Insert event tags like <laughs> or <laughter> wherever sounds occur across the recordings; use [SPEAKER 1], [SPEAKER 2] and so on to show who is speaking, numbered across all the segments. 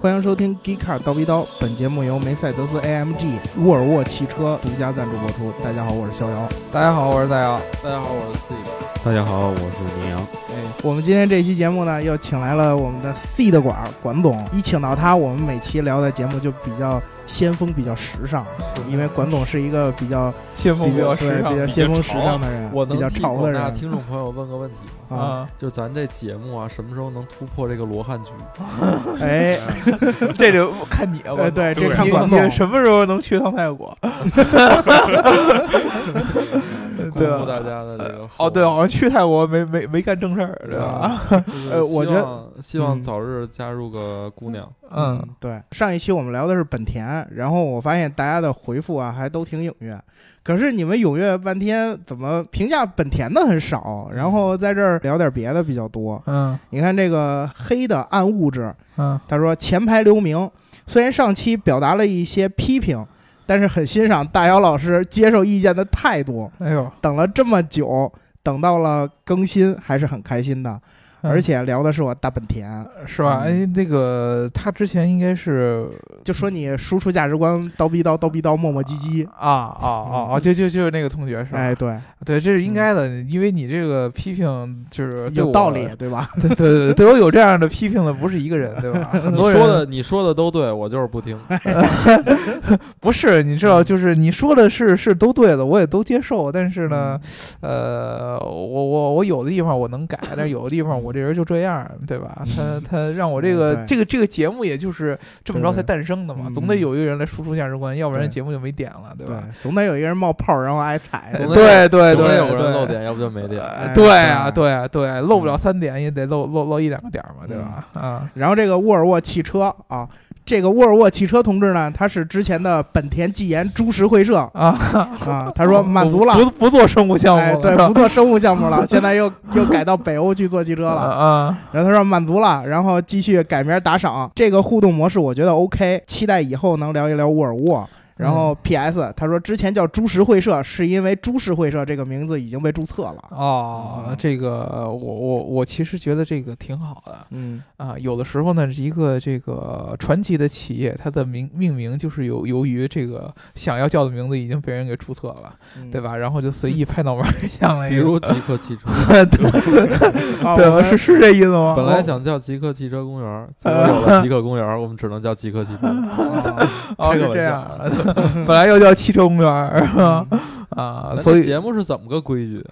[SPEAKER 1] 欢迎收听《Geek Car 刀逼刀》，本节目由梅赛德斯 AMG 沃尔沃汽车独家赞助播出。大家好，我是逍遥。
[SPEAKER 2] 大家好，我是大姚。
[SPEAKER 3] 大家好，我是 C。
[SPEAKER 4] 大家好，我是明阳。
[SPEAKER 1] 哎，我们今天这期节目呢，又请来了我们的 C 的管管总。一请到他，我们每期聊的节目就比较先锋，比较时尚，因为管总是一个比较
[SPEAKER 2] 先锋
[SPEAKER 1] 比较
[SPEAKER 2] 时
[SPEAKER 1] 对
[SPEAKER 2] 尚
[SPEAKER 1] 比，较先锋时尚的人，
[SPEAKER 3] 我
[SPEAKER 1] 比
[SPEAKER 3] 能
[SPEAKER 1] 较
[SPEAKER 3] 替
[SPEAKER 1] 潮的
[SPEAKER 3] 广大
[SPEAKER 1] 人
[SPEAKER 3] 听众朋友问个问题
[SPEAKER 1] 啊。
[SPEAKER 3] 吗？
[SPEAKER 2] 啊，
[SPEAKER 3] 就咱这节目啊，什么时候能突破这个罗汉局？
[SPEAKER 1] 哎，
[SPEAKER 2] 这就看你啊，
[SPEAKER 1] 呃，对，这看
[SPEAKER 2] 你
[SPEAKER 1] 管
[SPEAKER 2] 你
[SPEAKER 1] 总。
[SPEAKER 2] 什么时候能去趟泰国？
[SPEAKER 3] 辜
[SPEAKER 2] 对
[SPEAKER 3] 负
[SPEAKER 2] 啊
[SPEAKER 3] 大家的这个
[SPEAKER 2] 哦，对，好像去泰国没没没干正事儿，对吧？
[SPEAKER 3] 就是
[SPEAKER 1] 呃我
[SPEAKER 3] 希
[SPEAKER 1] 觉得
[SPEAKER 3] 望希望
[SPEAKER 1] 嗯
[SPEAKER 3] 早日加入个姑娘。
[SPEAKER 2] 嗯，
[SPEAKER 1] 对，上一期我们聊的是本田，然后我发现大家的回复啊还都挺踊跃，可是你们踊跃半天，怎么评价本田的很少？然后在这儿聊点别的比较多。
[SPEAKER 2] 嗯
[SPEAKER 1] 你看这个黑的暗物质，
[SPEAKER 2] 嗯，
[SPEAKER 1] 他说前排留名，虽然上期表达了一些批评，但是很欣赏大姚老师接受意见的态度。
[SPEAKER 2] 哎呦，
[SPEAKER 1] 等了这么久，等到了更新，还是很开心的。
[SPEAKER 2] 嗯
[SPEAKER 1] 而且聊的是我大本田，
[SPEAKER 2] 是吧？
[SPEAKER 1] 嗯
[SPEAKER 2] 哎，那个他之前应该是
[SPEAKER 1] 就说你输出价值观，叨逼叨叨逼叨，磨磨唧唧。
[SPEAKER 2] 啊啊啊啊，就就就是那个同学是吧？
[SPEAKER 1] 哎，对，
[SPEAKER 2] 对，这是应该的，因为你这个批评就是对
[SPEAKER 1] 有
[SPEAKER 2] 我
[SPEAKER 1] 道理，，对吧？
[SPEAKER 2] 对对对，对我有这样的批评的不是一个人，对吧？很
[SPEAKER 3] 你
[SPEAKER 2] 多人
[SPEAKER 3] 说的你说的都对，我就是不听。
[SPEAKER 2] 不是，你
[SPEAKER 1] 嗯
[SPEAKER 2] 知道，就是你说的是是都对的，我也都接受，但是呢，
[SPEAKER 1] 嗯
[SPEAKER 2] 呃，我我我有的地方我能改，但是有的地
[SPEAKER 1] 嗯
[SPEAKER 2] 方我这人就这样，对吧？他他让我这个
[SPEAKER 1] 嗯对
[SPEAKER 2] 这个这个节目也就是这么着才诞生的嘛，
[SPEAKER 1] 嗯对嗯
[SPEAKER 2] 总得有一个人来输出价值观，要不然
[SPEAKER 1] 对
[SPEAKER 2] 节目就没点了，对
[SPEAKER 1] 对
[SPEAKER 2] 吧？，
[SPEAKER 1] 总得有一个人冒泡，然后挨踩。
[SPEAKER 3] 总得
[SPEAKER 2] 对 <laughs> 对
[SPEAKER 3] 总得
[SPEAKER 2] 对，
[SPEAKER 3] 有个人
[SPEAKER 2] 对
[SPEAKER 3] 露。点，要不就没点。
[SPEAKER 2] 呃
[SPEAKER 1] 哎嗯
[SPEAKER 2] 对啊，
[SPEAKER 1] 对
[SPEAKER 2] 对啊，对啊，漏不了三点也得漏漏漏一两个点儿嘛，对吧？啊，
[SPEAKER 1] 然后这个沃尔沃汽车啊，这个沃尔沃汽车同志呢，他是之前的本田技研株式会社
[SPEAKER 2] 啊， <laughs>
[SPEAKER 1] 啊，他说满足了，
[SPEAKER 2] 不不做生物项目
[SPEAKER 1] 哎，
[SPEAKER 2] 了，
[SPEAKER 1] 对
[SPEAKER 2] 是，吧
[SPEAKER 1] 不做生物项目了，现在又又改到北欧去做汽车
[SPEAKER 2] 啊
[SPEAKER 1] 了。
[SPEAKER 2] 啊，
[SPEAKER 1] 然后他说满足了，然后继续改名打赏，这个互动模式我觉得 OK，期待以后能聊一聊沃尔沃。然后
[SPEAKER 2] 嗯
[SPEAKER 1] P.S. 他说之前叫株式会社，是因为株式会社这个名字已经被注册了。
[SPEAKER 2] 哦
[SPEAKER 1] 嗯，
[SPEAKER 2] 这个我我我其实觉得这个挺好的 <laughs>
[SPEAKER 1] 嗯，
[SPEAKER 2] 啊。有的时候呢，是一个这个传奇的企业，它的名命名就是由由于这个想要叫的名字已经被人给注册了，
[SPEAKER 1] 嗯
[SPEAKER 2] 对？吧？然后就随意拍脑门儿想了一
[SPEAKER 3] 比
[SPEAKER 2] 个，
[SPEAKER 3] 如极客汽
[SPEAKER 2] <laughs> 哦
[SPEAKER 3] 车， <laughs>
[SPEAKER 1] 啊，
[SPEAKER 2] 对
[SPEAKER 1] 我
[SPEAKER 2] 吧？
[SPEAKER 1] 们
[SPEAKER 2] <laughs> 是是这意思吗？
[SPEAKER 3] 本来
[SPEAKER 2] 我
[SPEAKER 3] 想叫极客汽车公园，结果有了极客公园，我们只能叫极客
[SPEAKER 2] <laughs>
[SPEAKER 3] 汽车。
[SPEAKER 1] 啊
[SPEAKER 2] 哦
[SPEAKER 3] 开个
[SPEAKER 2] 是这
[SPEAKER 3] 玩笑
[SPEAKER 2] 样儿 <laughs> 的，本来又叫汽车公园儿是
[SPEAKER 1] 嗯
[SPEAKER 2] <laughs> 吧啊，
[SPEAKER 3] 咱
[SPEAKER 2] 所
[SPEAKER 3] 这
[SPEAKER 2] 以
[SPEAKER 3] 节目是怎么个规矩？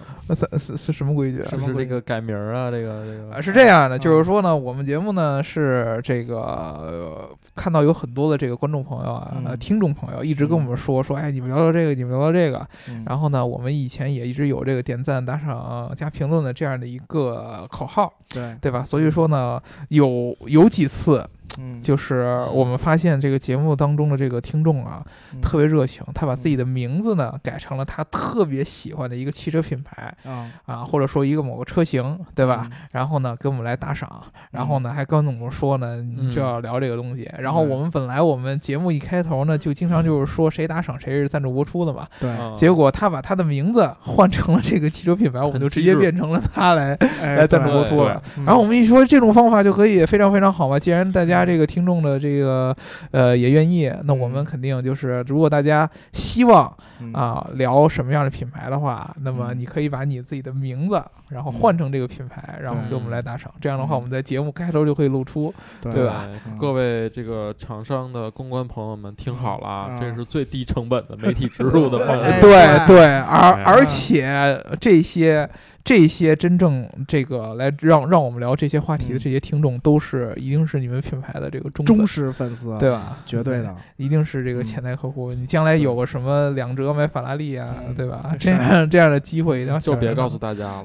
[SPEAKER 2] 是是是什么规矩啊？
[SPEAKER 1] 什
[SPEAKER 3] 就
[SPEAKER 1] 么
[SPEAKER 3] 是
[SPEAKER 1] 规
[SPEAKER 3] 这
[SPEAKER 1] 矩
[SPEAKER 3] 个改名儿啊，这个这
[SPEAKER 2] 啊，
[SPEAKER 3] 个
[SPEAKER 2] 是这样的，
[SPEAKER 1] 嗯
[SPEAKER 2] 就是说呢，我们节目呢是这个、呃看到有很多的这个观众朋友啊、
[SPEAKER 1] 嗯
[SPEAKER 2] 呃听众朋友一直跟我们说说，哎，你们聊聊这个，你们聊聊这个。
[SPEAKER 1] 嗯
[SPEAKER 2] 然后呢，我们以前也一直有这个点赞、打赏、加评论的这样的一个口号，
[SPEAKER 1] 对，
[SPEAKER 2] 对吧？所以说呢，有有几次
[SPEAKER 1] 嗯，
[SPEAKER 2] 就是我们发现这个节目当中的这个听众啊，
[SPEAKER 1] 嗯
[SPEAKER 2] 特别热情，他把自己的名字呢改成了他特别喜欢的一个汽车品牌
[SPEAKER 1] 啊，
[SPEAKER 2] 啊，或者说一个某个车型，对
[SPEAKER 1] 对
[SPEAKER 2] 吧？？然后呢，跟我们来打赏，然后呢，
[SPEAKER 3] 嗯
[SPEAKER 2] 还跟我们说呢，你就要聊这个东西。然后我们本来我们节目一开头呢，就经常就是说谁打赏谁是赞助播出的嘛。
[SPEAKER 1] 对，
[SPEAKER 3] 啊
[SPEAKER 2] 结果他把他的名字换成了这个汽车品牌，我们就直接
[SPEAKER 3] 机智
[SPEAKER 2] 变成了他来来
[SPEAKER 1] 哎，
[SPEAKER 2] 赞助播
[SPEAKER 3] 对
[SPEAKER 2] 出了。
[SPEAKER 1] 嗯
[SPEAKER 2] <laughs> 然后我们一说这种方法就可以非常非常好嘛，既然大家这个听众的这个呃也愿意，那我
[SPEAKER 3] 嗯
[SPEAKER 2] 们肯定就是如果大家希望啊，聊什么样的品牌的话，那么
[SPEAKER 1] 嗯
[SPEAKER 2] 你可以把你自己的名字，然
[SPEAKER 3] 嗯
[SPEAKER 2] 后换成这个品牌，然后给我们来打赏。这样的话，
[SPEAKER 1] 嗯
[SPEAKER 2] 我们在节目开头就可以露出。
[SPEAKER 1] 对
[SPEAKER 2] 对吧
[SPEAKER 1] 嗯
[SPEAKER 3] 哎各位这个厂商的公关朋友们，听好了啊，
[SPEAKER 1] 啊
[SPEAKER 3] 这是最低成本的媒体植入的方
[SPEAKER 1] 哎 <laughs>
[SPEAKER 3] 式。
[SPEAKER 2] 对对，而
[SPEAKER 4] 哎
[SPEAKER 2] 而且这些这些真正这个来让让我们聊这些话题的
[SPEAKER 1] 嗯
[SPEAKER 2] 这些听众，都是一定是你们品牌的这个忠
[SPEAKER 1] 忠
[SPEAKER 2] 粉
[SPEAKER 1] 实粉丝，
[SPEAKER 2] 对吧？
[SPEAKER 1] 绝对的，
[SPEAKER 2] 一定是这个
[SPEAKER 1] 嗯
[SPEAKER 2] 潜在客户。你将来有个什么两折买法拉利啊，
[SPEAKER 1] 嗯
[SPEAKER 2] 对吧？
[SPEAKER 1] 是？
[SPEAKER 2] 这样这样的机会，一定要
[SPEAKER 3] 嗯就
[SPEAKER 2] 想
[SPEAKER 3] 别
[SPEAKER 2] 着
[SPEAKER 3] 告诉大家了，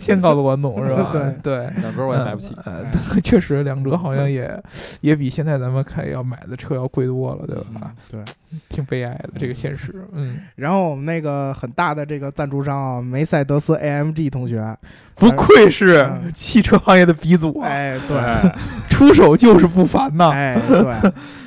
[SPEAKER 2] 先告诉管总是吧
[SPEAKER 1] <laughs> 对
[SPEAKER 2] 对。
[SPEAKER 3] 两边我也买不起。
[SPEAKER 2] <laughs>
[SPEAKER 1] 哎
[SPEAKER 2] 呃， <laughs> 确实，两折好
[SPEAKER 1] 嗯
[SPEAKER 2] 像也也比现在咱们看要买的车要贵多了，对吧
[SPEAKER 1] 嗯？对。
[SPEAKER 2] <laughs> 挺悲哀的这个现实。嗯，
[SPEAKER 1] 然后我们那个很大的这个赞助商啊，梅赛德斯 AMG 同学，
[SPEAKER 2] 不愧是汽车行业的鼻祖啊，
[SPEAKER 1] 哎，对，
[SPEAKER 2] 出手就是不凡呐。 <laughs>
[SPEAKER 1] 哎，对，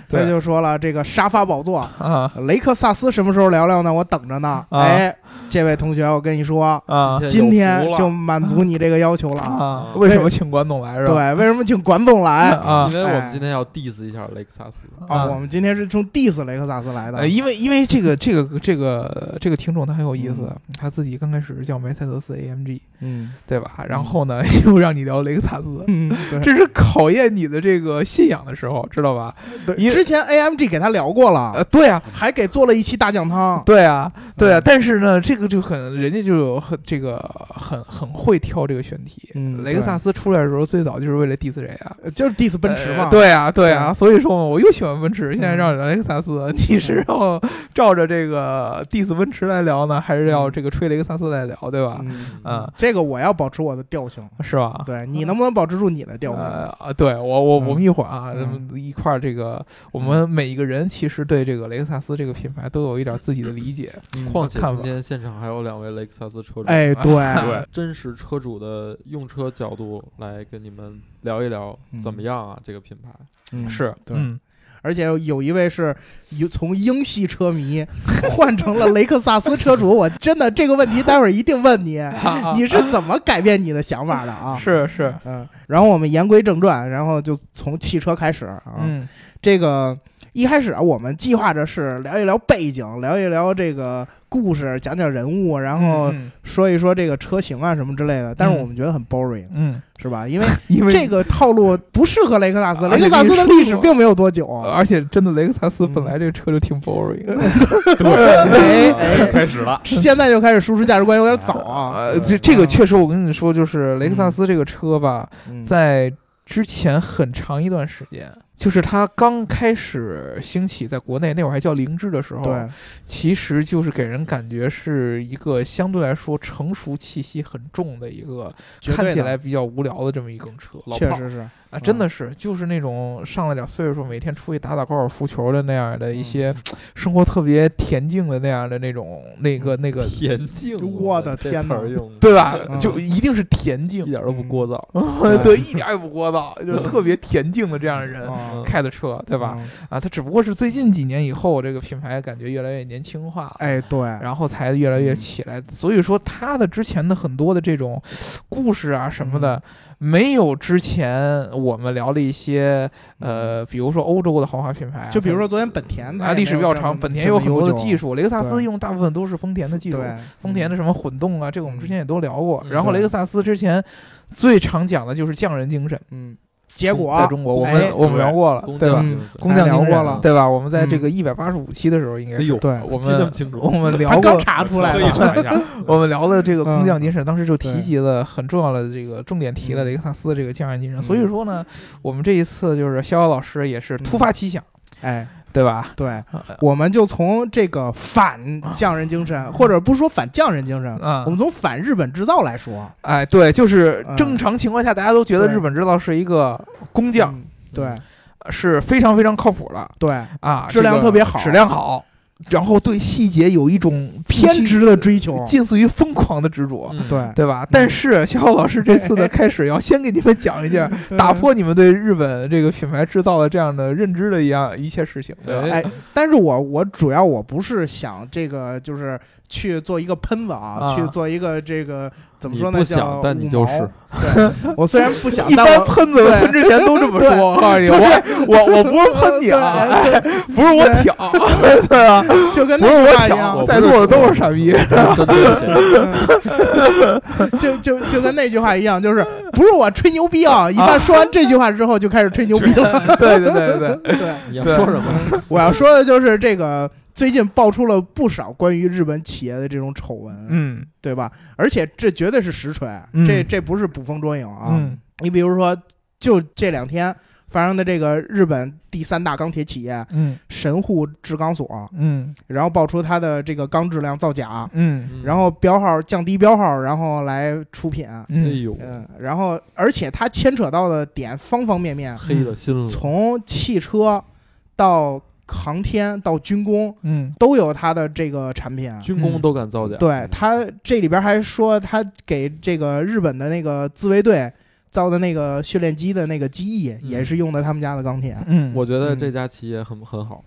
[SPEAKER 1] 他
[SPEAKER 2] 啊对
[SPEAKER 1] 就说了这个沙发宝座，
[SPEAKER 2] 啊
[SPEAKER 1] 雷克萨斯什么时候聊聊呢？我等着呢。
[SPEAKER 2] 啊
[SPEAKER 1] 哎，这位同学，我跟你说，
[SPEAKER 2] 啊
[SPEAKER 1] 嗯今
[SPEAKER 3] 有福
[SPEAKER 1] 天
[SPEAKER 3] 了
[SPEAKER 1] 就满足你这个要求了。
[SPEAKER 2] 啊！为什么请管总来是吧？
[SPEAKER 1] 嗯
[SPEAKER 2] 嗯
[SPEAKER 1] 对，为什么请管总来？
[SPEAKER 2] 啊啊
[SPEAKER 3] 因为我
[SPEAKER 1] 哎
[SPEAKER 3] 们今天要 diss 一下雷克萨斯，
[SPEAKER 1] 啊，我们今天是冲 diss 雷克萨斯来的。
[SPEAKER 2] 呃，因为因为这个这个这个这个听众他很有意思，他自己刚开始叫梅赛德斯 AMG，
[SPEAKER 1] 嗯
[SPEAKER 2] 对吧？然后呢， <laughs> 又让你聊雷克萨斯，
[SPEAKER 1] 嗯，对
[SPEAKER 2] 这是考验你的这个信仰的时候，知道吧？
[SPEAKER 1] 对，
[SPEAKER 2] 因为
[SPEAKER 1] 之前 AMG 给他聊过了，
[SPEAKER 2] 呃，对啊，
[SPEAKER 1] 还给做了一期大讲堂。
[SPEAKER 2] 对啊，对啊。
[SPEAKER 1] 嗯
[SPEAKER 2] 但是呢，这个就很人家就有很这个很很会挑这个选题。
[SPEAKER 1] 嗯
[SPEAKER 2] 雷克萨斯出来的时候，最早就是为了 diss 谁啊？
[SPEAKER 1] 呃就是 diss 奔驰嘛。
[SPEAKER 2] 呃对啊，对啊，
[SPEAKER 1] 嗯
[SPEAKER 2] 所以说嘛，我又喜欢奔驰，现在
[SPEAKER 1] 嗯
[SPEAKER 2] 让雷克萨斯，
[SPEAKER 1] <laughs>
[SPEAKER 2] 你是要照着这个 diss 奔驰来聊呢，还是要这个吹雷克萨斯来聊，对吧？
[SPEAKER 1] 嗯，
[SPEAKER 2] 啊，
[SPEAKER 1] 这个我要保持我的调性。
[SPEAKER 2] 是吧？
[SPEAKER 1] 对你能不能保持住你的调性？
[SPEAKER 2] 呃啊，对我我
[SPEAKER 1] 嗯
[SPEAKER 2] 我们一会儿啊，
[SPEAKER 1] 嗯
[SPEAKER 2] 一块儿这个，我们每一个人其实对这个雷克萨斯这个品牌都有一点自己的理解。
[SPEAKER 1] 嗯
[SPEAKER 3] 况且
[SPEAKER 2] 看
[SPEAKER 3] 今
[SPEAKER 2] 吧
[SPEAKER 3] 天现场还有两位雷克萨斯车主，
[SPEAKER 1] 哎，
[SPEAKER 2] 啊
[SPEAKER 1] 对，
[SPEAKER 2] 对
[SPEAKER 3] 真实车主的用车角度来跟你们聊一聊
[SPEAKER 1] 嗯
[SPEAKER 3] 怎么样啊？这个品牌
[SPEAKER 1] 嗯
[SPEAKER 2] 是，
[SPEAKER 1] 对。
[SPEAKER 2] 嗯
[SPEAKER 1] 而且有一位是有从英系车迷 <laughs> 换成了雷克萨斯车主，我真的这个问题待会儿一定问你，
[SPEAKER 2] 啊
[SPEAKER 1] 你是怎么改变你的想法的啊？
[SPEAKER 2] 是是，
[SPEAKER 1] 嗯，然后我们言归正传，然后就从汽车开始啊。
[SPEAKER 2] 嗯
[SPEAKER 1] 这个一开始啊，我们计划着是聊一聊背景，聊一聊这个故事，讲讲人物，然后
[SPEAKER 2] 嗯
[SPEAKER 1] 说一说这个车型啊什么之类的。但是
[SPEAKER 2] 嗯
[SPEAKER 1] 我们觉得很 boring，
[SPEAKER 2] 嗯，
[SPEAKER 1] 是吧？因为
[SPEAKER 2] 因 <laughs> 为
[SPEAKER 1] 这个套路不适合雷克萨斯，
[SPEAKER 2] 啊
[SPEAKER 1] 雷克萨斯的历史并没有多久。啊
[SPEAKER 2] 而且真的雷克萨斯
[SPEAKER 1] 嗯
[SPEAKER 2] 本来这个车就挺 boring 的。
[SPEAKER 1] 哎哎，
[SPEAKER 4] 开始了，
[SPEAKER 1] 现在就开始输出价值观有点早啊。
[SPEAKER 2] <laughs> 呃，这这个
[SPEAKER 1] 嗯
[SPEAKER 2] 确实，我跟你说，就是雷克萨斯这个车吧，
[SPEAKER 1] 嗯
[SPEAKER 2] 在之前很长一段时间，就是它刚开始兴起，在国内那会儿还叫凌志的时候，
[SPEAKER 1] 对，
[SPEAKER 2] 其实就是给人感觉是一个相对来说成熟气息很重的一个，
[SPEAKER 1] 绝对的
[SPEAKER 2] 看起来比较无聊的这么一梗车，老
[SPEAKER 1] 确
[SPEAKER 2] 炮儿
[SPEAKER 1] 实
[SPEAKER 2] <laughs>
[SPEAKER 1] 是，
[SPEAKER 2] 啊，真
[SPEAKER 3] 嗯
[SPEAKER 2] 的是就是那种上了点岁数，每天出去打打高尔夫球的那样
[SPEAKER 3] 嗯
[SPEAKER 2] 的一些，生活特别恬静的那样的那种那个那个，
[SPEAKER 1] <laughs>
[SPEAKER 3] 恬静，
[SPEAKER 1] 我的
[SPEAKER 3] 这
[SPEAKER 1] 天
[SPEAKER 3] 词
[SPEAKER 1] 哪
[SPEAKER 3] 儿用的
[SPEAKER 2] 对吧
[SPEAKER 1] 嗯？
[SPEAKER 2] 就一定是恬静
[SPEAKER 3] 一，点都不聒噪，
[SPEAKER 2] <laughs>
[SPEAKER 3] 嗯
[SPEAKER 2] 对，一点儿也不聒噪，就是特别恬静的这样的人
[SPEAKER 3] 嗯
[SPEAKER 1] 啊
[SPEAKER 2] 开的车，对吧？？
[SPEAKER 1] 嗯
[SPEAKER 2] 啊，它只不过是最近几年以后，这个品牌感觉越来越年轻化了。
[SPEAKER 1] 哎，对，
[SPEAKER 2] 然后才越
[SPEAKER 1] 嗯
[SPEAKER 2] 来越起来，所以说它的之前的很多的这种故事啊什么
[SPEAKER 1] 嗯
[SPEAKER 2] 的，没有之前我们聊的一些呃，比如说欧洲的豪华品牌啊，
[SPEAKER 1] 嗯就比如说昨天本田，
[SPEAKER 2] 它
[SPEAKER 1] 它
[SPEAKER 2] 历史比较长，本田有很多的技
[SPEAKER 1] 术，
[SPEAKER 2] 术，雷克萨斯
[SPEAKER 1] 对
[SPEAKER 2] 用大部分都是丰田的技术，
[SPEAKER 1] 对，嗯
[SPEAKER 2] 丰田的什么混动啊，这个我们之前也都聊过。
[SPEAKER 3] 嗯
[SPEAKER 2] 然后雷克萨斯之前最常讲的就是匠人精神，
[SPEAKER 1] 嗯，结果
[SPEAKER 2] 在中国我
[SPEAKER 1] 哎
[SPEAKER 2] 们我们聊过了，
[SPEAKER 3] 工
[SPEAKER 2] 对吧
[SPEAKER 3] 匠？精
[SPEAKER 1] 嗯
[SPEAKER 3] 神
[SPEAKER 2] 工匠
[SPEAKER 1] 聊
[SPEAKER 2] 精神
[SPEAKER 1] 过了
[SPEAKER 2] 对吧？我们在这
[SPEAKER 1] 嗯
[SPEAKER 2] 个一百八十五期的时候应该
[SPEAKER 3] 哎
[SPEAKER 2] 是
[SPEAKER 3] 呦，
[SPEAKER 1] 对，
[SPEAKER 2] 我
[SPEAKER 3] 记得
[SPEAKER 2] 们
[SPEAKER 3] 清楚
[SPEAKER 2] 我，们聊
[SPEAKER 1] 他
[SPEAKER 2] 过
[SPEAKER 1] 刚。查出来
[SPEAKER 3] 特
[SPEAKER 1] 了
[SPEAKER 3] 意，查一下，
[SPEAKER 2] 我们聊的这个工匠精神，当时就
[SPEAKER 1] 对
[SPEAKER 2] 提及了很重要的这个重点提了
[SPEAKER 1] 嗯
[SPEAKER 2] 雷克萨斯这个匠人精神。
[SPEAKER 1] 嗯
[SPEAKER 2] 所以说呢，我们这一次就是逍遥老师也是突发奇想，
[SPEAKER 1] 哎，
[SPEAKER 2] 对吧？ <laughs>
[SPEAKER 1] 对，
[SPEAKER 2] 啊
[SPEAKER 1] 我们就从这个反匠人精神，或者不说反匠人精神，
[SPEAKER 2] 嗯
[SPEAKER 1] 我们从反日本制造来说，
[SPEAKER 2] 哎，对，就是
[SPEAKER 1] 嗯
[SPEAKER 2] 正常情况下，大家都觉得
[SPEAKER 1] 对
[SPEAKER 2] 日本制造是一个工匠，
[SPEAKER 1] 嗯对
[SPEAKER 2] 是非常非常靠谱的
[SPEAKER 1] 对，
[SPEAKER 2] 啊，
[SPEAKER 1] 质量
[SPEAKER 2] 这个
[SPEAKER 1] 特别好
[SPEAKER 2] 质量好，然后对细节有一种
[SPEAKER 1] 偏执的追求，
[SPEAKER 2] 近似于疯狂的执着。
[SPEAKER 3] 嗯，
[SPEAKER 1] 对，
[SPEAKER 2] 对吧？但是肖浩老师这次的
[SPEAKER 1] <laughs>
[SPEAKER 2] 开始要先给你们讲一下，打破你们对日本这个品牌制造的这样的认知的一样一切事情，对吧？
[SPEAKER 1] 哎，但是我我主要我不是想这个，就是去做一个喷子啊，
[SPEAKER 2] 啊
[SPEAKER 1] 去做一个这个怎么
[SPEAKER 3] 你
[SPEAKER 1] 说呢？
[SPEAKER 3] 不
[SPEAKER 1] 叫
[SPEAKER 3] 想，但你
[SPEAKER 1] 五
[SPEAKER 3] 就
[SPEAKER 1] 毛
[SPEAKER 3] 是。
[SPEAKER 1] <laughs> 对，我虽然不想，
[SPEAKER 2] <laughs> 一
[SPEAKER 1] 但
[SPEAKER 2] 般
[SPEAKER 1] 我
[SPEAKER 2] 喷子
[SPEAKER 1] 对
[SPEAKER 2] 喷之前都这么说，我告诉你，我我我不是喷你啊，哎不是我挑，对吧？
[SPEAKER 1] 对就跟
[SPEAKER 2] 不
[SPEAKER 1] 那
[SPEAKER 2] 是
[SPEAKER 1] 句话
[SPEAKER 2] 我
[SPEAKER 1] 一样
[SPEAKER 2] 挑，
[SPEAKER 3] 我，
[SPEAKER 2] 在座的都是傻逼，
[SPEAKER 3] 真的是
[SPEAKER 1] <laughs>
[SPEAKER 3] 这样
[SPEAKER 1] 就就就跟那句话一样，就是不是我吹牛逼啊！一般说完这句话之后，就开始吹牛逼了。
[SPEAKER 2] 对对对对 <laughs> 对，
[SPEAKER 1] 对，
[SPEAKER 3] 你要说什么？
[SPEAKER 1] 我要说的就是这个，最近爆出了不少关于日本企业的这种丑闻，
[SPEAKER 2] 嗯
[SPEAKER 1] 对吧？而且这绝对是实锤，
[SPEAKER 2] 嗯
[SPEAKER 1] 这这不是捕风捉影啊！
[SPEAKER 2] 嗯
[SPEAKER 1] 你比如说，就这两天发生的这个日本第三大钢铁企业
[SPEAKER 2] 嗯
[SPEAKER 1] 神户制钢所，
[SPEAKER 2] 嗯
[SPEAKER 1] 然后爆出它的这个钢质量造假，
[SPEAKER 2] 嗯
[SPEAKER 1] 然后标号降低标号，然后来出品。
[SPEAKER 3] 哎
[SPEAKER 2] 嗯，
[SPEAKER 3] 呦，
[SPEAKER 1] 嗯，然后而且它牵扯到的点方方面面，
[SPEAKER 3] 黑的心了，
[SPEAKER 1] 从汽车到航天到军工
[SPEAKER 2] 嗯
[SPEAKER 1] 都有它的这个产品。
[SPEAKER 3] 军工都敢造假，嗯
[SPEAKER 1] 对它这里边还说，它给这个日本的那个自卫队造的那个训练机的那个机翼，
[SPEAKER 3] 嗯
[SPEAKER 1] 也是用的他们家的钢铁。
[SPEAKER 2] 嗯，
[SPEAKER 3] 我觉得这
[SPEAKER 2] 嗯
[SPEAKER 3] 家企业很
[SPEAKER 1] <laughs>
[SPEAKER 3] 很好，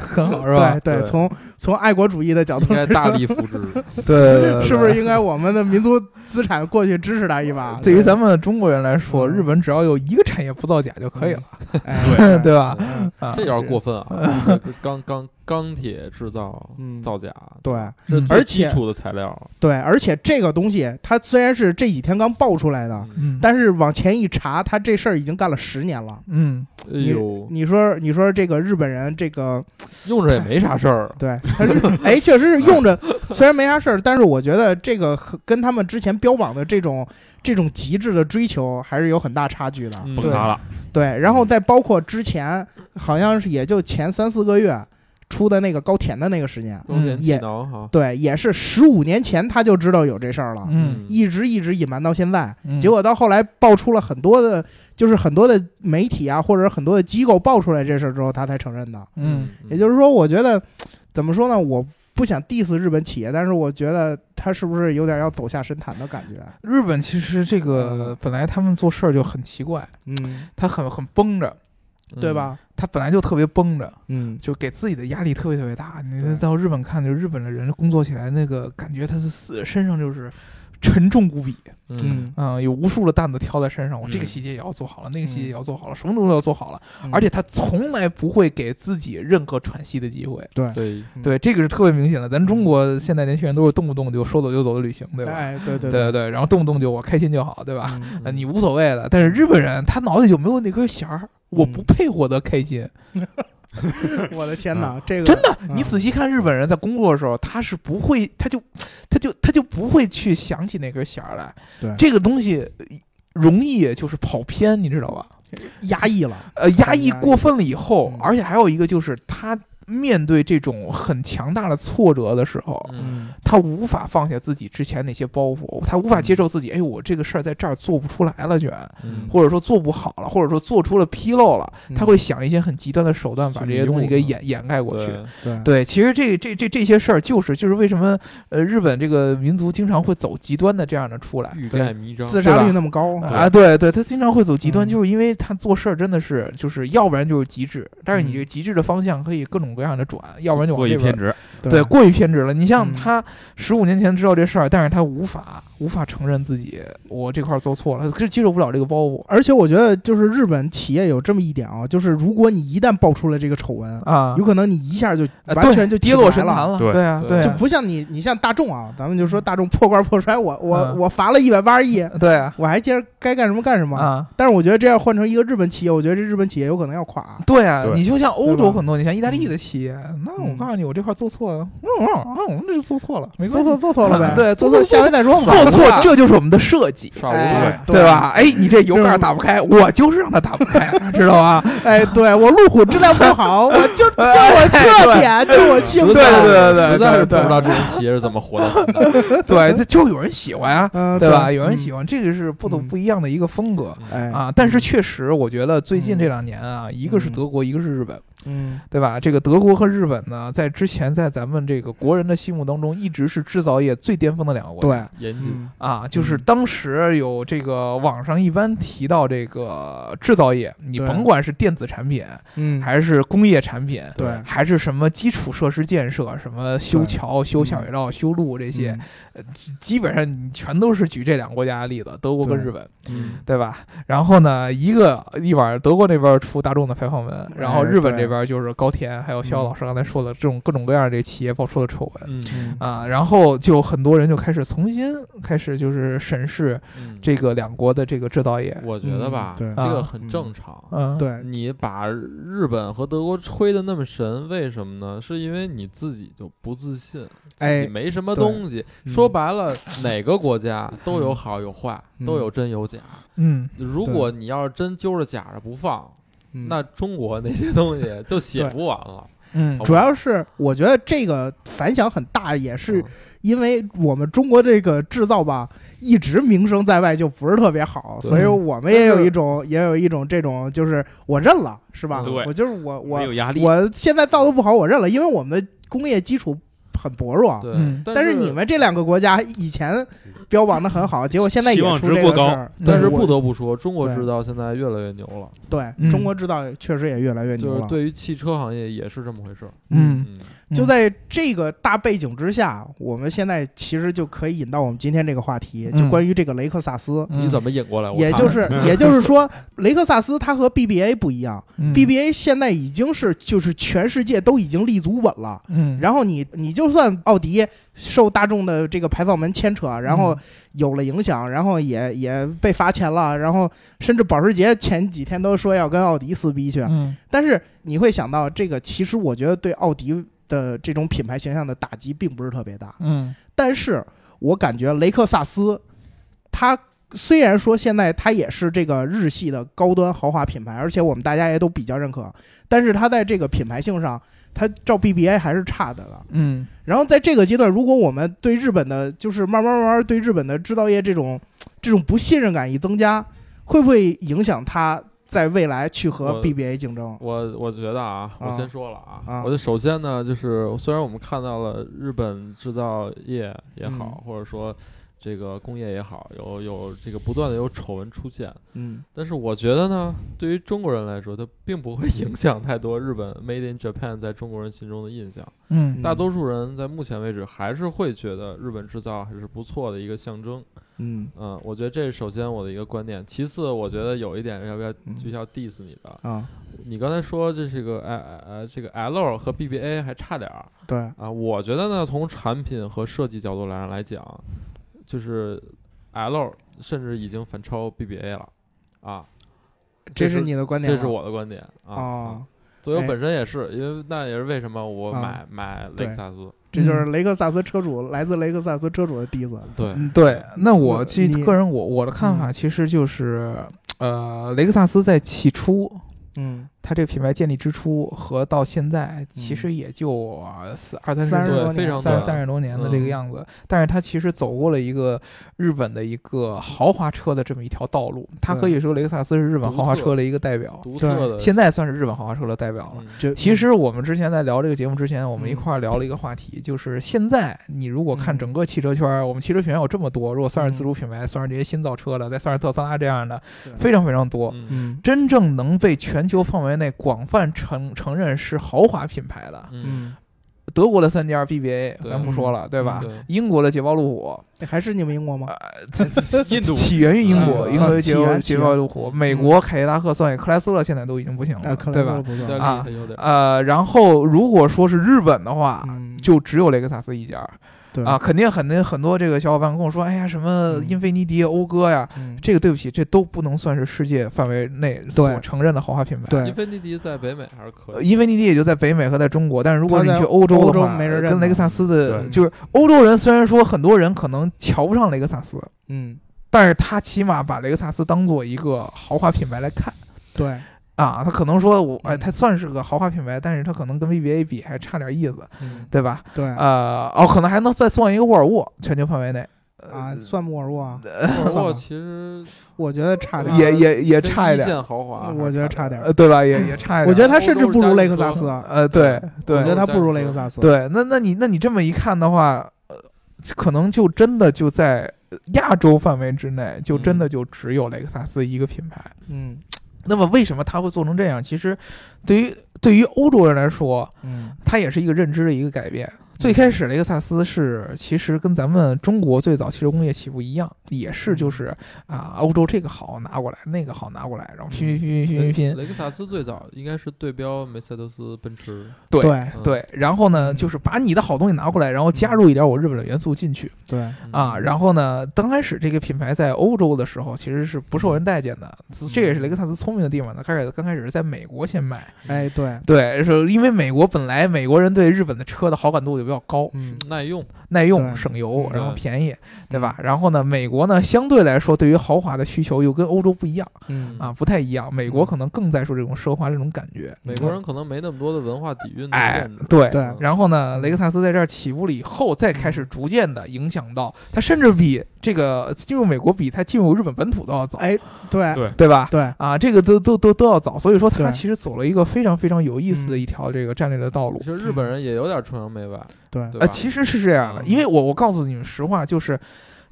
[SPEAKER 2] 很好是吧
[SPEAKER 1] 对？对，
[SPEAKER 3] 对
[SPEAKER 1] 从从爱国主义的角
[SPEAKER 3] 应
[SPEAKER 1] 度
[SPEAKER 3] 该大力扶植。
[SPEAKER 2] 对对对对
[SPEAKER 1] 是不是应该我们的民族资产过去支持他一
[SPEAKER 2] <laughs>
[SPEAKER 1] 把？
[SPEAKER 2] 对于咱们中国人来说，
[SPEAKER 1] 嗯
[SPEAKER 2] 日本只要有一个产业不造假就可以了，
[SPEAKER 1] 哎
[SPEAKER 2] <laughs> 对吧？
[SPEAKER 3] 嗯
[SPEAKER 2] 啊
[SPEAKER 3] 这有点过
[SPEAKER 1] <laughs>
[SPEAKER 3] 分啊！这个钢钢钢铁制造
[SPEAKER 1] 嗯，
[SPEAKER 3] 造假，
[SPEAKER 1] 对
[SPEAKER 3] 这
[SPEAKER 2] 嗯
[SPEAKER 3] 最
[SPEAKER 1] 而且
[SPEAKER 3] 基础的材料，
[SPEAKER 1] 对，而且这个东西它虽然是这几天刚爆出来的，
[SPEAKER 2] 嗯，
[SPEAKER 1] 但是往前一查，他这事儿已经干了十年了。
[SPEAKER 2] 嗯，
[SPEAKER 3] 哎呦，
[SPEAKER 1] 你说，你说这个日本人，这个
[SPEAKER 3] 用着也没啥事儿。
[SPEAKER 1] 对，他是哎，确实是用着，虽然没啥事儿，但是我觉得这个和跟他们之前标榜的这种这种极致的追求还是有很大差距的。
[SPEAKER 3] 嗯
[SPEAKER 4] 崩塌了，
[SPEAKER 1] 对，然
[SPEAKER 2] 嗯
[SPEAKER 1] 后再包括之前好像是也就前三四个月出的那个高田的那个事件，
[SPEAKER 3] 钢铁
[SPEAKER 1] 嗯
[SPEAKER 3] 气
[SPEAKER 1] 也
[SPEAKER 3] 囊哈，
[SPEAKER 1] 对，也是十五年前他就知道有这事儿了，
[SPEAKER 2] 嗯，
[SPEAKER 1] 一直一直隐瞒到现在，
[SPEAKER 2] 嗯
[SPEAKER 1] 结果到后来爆出了很多的，就是很多的媒体啊，或者很多的机构爆出来这事儿之后，他才承认的。
[SPEAKER 2] 嗯，
[SPEAKER 1] 也就是说，我觉得怎么说呢，我。不想 diss 日本企业，但是我觉得他是不是有点要走下神坛的感觉？
[SPEAKER 2] 日本其实这个本来他们做事儿就很奇怪，
[SPEAKER 1] 嗯，
[SPEAKER 2] 他很很绷着，
[SPEAKER 3] 嗯
[SPEAKER 1] 对？吧？
[SPEAKER 2] 他本来就特别绷着，
[SPEAKER 1] 嗯，
[SPEAKER 2] 就给自己的压力特别特别大。
[SPEAKER 1] 对
[SPEAKER 2] 你到日本看，就日本的人工作起来那个感觉，他是死身上就是沉重无比，
[SPEAKER 3] 嗯，
[SPEAKER 1] 嗯，
[SPEAKER 2] 嗯，有无数的担子挑在身上，我这个
[SPEAKER 3] 嗯
[SPEAKER 2] 细节也要做好了，那个细节
[SPEAKER 1] 嗯
[SPEAKER 2] 也要做好了，什么东西都要做好了，
[SPEAKER 1] 嗯
[SPEAKER 2] 而且他从来不会给自己任何喘息的机会。
[SPEAKER 1] 对，
[SPEAKER 3] 对，
[SPEAKER 2] 对，这个是特别明显的。咱中国现在年轻人都是动不动就说走就走的旅行，对吧？
[SPEAKER 1] 嗯哎，对对
[SPEAKER 2] 对对对，然后动不动就我开心就好，对吧？
[SPEAKER 1] 嗯
[SPEAKER 2] 呃你无所谓了。但是日本人他脑袋就没有那根弦儿，我
[SPEAKER 1] 嗯
[SPEAKER 2] 不配获得开
[SPEAKER 1] 啊
[SPEAKER 2] 心。 <laughs>
[SPEAKER 1] 我的天哪，这个
[SPEAKER 2] 嗯
[SPEAKER 1] 嗯
[SPEAKER 2] 真的，你
[SPEAKER 1] 仔
[SPEAKER 2] 仔细看日本人在工作的时候，他是不会，他就，他就，他就不会去想起那根弦儿来。
[SPEAKER 1] 对
[SPEAKER 2] 这个东西呃容易就是跑偏，你知道吧？
[SPEAKER 1] 压抑了，
[SPEAKER 2] 呃，压抑
[SPEAKER 1] 压抑
[SPEAKER 2] 过分了以后
[SPEAKER 1] 嗯，
[SPEAKER 2] 而且还有一个就是他面对这种很强大的挫折的时候，
[SPEAKER 3] 嗯，
[SPEAKER 2] 他无法放下自己之前那些包袱，他无法
[SPEAKER 1] 嗯
[SPEAKER 2] 接受自己，哎，我这个事儿在这儿做不出来了，居然，
[SPEAKER 3] 嗯
[SPEAKER 2] 或者说做不好了，或者说做出了纰漏了，
[SPEAKER 1] 嗯
[SPEAKER 2] 他会想一些很极端的手段把
[SPEAKER 3] 去
[SPEAKER 2] 这些东西
[SPEAKER 3] 弥补
[SPEAKER 2] 给
[SPEAKER 3] 它
[SPEAKER 2] 掩掩盖过去。
[SPEAKER 3] 对
[SPEAKER 1] 对
[SPEAKER 2] 对，其实这这这这些事儿就是就是为什么呃日本这个民族经常会走极端的这样的出来，
[SPEAKER 3] 欲
[SPEAKER 1] 对
[SPEAKER 3] 盖弥彰，
[SPEAKER 1] 自杀
[SPEAKER 2] 对
[SPEAKER 1] 率
[SPEAKER 2] 吧
[SPEAKER 1] 那么高，
[SPEAKER 2] 啊，对对，他经常会走极端，
[SPEAKER 1] 嗯
[SPEAKER 2] 就是因为他做事儿真的是就是要不然就是极致，但是你
[SPEAKER 1] 嗯
[SPEAKER 2] 这个极致的方向可以各种各样的转，要不然就往
[SPEAKER 4] 过于
[SPEAKER 2] 这边
[SPEAKER 4] 偏执，
[SPEAKER 2] 对，过于偏执了。你像
[SPEAKER 1] 嗯
[SPEAKER 2] 他十五年前知道这事儿，但是他无法无法承认自己我这块儿做错了，他是接受不了这个包袱
[SPEAKER 1] 而且我觉得，就是日本企业有这么一点啊，就是如果你一旦爆出了这个丑闻，
[SPEAKER 2] 啊
[SPEAKER 1] 有可能你一下就
[SPEAKER 2] 呃
[SPEAKER 1] 完
[SPEAKER 2] 对
[SPEAKER 1] 全就起
[SPEAKER 2] 跌
[SPEAKER 1] 不
[SPEAKER 2] 落
[SPEAKER 1] 来
[SPEAKER 2] 神坛
[SPEAKER 1] 了，
[SPEAKER 2] 了。
[SPEAKER 4] 对
[SPEAKER 2] 对啊，对
[SPEAKER 1] 就
[SPEAKER 2] 啊，
[SPEAKER 1] 不像你，你像大众啊，咱们就说大众破罐破摔，我我
[SPEAKER 2] 嗯
[SPEAKER 1] 我罚了一百八十亿，
[SPEAKER 2] 对啊，
[SPEAKER 1] 我还接着该干什么干什么。
[SPEAKER 2] 啊，
[SPEAKER 1] 但是我觉得这要换成一个日本企业，我觉得这日本企业有可能要垮。
[SPEAKER 2] 对啊，
[SPEAKER 4] 对
[SPEAKER 2] 你就像欧
[SPEAKER 1] 对
[SPEAKER 2] 洲
[SPEAKER 1] 吧嗯
[SPEAKER 2] 很多，你像意大利的企业，那我告诉你，我这块儿做错了，嗯嗯嗯，我们这就做错了，没
[SPEAKER 1] 做
[SPEAKER 2] 关系
[SPEAKER 1] 错，做错了呗，
[SPEAKER 2] <laughs> 对
[SPEAKER 1] 做
[SPEAKER 2] 做
[SPEAKER 1] 错
[SPEAKER 2] 错
[SPEAKER 1] 下回再说吧。
[SPEAKER 2] 做错这就是我们的设计。
[SPEAKER 3] 少
[SPEAKER 1] 哎
[SPEAKER 3] 无，
[SPEAKER 2] 对？吧？哎，你这油盖
[SPEAKER 1] 嗯
[SPEAKER 2] 儿打不开，我就是让它打不开，啊知道
[SPEAKER 1] <laughs>
[SPEAKER 2] 吧？
[SPEAKER 1] 哎，对我路虎质量不好，我就就
[SPEAKER 2] 哎
[SPEAKER 1] 我这点，就我性
[SPEAKER 3] 实
[SPEAKER 1] 格。
[SPEAKER 2] 对
[SPEAKER 3] 在
[SPEAKER 2] 对对
[SPEAKER 3] 实在是不
[SPEAKER 2] 对
[SPEAKER 3] 知道这些企业是怎么活到现在的。
[SPEAKER 2] 对，这就有人喜欢啊，
[SPEAKER 1] 嗯，
[SPEAKER 2] 对吧？有人喜
[SPEAKER 1] 欢，
[SPEAKER 2] 欢，这个是不同
[SPEAKER 1] 嗯
[SPEAKER 2] 不一样的一个风格。
[SPEAKER 1] 哎
[SPEAKER 2] 啊，但是确实，我觉得最近这两年啊，一个是
[SPEAKER 1] 嗯
[SPEAKER 2] 德国，一个是日本，
[SPEAKER 1] 嗯，
[SPEAKER 2] 对吧？这个德国和日本呢，在之前在咱们这个国人的心目当中，一直是制造业最巅峰的两个国家。
[SPEAKER 1] 对，
[SPEAKER 3] 严谨，
[SPEAKER 1] 嗯
[SPEAKER 2] 啊，就是
[SPEAKER 1] 嗯
[SPEAKER 2] 当时有这个网上一般提到这个制造业，你
[SPEAKER 1] 对
[SPEAKER 2] 甭管是电子产品
[SPEAKER 1] 嗯，
[SPEAKER 2] 还是工业产品，
[SPEAKER 1] 对
[SPEAKER 2] 还是什么基础设施建设，什么修
[SPEAKER 1] 对嗯
[SPEAKER 2] 桥、修下水道、修路这些，基基本上你全都是举这两个国家的例子，德国跟
[SPEAKER 1] 对
[SPEAKER 2] 日本。
[SPEAKER 3] 嗯，
[SPEAKER 2] 对吧？然后呢，一个一晚上德国那边出大众的排放门，然后
[SPEAKER 1] 哎
[SPEAKER 2] 日本
[SPEAKER 1] 对
[SPEAKER 2] 这边就是高田，还有肖老师刚才说的这种各种各样的这个企业爆出的丑闻
[SPEAKER 3] 嗯
[SPEAKER 1] 嗯
[SPEAKER 2] 啊，然后就很多人就开始重新开始就是审视
[SPEAKER 3] 嗯，
[SPEAKER 2] 这个两国的这个制造业，
[SPEAKER 3] 我觉得吧，
[SPEAKER 1] 嗯对
[SPEAKER 3] 这
[SPEAKER 2] 啊
[SPEAKER 3] 个很正常。
[SPEAKER 2] 嗯，，
[SPEAKER 1] 对，
[SPEAKER 3] 你把日本和德国吹的那么神，为什么呢？是因为你自己就不自信，自
[SPEAKER 1] 哎
[SPEAKER 3] 己没什么
[SPEAKER 1] 对
[SPEAKER 3] 东西。
[SPEAKER 1] 嗯
[SPEAKER 3] 说白了，哪个国家都有好有坏，
[SPEAKER 1] 嗯
[SPEAKER 3] 都有真有假。
[SPEAKER 2] 嗯，
[SPEAKER 3] 如果你要是真揪着假着不放，
[SPEAKER 1] 嗯
[SPEAKER 3] 那中国那些东西就写不完了。
[SPEAKER 2] 嗯
[SPEAKER 3] 好吧
[SPEAKER 1] 主要是我觉得这个反响很大，也是
[SPEAKER 3] 嗯
[SPEAKER 1] 因为我们中国这个制造吧，一直名声在外就不是特别好，
[SPEAKER 3] 对
[SPEAKER 1] 所以我们也有一种也有一种这种就是我认了，是吧？
[SPEAKER 4] 对
[SPEAKER 1] 我就是我
[SPEAKER 4] 没
[SPEAKER 1] 我
[SPEAKER 4] 有压力，
[SPEAKER 1] 我现在造的不好，我认了，因为我们的工业基础。很薄弱。
[SPEAKER 3] 啊对
[SPEAKER 2] 嗯，
[SPEAKER 1] 啊但
[SPEAKER 3] 是
[SPEAKER 1] 是你们这两个国家以前标榜的很好，结果现在也
[SPEAKER 4] 希望
[SPEAKER 1] 出
[SPEAKER 4] 值
[SPEAKER 1] 这
[SPEAKER 4] 过
[SPEAKER 1] 个事
[SPEAKER 4] 高
[SPEAKER 1] 儿。
[SPEAKER 3] 但是
[SPEAKER 1] 对
[SPEAKER 3] 不得不说，中国
[SPEAKER 1] 对
[SPEAKER 3] 制造现在越来越牛了，
[SPEAKER 1] 对、
[SPEAKER 2] 嗯
[SPEAKER 1] 中国制造确实也越来越牛
[SPEAKER 3] 就
[SPEAKER 1] 了
[SPEAKER 3] 是。对于汽车行业也是这么回事儿。
[SPEAKER 2] 嗯，
[SPEAKER 3] 嗯，
[SPEAKER 1] 就在这个大背景之下，我们现在其实就可以引到我们今天这个话题，
[SPEAKER 2] 嗯
[SPEAKER 1] 就关于这个雷克萨斯。
[SPEAKER 2] 嗯
[SPEAKER 3] 你怎么引过来？我
[SPEAKER 1] 也
[SPEAKER 3] 看
[SPEAKER 1] 就
[SPEAKER 3] 看
[SPEAKER 1] 是，也就是说，雷克萨斯它和 BBA 不一样、
[SPEAKER 2] 嗯
[SPEAKER 1] b b a 现在已经是就是全世界都已经立足稳了。
[SPEAKER 2] 嗯，
[SPEAKER 1] 然后你你就算奥迪受大众的这个排放门牵
[SPEAKER 2] 嗯
[SPEAKER 1] 扯，然后有了影响，然后也也被罚钱了，然后甚至保时捷前几天都说要跟奥迪撕逼去，
[SPEAKER 2] 嗯
[SPEAKER 1] 但是你会想到这个，其实我觉得对奥迪的这种品牌形象的打击并不是特别大，
[SPEAKER 2] 嗯
[SPEAKER 1] 但是我感觉雷克萨斯，它。虽然说现在它也是这个日系的高端豪华品牌，而且我们大家也都比较认可，但是它在这个品牌性上，它照 BBA 还是差的了。
[SPEAKER 2] 嗯
[SPEAKER 1] 然后在这个阶段，如果我们对日本的，就是慢慢慢慢对日本的制造业这种这种不信任感一增加，会不会影响它在未来去和
[SPEAKER 3] 我
[SPEAKER 1] BBA 竞争？
[SPEAKER 3] 我我觉得啊，我
[SPEAKER 1] 啊
[SPEAKER 3] 先说了啊，
[SPEAKER 1] 啊
[SPEAKER 3] 我就首先呢，就是虽然我们看到了日本制造业也
[SPEAKER 1] 嗯
[SPEAKER 3] 好，或者说这个工业也好，有有这个不断的有丑闻出现，
[SPEAKER 1] 嗯
[SPEAKER 3] 但是我觉得呢，对于中国人来说，它并不会 <laughs> 影响太多日本 Made in Japan 在中国人心中的印象。
[SPEAKER 2] 嗯
[SPEAKER 3] 大多数人在目前为止还是会觉得日本制造还是不错的一个象征。
[SPEAKER 1] 嗯
[SPEAKER 3] 嗯，我觉得这是首先我的一个观点。其次，我觉得有一点要不要
[SPEAKER 1] 嗯
[SPEAKER 3] 就要 diss 你的，
[SPEAKER 1] 啊，
[SPEAKER 3] 你刚才说这是个哎哎哎，这个 L 和 BBA 还差点儿
[SPEAKER 1] 对，
[SPEAKER 3] 啊。我觉得呢，从产品和设计角度来来讲，就是 L 甚至已经反超 BBA 了啊。
[SPEAKER 1] 这
[SPEAKER 3] 是
[SPEAKER 1] 是你的观点
[SPEAKER 3] 这
[SPEAKER 1] 吗，
[SPEAKER 3] 是我的观点啊。啊
[SPEAKER 1] 哦，
[SPEAKER 3] 所以我
[SPEAKER 1] 哎
[SPEAKER 3] 本身也是，因为那也是为什么我
[SPEAKER 1] 啊
[SPEAKER 3] 买买雷
[SPEAKER 1] 对
[SPEAKER 3] 克萨斯。
[SPEAKER 1] 这就是雷克萨斯车主来自雷克萨斯车主的笛子。
[SPEAKER 3] 对，
[SPEAKER 2] 嗯，对，那我
[SPEAKER 1] 我
[SPEAKER 2] 其实
[SPEAKER 1] 你嗯
[SPEAKER 2] 个人我我的看法其实就是，呃，雷克萨斯在起初
[SPEAKER 1] 嗯，
[SPEAKER 2] 它这个品牌建立之初和到现在，其实也就呃四二三
[SPEAKER 1] 三
[SPEAKER 2] 十
[SPEAKER 1] 十
[SPEAKER 2] 多
[SPEAKER 1] 多年
[SPEAKER 3] 对，非常
[SPEAKER 2] 三
[SPEAKER 3] 短
[SPEAKER 2] 三十多年的这个
[SPEAKER 3] 嗯
[SPEAKER 2] 样子，但是它其实走过了一个日本的一个豪华车的这么一条道路，它
[SPEAKER 1] 对
[SPEAKER 2] 可以说雷克萨斯是日本
[SPEAKER 3] 独
[SPEAKER 2] 豪华
[SPEAKER 3] 特
[SPEAKER 2] 车的一个代表，
[SPEAKER 3] 独特的。
[SPEAKER 2] 现在算是日本豪华车的代表了。
[SPEAKER 3] 嗯
[SPEAKER 1] 就
[SPEAKER 2] 其实我们之前在聊这个节目之前，我们一
[SPEAKER 1] 嗯
[SPEAKER 2] 块儿聊了一个话题，就是现在你如果看
[SPEAKER 1] 嗯
[SPEAKER 2] 整个汽车圈儿，我们汽车品牌有这么多，如果算是自
[SPEAKER 1] 嗯
[SPEAKER 2] 主品牌，算是这些新造车的，再算是特斯拉这样的，
[SPEAKER 1] 对
[SPEAKER 2] 非常非常多。
[SPEAKER 3] 嗯
[SPEAKER 1] 嗯
[SPEAKER 2] 真正能被全球范围内广泛承承认是豪华品牌的，
[SPEAKER 3] 嗯，
[SPEAKER 1] 嗯，
[SPEAKER 2] 德国的三家 BBA
[SPEAKER 3] 对
[SPEAKER 2] 咱不说了，对吧？
[SPEAKER 3] 对
[SPEAKER 2] 英国的捷豹路虎，
[SPEAKER 1] 哎
[SPEAKER 2] 呃
[SPEAKER 1] 还是你们英国
[SPEAKER 2] 啊
[SPEAKER 1] 吗？ <laughs>
[SPEAKER 4] 印度
[SPEAKER 2] 起源于英国，
[SPEAKER 1] 啊
[SPEAKER 2] 英国的捷
[SPEAKER 1] 起
[SPEAKER 2] 豹
[SPEAKER 1] 源嗯
[SPEAKER 2] 捷豹路虎，美国凯迪拉克算也克莱斯勒现在都已经不行了，
[SPEAKER 1] 啊，克
[SPEAKER 2] 对
[SPEAKER 1] 莱斯
[SPEAKER 2] 吧
[SPEAKER 1] 勒？不
[SPEAKER 3] 意大
[SPEAKER 1] 错。
[SPEAKER 3] 利
[SPEAKER 2] 啊
[SPEAKER 3] 还有点儿
[SPEAKER 2] 呃，然后如果说是日本的话，
[SPEAKER 1] 嗯，
[SPEAKER 2] 啊就只有雷克萨斯一家儿
[SPEAKER 1] 对
[SPEAKER 2] 啊，，肯定很多很多这个小伙伴跟我说，哎呀，什么
[SPEAKER 1] 嗯
[SPEAKER 2] 英菲尼迪、讴歌呀，
[SPEAKER 1] 嗯
[SPEAKER 2] 这个对不起，这都不能算是世界范围内所
[SPEAKER 1] 对
[SPEAKER 2] 承认的豪华品牌。
[SPEAKER 1] 对
[SPEAKER 3] 英菲尼迪在北美还是可
[SPEAKER 2] 呃
[SPEAKER 3] 以。
[SPEAKER 2] 英菲尼迪也就在北美和在中国，但是如果
[SPEAKER 1] 它
[SPEAKER 2] 你
[SPEAKER 1] 在
[SPEAKER 2] 去欧洲的话，
[SPEAKER 1] 欧洲没人认
[SPEAKER 2] 跟雷克萨斯的，
[SPEAKER 1] 对
[SPEAKER 2] 就是欧洲人虽然说很多人可能瞧不上雷克萨斯，
[SPEAKER 1] 嗯，
[SPEAKER 2] 但是他起码把雷克萨斯当做一个豪华品牌来看
[SPEAKER 1] 对，
[SPEAKER 2] 啊，他可能说我哎，
[SPEAKER 1] 嗯
[SPEAKER 2] 他算是个豪华品牌，但是他可能跟 BBA 比还差点意思，
[SPEAKER 1] 嗯，
[SPEAKER 2] 对吧？
[SPEAKER 1] 对
[SPEAKER 2] 呃，哦，可能还能再算一个沃尔沃，全球范围内呃
[SPEAKER 1] 啊，算莫尔沃啊，
[SPEAKER 2] 哎
[SPEAKER 3] 沃尔
[SPEAKER 1] 算
[SPEAKER 3] 沃
[SPEAKER 1] 吧
[SPEAKER 3] 其实
[SPEAKER 1] 我觉得差点儿，
[SPEAKER 3] 啊
[SPEAKER 2] 也也也
[SPEAKER 3] 跟
[SPEAKER 2] 差一
[SPEAKER 3] 一
[SPEAKER 2] 点，
[SPEAKER 3] 线豪华还是
[SPEAKER 1] 我觉得差
[SPEAKER 3] 点
[SPEAKER 1] 点
[SPEAKER 2] 呃，
[SPEAKER 1] 儿。
[SPEAKER 2] 对吧？也也差一点。
[SPEAKER 1] 我觉得
[SPEAKER 3] 它
[SPEAKER 1] 它甚至不如雷克萨斯，啊
[SPEAKER 2] 呃，对对，
[SPEAKER 1] 我觉得它不如雷克萨斯。
[SPEAKER 2] 对，那那你那你这么一看的话，呃，可能就真的就在呃亚洲范围之内，就真的就只有雷克萨斯一个品牌。
[SPEAKER 1] 嗯
[SPEAKER 2] 那么为什么它会做成这样？其实，对于对于欧洲人来说，
[SPEAKER 1] 嗯
[SPEAKER 2] 它也是一个认知的一个改变。最开始雷克萨斯是其实跟咱们中国最早汽车工业起步一样，也是就是啊、欧洲这个好拿过来，那个好拿过来，然后拼拼拼拼拼拼拼，
[SPEAKER 3] 雷克萨斯最早应该是对标梅赛德斯奔驰，
[SPEAKER 2] 对
[SPEAKER 1] 对
[SPEAKER 3] 嗯
[SPEAKER 2] 对，然后呢就是把你的好东西拿过来，然后加入一点我日本的元素进去。
[SPEAKER 1] 对，
[SPEAKER 3] 嗯
[SPEAKER 2] 啊，然后呢，刚开始这个品牌在欧洲的时候其实是不受人待见的，这这也是雷克萨斯聪明的地方呢。开始刚开始是在美国先卖，
[SPEAKER 1] 哎对，
[SPEAKER 2] 对，是因为美国本来美国人对日本的车的好感度就比较高，
[SPEAKER 1] 嗯
[SPEAKER 3] 耐用，
[SPEAKER 2] 耐用、
[SPEAKER 1] 对嗯
[SPEAKER 2] 省油，
[SPEAKER 3] 嗯
[SPEAKER 2] 然后
[SPEAKER 3] 对
[SPEAKER 2] 便宜，对吧？然后呢，美国呢相对来说对于豪华的需求又跟欧洲不一样
[SPEAKER 1] 嗯
[SPEAKER 2] 啊，不太一样。美国可能更在说这种奢华这种感觉，
[SPEAKER 3] 美国人可能没那么多的文化底蕴的
[SPEAKER 2] 哎
[SPEAKER 3] 限制。
[SPEAKER 2] 对
[SPEAKER 1] 对嗯
[SPEAKER 3] 嗯
[SPEAKER 2] 然后呢，雷克萨斯在这儿起步了以后，再开始逐渐的影响到它，甚至比这个进入美国比它进入日本本土都要早，
[SPEAKER 1] 哎，对
[SPEAKER 3] 对
[SPEAKER 2] 对吧？
[SPEAKER 1] 对，
[SPEAKER 2] 啊，这个都都都都要早，所以说它
[SPEAKER 1] 对
[SPEAKER 2] 其实走了一个非常非常有意思的
[SPEAKER 1] 嗯
[SPEAKER 2] 一条这个战略的道路
[SPEAKER 3] 其。实日本人也有点崇洋媚外，
[SPEAKER 1] 对
[SPEAKER 3] 对吧？
[SPEAKER 2] 呃，其实是这样的，
[SPEAKER 3] 嗯
[SPEAKER 2] 因为我我告诉你们实话，就是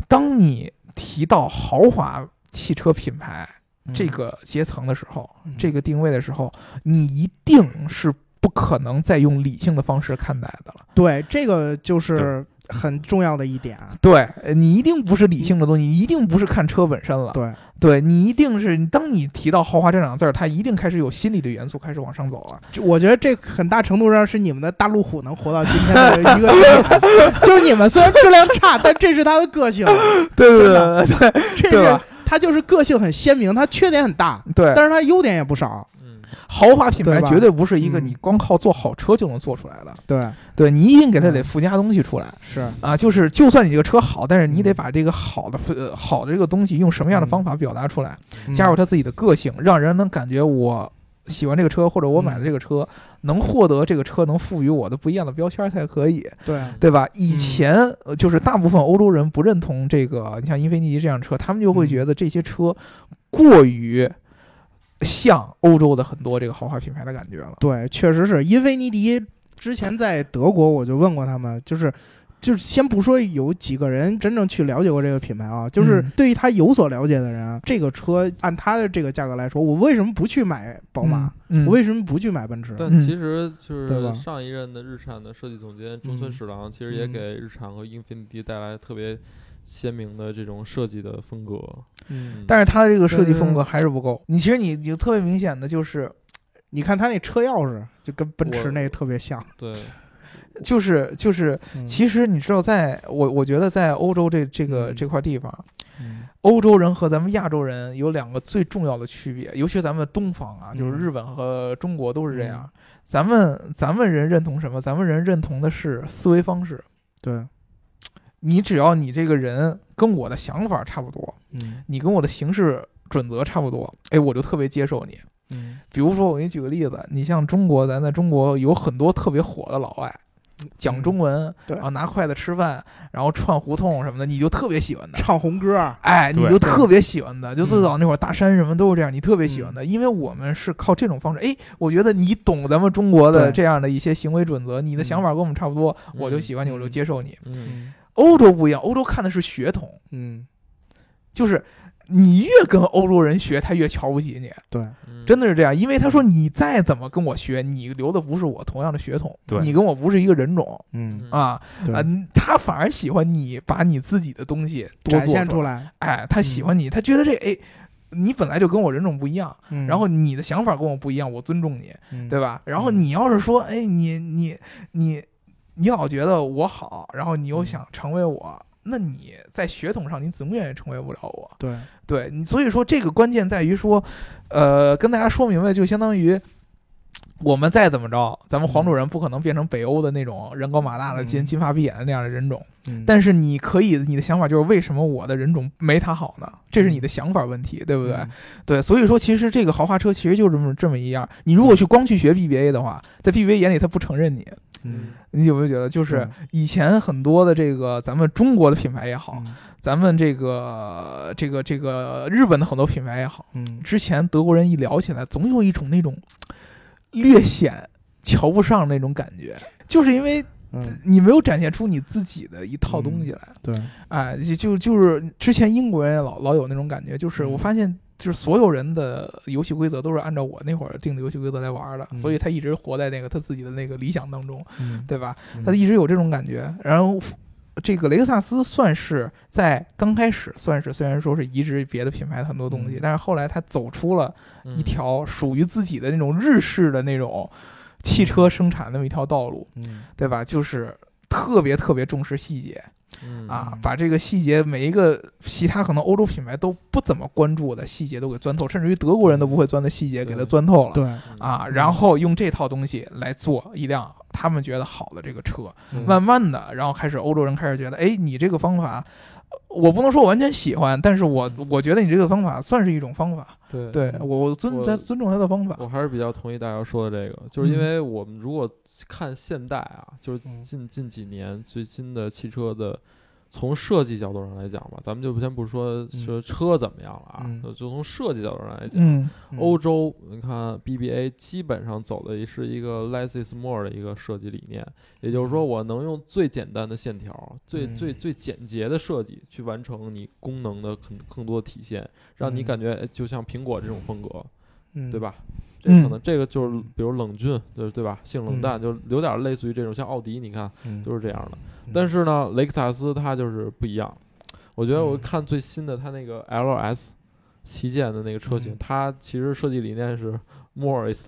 [SPEAKER 2] 当你提到豪华汽车品牌这个阶层的时候，
[SPEAKER 1] 嗯
[SPEAKER 2] 这个定位的时候，你一定是不可能再用理性的方式看待的了。
[SPEAKER 1] 对这个就是
[SPEAKER 3] 对
[SPEAKER 1] 很重要的一点。啊
[SPEAKER 2] 对呃你一定不是理性的东西，你一定不是看车本身了。
[SPEAKER 1] 对，
[SPEAKER 2] 对你一定是，当你提到豪华这两个字儿，它一定开始有心理的元素开始往上走
[SPEAKER 1] <laughs>
[SPEAKER 2] 了。
[SPEAKER 1] 就我觉得这很大程度上是你们的大路虎能活到今天的
[SPEAKER 2] <laughs>
[SPEAKER 1] 一个原因，啊就是你们虽然质量差，但这是它的个性，
[SPEAKER 2] 对对
[SPEAKER 1] 真
[SPEAKER 2] 对
[SPEAKER 1] 的
[SPEAKER 2] 对
[SPEAKER 1] 这
[SPEAKER 2] 对
[SPEAKER 1] 是
[SPEAKER 2] 吧
[SPEAKER 1] 它就是个性很鲜明，它缺点很大，
[SPEAKER 2] 对
[SPEAKER 1] 但是它优点也不少。
[SPEAKER 3] 嗯，
[SPEAKER 2] 豪华品牌
[SPEAKER 1] 对吧
[SPEAKER 2] 绝对不是一个
[SPEAKER 1] 嗯
[SPEAKER 2] 你光靠做好车就能做出来的，
[SPEAKER 1] 对，
[SPEAKER 2] 对你一定给它得附加东西出来
[SPEAKER 1] 是
[SPEAKER 2] 啊。就是就算你这个车好，但是你得
[SPEAKER 1] 嗯
[SPEAKER 2] 把这个好的呃好的这个东西用什么样的
[SPEAKER 1] 嗯
[SPEAKER 2] 方法表达出来，嗯加入
[SPEAKER 1] 它，
[SPEAKER 2] 他自己的个性，让人能感觉我喜欢这个车或者我
[SPEAKER 1] 嗯
[SPEAKER 2] 买的这个车，能获得这个车能赋予我的不一样的标签儿才可以，
[SPEAKER 1] 嗯对
[SPEAKER 2] 对吧？以前呃就是大部分欧洲人不认同这个，你像英菲尼迪这辆车，他们就会
[SPEAKER 1] 嗯
[SPEAKER 2] 觉得这些车过于像欧洲的很多这个豪华品牌的感觉了。
[SPEAKER 1] 对，确实是因为尼迪之前在德国，我就问过他们，就是。就是先不说有几个人真正去了解过这个品牌啊，就是
[SPEAKER 2] 嗯
[SPEAKER 1] 对于它有所了解的人啊，这个车按它的这个价格来说，我为什么不去买宝马？
[SPEAKER 2] 嗯，
[SPEAKER 1] 我
[SPEAKER 2] 嗯，
[SPEAKER 1] 为什么不去买奔驰？
[SPEAKER 3] 但
[SPEAKER 2] 嗯
[SPEAKER 3] 其实就
[SPEAKER 1] 对吧
[SPEAKER 3] 是上一任的日产的设计总监中
[SPEAKER 1] 嗯
[SPEAKER 3] 村史郎，其实也
[SPEAKER 1] 嗯
[SPEAKER 3] 给日产和英菲尼迪带来特别鲜明的这种设计的风格。
[SPEAKER 1] 嗯，
[SPEAKER 2] 但是它的这个设计
[SPEAKER 1] 但是
[SPEAKER 2] 风格还是不够。你其实你你特别明显的就是
[SPEAKER 1] 你看它那车钥匙就跟奔驰
[SPEAKER 3] 我
[SPEAKER 1] 那特别像。
[SPEAKER 3] 对，
[SPEAKER 2] 就是就是，
[SPEAKER 1] <laughs> 嗯
[SPEAKER 2] 其实你知道在，我我觉得在欧洲这这个
[SPEAKER 1] 嗯
[SPEAKER 2] 这块地方，
[SPEAKER 1] 嗯
[SPEAKER 2] 欧洲人和咱们亚洲人有两个最重要的区别，尤其是咱们东方啊，
[SPEAKER 1] 嗯
[SPEAKER 2] 就是日本和中国都是这样。咱们咱们人认同什么？咱们人认同的是思维方式。
[SPEAKER 1] 对，
[SPEAKER 2] 你只要你这个人跟我的想法差不多，
[SPEAKER 1] 嗯
[SPEAKER 2] 你跟我的行事准则差不多，哎，我就特别接受你。
[SPEAKER 1] 嗯，
[SPEAKER 2] 比如说，我给你举个例子，你像中国，咱在中国有很多特别火的老外，讲中文，
[SPEAKER 1] 对
[SPEAKER 2] 然后拿筷子吃饭，然后串胡同什么的，你就特别喜欢的。
[SPEAKER 1] 唱红歌，
[SPEAKER 2] 哎，你
[SPEAKER 4] 对
[SPEAKER 2] 就特别喜欢的，就最早那会儿大山什么都是这样，你特别喜欢的，因为我们是靠这种方式。哎，我觉得你懂咱们中国的
[SPEAKER 1] 对
[SPEAKER 2] 这样的一些行为准则，你的想法跟我们差不多，
[SPEAKER 3] 嗯
[SPEAKER 2] 我就喜欢你，我就接受你。
[SPEAKER 3] 嗯，
[SPEAKER 2] 欧洲不一样，欧洲看的是血统，
[SPEAKER 1] 嗯，
[SPEAKER 2] 就是你越跟欧洲人学，他越瞧不起你，
[SPEAKER 1] 对，
[SPEAKER 3] 嗯
[SPEAKER 2] 真的是这样。因为他说你再怎么跟我学，你流的不是我同样的血统，
[SPEAKER 4] 对
[SPEAKER 2] 你跟我不是一个人种
[SPEAKER 1] 嗯，
[SPEAKER 2] 啊。
[SPEAKER 1] 对
[SPEAKER 2] 啊，嗯他反而喜欢你把你自己的东西多
[SPEAKER 1] 展
[SPEAKER 2] 做
[SPEAKER 1] 现出
[SPEAKER 2] 来。
[SPEAKER 1] 来。
[SPEAKER 2] 哎，他喜欢你，他觉得这哎，你本来就跟我人种不一样，
[SPEAKER 1] 嗯
[SPEAKER 2] 然后你的想法跟我不一样，我尊重你，对
[SPEAKER 1] 吧？
[SPEAKER 2] 吧？然后
[SPEAKER 1] 嗯
[SPEAKER 2] 你要是说哎，你你你你老觉得我好，然后你
[SPEAKER 1] 嗯
[SPEAKER 2] 又想成为我。那你在血统上，你永远也成为不了我。
[SPEAKER 1] 对，
[SPEAKER 2] 对你，所以说这个关键在于说，呃，跟大家说明白，就相当于我们再怎么着，咱们黄种人不可能变成北欧的那种人高马大的、金
[SPEAKER 1] 嗯
[SPEAKER 2] 金发碧眼的那样的人种。
[SPEAKER 1] 嗯
[SPEAKER 2] 但是你可以，你的想法就是为什么我的人种没他好呢？这是你的想法问题，对不对？
[SPEAKER 1] 嗯
[SPEAKER 2] 对，所以说其实这个豪华车其实就这么这么一样。你如果去光去学 BBA 的话，在 BBA 眼里他不承认你，
[SPEAKER 1] 嗯，
[SPEAKER 2] 你有没有觉得？就是以前很多的这个咱们中国的品牌也好，
[SPEAKER 1] 嗯
[SPEAKER 2] 咱们这个这个这个日本的很多品牌也好，
[SPEAKER 1] 嗯，
[SPEAKER 2] 之前德国人一聊起来，总有一种那种略显瞧不上那种感觉，就是因为
[SPEAKER 1] 嗯
[SPEAKER 2] 你没有展现出你自己的一套东西来。
[SPEAKER 1] 对，
[SPEAKER 2] 哎，就就就是之前英国人也老老有那种感觉，就是我
[SPEAKER 1] 嗯
[SPEAKER 2] 发现就是所有人的游戏规则都是按照我那会儿定的游戏规则来玩的，
[SPEAKER 1] 嗯
[SPEAKER 2] 所以他一直活在那个他自己的那个理想当中，
[SPEAKER 1] 嗯
[SPEAKER 2] 对吧？
[SPEAKER 1] 嗯
[SPEAKER 2] 他一直有这种感觉。然后这个雷克萨斯算是在刚开始算是虽然说是移植别的品牌的很多东西，
[SPEAKER 1] 嗯
[SPEAKER 2] 但是后来他走出了
[SPEAKER 3] 嗯
[SPEAKER 2] 一条属于自己的那种日式的那种汽车生产那么一条道路，
[SPEAKER 1] 嗯
[SPEAKER 2] 对吧？就是特别特别重视细节。
[SPEAKER 3] 嗯
[SPEAKER 2] 啊
[SPEAKER 1] 嗯，
[SPEAKER 2] 把这个细节每一个其他可能欧洲品牌都不怎么关注的细节都给钻透，甚至于德国人都不会钻的细节给它
[SPEAKER 3] 对
[SPEAKER 2] 钻透了
[SPEAKER 1] 对，
[SPEAKER 3] 嗯
[SPEAKER 1] 嗯
[SPEAKER 2] 啊，然后用这套东西来做一辆他们觉得好的这个车，
[SPEAKER 3] 嗯
[SPEAKER 2] 慢慢的，然后开始欧洲人开始觉得，哎，你这个方法，我不能说完全喜欢，但是我我觉得你这个方法算是一种方法，
[SPEAKER 3] 对
[SPEAKER 2] 对我我尊
[SPEAKER 3] 我
[SPEAKER 2] 他尊重他的方法，
[SPEAKER 3] 我还是比较同意大姚说的这个，就是因
[SPEAKER 2] 嗯
[SPEAKER 3] 为我们如果看现代啊，就是
[SPEAKER 1] 嗯
[SPEAKER 3] 近近几年最新的汽车的，从设计角度上来讲吧，咱们就先不说
[SPEAKER 1] 嗯
[SPEAKER 3] 说车怎么样了啊，
[SPEAKER 1] 嗯
[SPEAKER 3] 就就从设计角度上来讲，
[SPEAKER 2] 嗯
[SPEAKER 3] 欧洲你看 BBA 基本上走的是一个 less is more 的一个设计理念，也就是说我能用最简单的线条、最
[SPEAKER 1] 嗯
[SPEAKER 3] 最最简洁的设计去完成你功能的更更多的体现，让你
[SPEAKER 1] 嗯
[SPEAKER 3] 感觉哎就像苹果这种风格。
[SPEAKER 1] 嗯
[SPEAKER 3] 对？吧？这
[SPEAKER 2] 嗯
[SPEAKER 3] 可能这个就是，比如冷峻，就是对吧？性冷淡，就有点类似于这种，像奥迪，你看
[SPEAKER 1] 嗯
[SPEAKER 3] 就是这样的。
[SPEAKER 1] 嗯
[SPEAKER 3] 但是呢，雷克萨斯它就是不一样。我觉得我
[SPEAKER 1] 嗯
[SPEAKER 3] 看最新的它那个 LS 旗舰的那个车型，
[SPEAKER 1] 嗯
[SPEAKER 3] 它其实设计理念是 more <laughs> is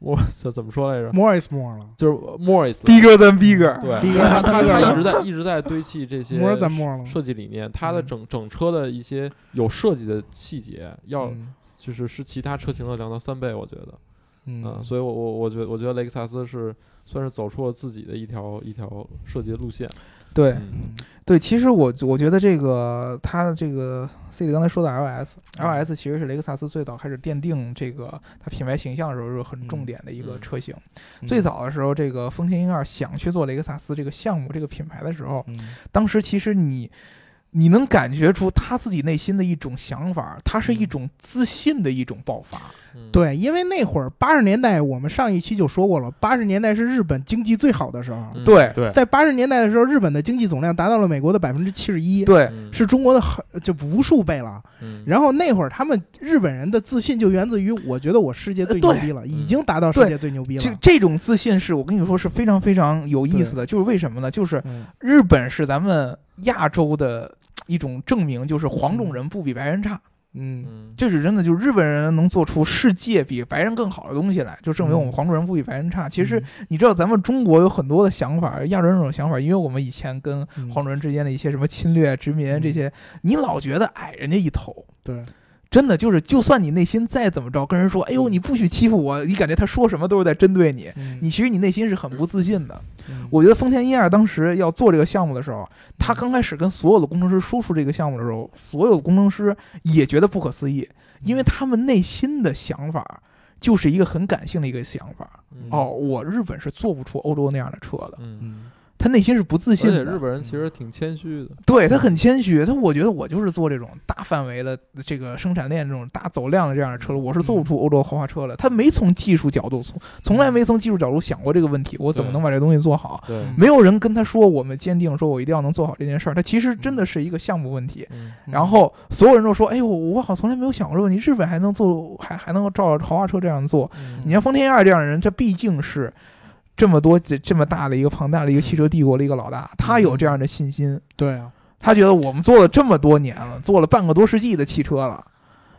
[SPEAKER 3] more，这怎么说来着？
[SPEAKER 1] more is more 了
[SPEAKER 3] 就是 more is
[SPEAKER 2] ，bigger than bigger，
[SPEAKER 3] 对，
[SPEAKER 1] bigger
[SPEAKER 3] 它它
[SPEAKER 1] than bigger
[SPEAKER 3] 它一直在一直在堆砌这些
[SPEAKER 1] ，more than more 了，
[SPEAKER 3] 设计理念，它的
[SPEAKER 1] 嗯
[SPEAKER 3] 整整车的一些有设计的细节，要
[SPEAKER 1] 嗯
[SPEAKER 3] 就是是其他车型的两到三倍，我觉得。嗯，
[SPEAKER 1] 嗯，
[SPEAKER 3] 所以我我我觉得我觉得雷克萨斯是算是走出了自己的一条一条设计的路线。
[SPEAKER 2] 对
[SPEAKER 3] 嗯
[SPEAKER 2] 对，其实我我觉得这个它的这个 C 的刚才说的 LS，LS 其实是雷克萨斯最早开始奠定这个它品牌形象的时候是很重点的一个
[SPEAKER 3] 嗯
[SPEAKER 2] 车型。最早的时候，这个丰田英二想去做雷克萨斯这个项目这个品牌的时候，
[SPEAKER 1] 嗯，
[SPEAKER 2] 当时其实你你能感觉出他自己内心的一种想法，它是一
[SPEAKER 1] 嗯
[SPEAKER 2] 种自信的一种爆发。
[SPEAKER 3] 嗯，
[SPEAKER 1] 对，因为那会儿八十年代，我们上一期就说过了，八十年代是日本经济最好的时候，
[SPEAKER 3] 嗯
[SPEAKER 2] 对
[SPEAKER 4] 对
[SPEAKER 1] 在八十年代的时候，日本的经济总量达到了美国的百分之七十一，
[SPEAKER 2] 对
[SPEAKER 3] 嗯
[SPEAKER 1] 是中国的很就无数倍了。
[SPEAKER 3] 嗯
[SPEAKER 1] 然后那会儿他们日本人的自信就源自于，我觉得我世界最牛
[SPEAKER 2] 对
[SPEAKER 1] 逼了，已经达到世界最牛逼
[SPEAKER 2] 这
[SPEAKER 1] 了。
[SPEAKER 2] 这种自信是我跟你说是非常非常有意
[SPEAKER 1] 对
[SPEAKER 2] 思的，就是为什么呢？就是
[SPEAKER 1] 嗯
[SPEAKER 2] 日本是咱们亚洲的一种证明，就是黄种人不比白人差，
[SPEAKER 1] 嗯
[SPEAKER 3] 嗯
[SPEAKER 2] 这是真的。就是日本人能做出世界比白人更好的东西来，就证明我们
[SPEAKER 1] 嗯
[SPEAKER 2] 黄种人不比白人差。其实你知道，咱们中国有很多的想法，亚洲人有想法，因为我们以前跟
[SPEAKER 1] 嗯
[SPEAKER 2] 黄种人之间的一些什么侵略、殖民
[SPEAKER 1] 嗯
[SPEAKER 2] 这些，你老觉得矮人家一头。
[SPEAKER 1] 对，
[SPEAKER 2] 真的就是，就算你内心再怎么着，跟人说“哎呦，你不许欺负我”，你感觉他说什么都是在针对你，
[SPEAKER 1] 嗯
[SPEAKER 2] 你其实你内心是很不自信的。
[SPEAKER 1] 嗯
[SPEAKER 2] 我觉得丰田英二当时要做这个项目的时候，他
[SPEAKER 3] 嗯
[SPEAKER 2] 刚开始跟所有的工程师说出这个项目的时候，所有的工程师也觉得不可思议，因为
[SPEAKER 3] 嗯
[SPEAKER 2] 他们内心的想法就是一个很感性的一个想法。
[SPEAKER 3] 嗯
[SPEAKER 2] 哦，我日本是做不出欧洲那样的车的，
[SPEAKER 3] 嗯，
[SPEAKER 1] 嗯
[SPEAKER 2] 他内心是不自
[SPEAKER 3] 而
[SPEAKER 2] 信
[SPEAKER 3] 且
[SPEAKER 2] 的。嗯
[SPEAKER 3] 日本嗯人其实挺谦虚的。
[SPEAKER 2] 对他很谦虚，他我觉得我就是做这种大范围的这个生产链这种大走量的这样的车了，我是做不
[SPEAKER 3] 嗯
[SPEAKER 2] 出欧洲豪华车了。他没从技术角度从从来没从技术角度想过这个问题，我怎么
[SPEAKER 3] 对
[SPEAKER 2] 能把这东西做好？
[SPEAKER 3] 对，
[SPEAKER 1] 嗯
[SPEAKER 2] 没有人跟他说我们坚定说我一定要能做好这件事儿，他其实真的是一个项目问题。
[SPEAKER 3] 嗯
[SPEAKER 2] 然后所有人都说，哎，我我好像从来没有想过这个问题，日本还能做，还还能够照着豪华车这样做。
[SPEAKER 1] 嗯
[SPEAKER 2] 你像丰田二这样的人，这毕竟是这么多这这么大的一个庞大的一个汽车帝国的一个老大，他有这样的信心，
[SPEAKER 1] 对啊，
[SPEAKER 2] 他觉得我们做了这么多年了，做了半个多世纪的汽车了，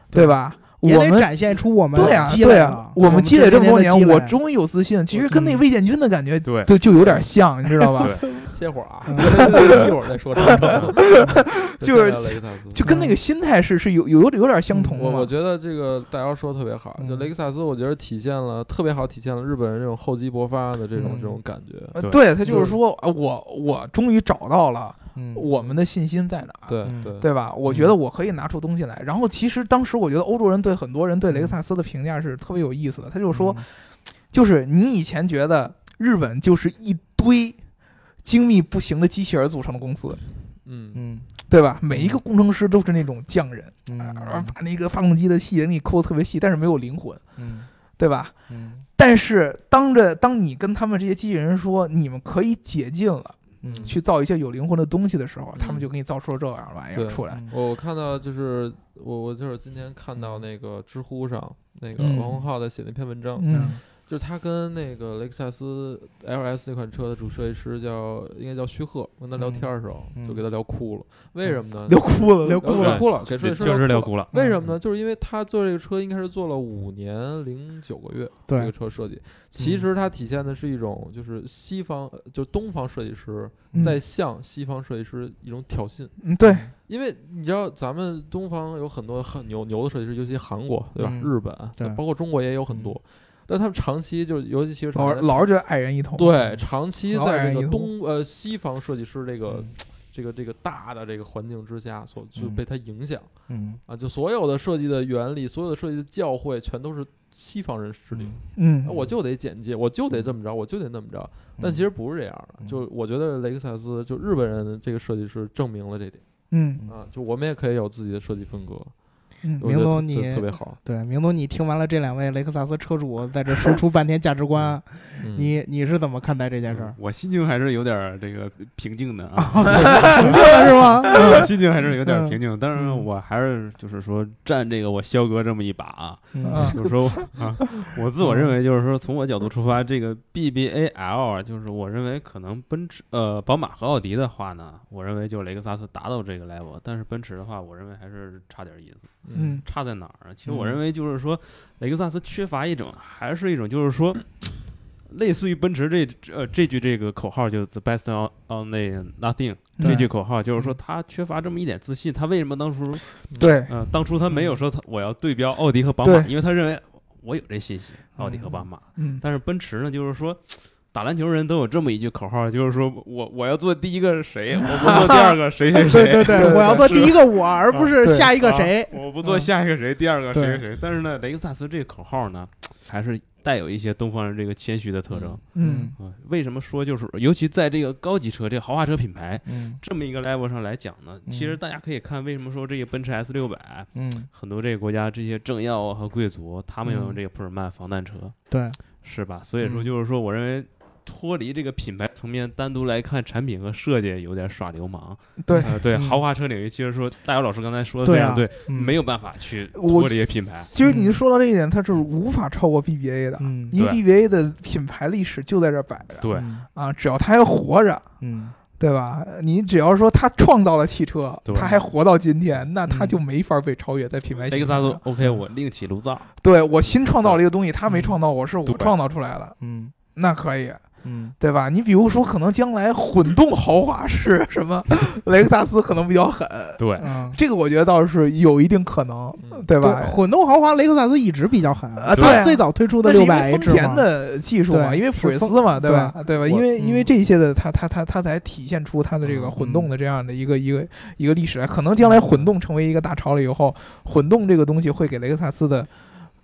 [SPEAKER 2] 对吧？
[SPEAKER 1] 也
[SPEAKER 2] 我
[SPEAKER 1] 得
[SPEAKER 2] 们
[SPEAKER 1] 展现出我们
[SPEAKER 2] 对啊，
[SPEAKER 1] 积累
[SPEAKER 2] 对
[SPEAKER 1] 了
[SPEAKER 2] 啊，，我们积累这么多
[SPEAKER 1] 年
[SPEAKER 2] 年，
[SPEAKER 1] 的积累，
[SPEAKER 2] 我终于有自信。其实跟那
[SPEAKER 1] 嗯
[SPEAKER 2] 魏建军的感觉
[SPEAKER 4] 对
[SPEAKER 2] 就就有点像，你知道吧
[SPEAKER 4] 对？
[SPEAKER 3] 歇会儿啊，
[SPEAKER 1] 嗯
[SPEAKER 3] <laughs> 一会儿再说这个。
[SPEAKER 2] <laughs> 就是
[SPEAKER 3] 现在雷克萨斯
[SPEAKER 2] 就跟那个心态是是有有有有点相同的
[SPEAKER 3] 嗯我
[SPEAKER 2] 嘛。
[SPEAKER 3] 我觉得这个大姚说得特别好，就
[SPEAKER 1] 嗯
[SPEAKER 3] 雷克萨斯，我觉得体现了特别好体现了日本人这种厚积薄发的这种
[SPEAKER 1] 嗯
[SPEAKER 3] 这种感觉。
[SPEAKER 2] 呃
[SPEAKER 4] 对
[SPEAKER 2] 对他就是说，啊我我终于找到了
[SPEAKER 1] 嗯
[SPEAKER 2] 我们的信心在哪儿，
[SPEAKER 3] 对
[SPEAKER 1] 嗯
[SPEAKER 3] 对
[SPEAKER 2] 对吧？我觉得我可以拿出东西来。然后其实当时我觉得欧洲人对很多人对雷克萨斯的评价是特别有意思的，他就说，
[SPEAKER 1] 嗯
[SPEAKER 2] 就是你以前觉得日本就是一堆精密不行的机器人组成的公司，
[SPEAKER 3] 嗯
[SPEAKER 1] 嗯
[SPEAKER 2] 对吧？每一个工程师都是那种匠人，
[SPEAKER 1] 嗯
[SPEAKER 2] 啊把那个发动机的细节给你抠得特别细，但是没有灵魂，
[SPEAKER 1] 嗯
[SPEAKER 2] 对吧？
[SPEAKER 1] 嗯
[SPEAKER 2] 但是当着当你跟他们这些机器人说你们可以解禁了，
[SPEAKER 1] 嗯
[SPEAKER 2] 去造一些有灵魂的东西的时候，
[SPEAKER 3] 嗯
[SPEAKER 2] 他们就给你造出了这样玩意儿
[SPEAKER 3] 对
[SPEAKER 2] 出来。
[SPEAKER 1] 嗯
[SPEAKER 3] 我我看到就是我我就是今天看到那个知乎上那个
[SPEAKER 2] 嗯
[SPEAKER 3] 王洪浩在写那篇文章，
[SPEAKER 2] 嗯
[SPEAKER 3] 就是他跟那个雷克萨斯 LS 那款车的主设计师叫应该叫徐鹤，跟他聊天的时候、
[SPEAKER 1] 嗯嗯嗯
[SPEAKER 3] 就给他聊哭了，为什么呢？
[SPEAKER 2] 聊哭了，嗯
[SPEAKER 1] 聊哭了
[SPEAKER 3] 嗯
[SPEAKER 1] 嗯
[SPEAKER 3] 哭了，给设
[SPEAKER 4] 这
[SPEAKER 3] 计师
[SPEAKER 4] 确实聊
[SPEAKER 3] 哭了。
[SPEAKER 4] 哭了。
[SPEAKER 3] 为什么呢？就是因为他做这个车应该是做了五年零九个月，
[SPEAKER 1] 对嗯
[SPEAKER 3] 这个车设计，其实它体现的是一种就是西方，呃就是东方设计师
[SPEAKER 2] 嗯
[SPEAKER 3] 在向西方设计师一种挑衅，
[SPEAKER 2] 嗯，对，
[SPEAKER 3] 因为你知道咱们东方有很多很牛牛的设计师，尤其韩国对吧？
[SPEAKER 1] 嗯
[SPEAKER 3] 日本
[SPEAKER 1] 对嗯
[SPEAKER 3] 包括中国也有很多，但他们长期就是尤其其实
[SPEAKER 2] 老
[SPEAKER 3] 长期
[SPEAKER 2] 老是觉得矮人一头。
[SPEAKER 3] 对长期
[SPEAKER 2] 老
[SPEAKER 3] 在
[SPEAKER 2] 染
[SPEAKER 3] 这个
[SPEAKER 2] 一头
[SPEAKER 3] 东呃西方设计师这个
[SPEAKER 1] 嗯。
[SPEAKER 3] 这个这个大的这个环境之下，所就
[SPEAKER 1] 嗯
[SPEAKER 3] 被它影响，
[SPEAKER 1] 嗯，
[SPEAKER 3] 啊，就所有的设计的原理，所有的设计的教诲，全都是西方人制定。
[SPEAKER 2] 嗯
[SPEAKER 3] 那，我就得简介，我就得这么着，我就得那么着。但其实不是这样的，
[SPEAKER 1] 嗯
[SPEAKER 3] 就我觉得雷克萨斯就日本人这个设计师证明了这点
[SPEAKER 2] 嗯
[SPEAKER 3] 啊，就我们也可以有自己的设计风格，
[SPEAKER 2] 嗯
[SPEAKER 3] 我觉得
[SPEAKER 1] 明总
[SPEAKER 3] 特
[SPEAKER 1] 你
[SPEAKER 3] 特特别好。
[SPEAKER 1] 对，明总，你听完了这两位雷克萨斯车主在这输
[SPEAKER 2] <laughs>
[SPEAKER 1] 出半天价值观，
[SPEAKER 3] 嗯
[SPEAKER 1] 你你是怎么看待这件事
[SPEAKER 2] <laughs>
[SPEAKER 1] 儿？
[SPEAKER 4] 我心情还是有点儿这个平静的
[SPEAKER 1] <laughs>
[SPEAKER 4] 啊，
[SPEAKER 1] 是吗？
[SPEAKER 4] 心情还是有点儿平静，但是
[SPEAKER 1] 嗯
[SPEAKER 4] 我还是就是说站这个我肖哥这么一把啊，
[SPEAKER 1] 嗯
[SPEAKER 2] 啊
[SPEAKER 4] 就
[SPEAKER 1] <laughs>
[SPEAKER 4] 是说啊，我自我认为就是说从我角度出发，这个 BBAL 啊就是我认为可能奔驰呃宝马和奥迪的话呢，我认为就雷克萨斯达到这个 level，但是奔驰的话，我认为还是差点意思。
[SPEAKER 2] 嗯
[SPEAKER 4] 差在哪儿啊？其实
[SPEAKER 3] 嗯
[SPEAKER 4] 我认为就是说，雷克萨斯缺乏一种，还是一种就是说，类似于奔驰这呃这句这个口号，就是 the best on on the nothing
[SPEAKER 2] 对
[SPEAKER 4] 这句口号，就是说
[SPEAKER 2] 嗯
[SPEAKER 4] 他缺乏这么一点自信。他为什么当初
[SPEAKER 2] 对，嗯
[SPEAKER 4] 呃当初他没有说他我要对标奥迪和宝
[SPEAKER 2] 对
[SPEAKER 4] 马，因为他认为我有这信心，奥迪和宝马。
[SPEAKER 2] 嗯
[SPEAKER 4] 但是奔驰呢，就是说。打篮球人都有这么一句口号，就是说我我要做第一个谁，我不做第二个
[SPEAKER 2] 哎
[SPEAKER 4] 谁谁谁。
[SPEAKER 1] 对对对，我要做第一个我，而不是
[SPEAKER 2] 嗯啊对
[SPEAKER 1] 下一个谁。
[SPEAKER 4] 我不做下一个谁，第二个
[SPEAKER 1] 嗯
[SPEAKER 4] 谁
[SPEAKER 1] 对
[SPEAKER 4] 谁谁。但是呢，雷克萨斯这个口号呢，还是带有一些东方人这个谦虚的特征。
[SPEAKER 2] 嗯
[SPEAKER 4] 啊，为什么说就是，尤其在这个高级车、这个豪华车品牌
[SPEAKER 1] 嗯
[SPEAKER 4] 这么一个 level 上来讲呢，
[SPEAKER 1] 嗯
[SPEAKER 4] 其实大家可以看，为什么说这个奔驰 S 六百，
[SPEAKER 1] 嗯，
[SPEAKER 4] 很多这个国家这些政要啊和贵族，他们要用
[SPEAKER 1] 嗯
[SPEAKER 4] 这个普尔曼防弹车，
[SPEAKER 1] 对，
[SPEAKER 4] 是吧？所以
[SPEAKER 1] 嗯
[SPEAKER 4] 说就是说，我认为。脱离这个品牌层面，单独来看产品和设计，有点耍流氓。
[SPEAKER 2] 对，
[SPEAKER 4] 呃，对，
[SPEAKER 1] 嗯
[SPEAKER 4] 豪华车领域，其实说大姚老师刚才说的
[SPEAKER 1] 对
[SPEAKER 4] 非
[SPEAKER 1] 啊
[SPEAKER 4] 常对，
[SPEAKER 1] 嗯
[SPEAKER 4] 没有办法去
[SPEAKER 2] 我
[SPEAKER 4] 脱离品牌。
[SPEAKER 2] 其实你说到这一点，它是无法超过 BBA 的，
[SPEAKER 1] 嗯
[SPEAKER 2] 因为
[SPEAKER 4] 对
[SPEAKER 2] BBA 的品牌历史就在这儿摆着
[SPEAKER 4] 对
[SPEAKER 1] 嗯
[SPEAKER 2] 啊，只要它还活着，
[SPEAKER 1] 嗯
[SPEAKER 2] 对吧？你只要说它创造了汽车，
[SPEAKER 4] 对
[SPEAKER 2] 它还活到今天，那它
[SPEAKER 1] 嗯
[SPEAKER 2] 就没法被超越在品牌
[SPEAKER 4] 雷
[SPEAKER 2] 形
[SPEAKER 4] 克
[SPEAKER 2] 式
[SPEAKER 4] 萨
[SPEAKER 2] 上。
[SPEAKER 4] 斯 OK，我另起炉灶。
[SPEAKER 2] 对我新创造了一个东西，它没创造，我是我
[SPEAKER 4] 嗯对
[SPEAKER 2] 创造出来的，
[SPEAKER 1] 嗯
[SPEAKER 2] 那可以。
[SPEAKER 1] 嗯
[SPEAKER 2] 对吧？你比如说，可能将来混动豪华是什么？雷克萨斯可能比较狠，
[SPEAKER 4] 对
[SPEAKER 1] 嗯，
[SPEAKER 2] 这个我觉得倒是有一定可能，
[SPEAKER 3] 嗯
[SPEAKER 2] 对
[SPEAKER 1] 对
[SPEAKER 2] 吧？
[SPEAKER 1] 混动豪华雷克萨斯一直比较狠
[SPEAKER 2] 啊
[SPEAKER 4] 对
[SPEAKER 1] 它最早推出的
[SPEAKER 2] 那是
[SPEAKER 1] 六
[SPEAKER 2] 因
[SPEAKER 1] 百
[SPEAKER 2] 为丰
[SPEAKER 1] H
[SPEAKER 2] 田
[SPEAKER 1] 嘛，
[SPEAKER 2] 的技术嘛，
[SPEAKER 1] 对
[SPEAKER 2] 因为普锐斯嘛，
[SPEAKER 1] 对
[SPEAKER 2] 对吧？对吧？因为
[SPEAKER 1] 嗯
[SPEAKER 2] 因为这一些的，它它它它才体现出它的这
[SPEAKER 1] 嗯
[SPEAKER 2] 个
[SPEAKER 1] 嗯
[SPEAKER 2] 混动的这样的一个一个一个历史来。可能将来混动成为一个大潮了以后，混动这个东西会给雷克萨斯的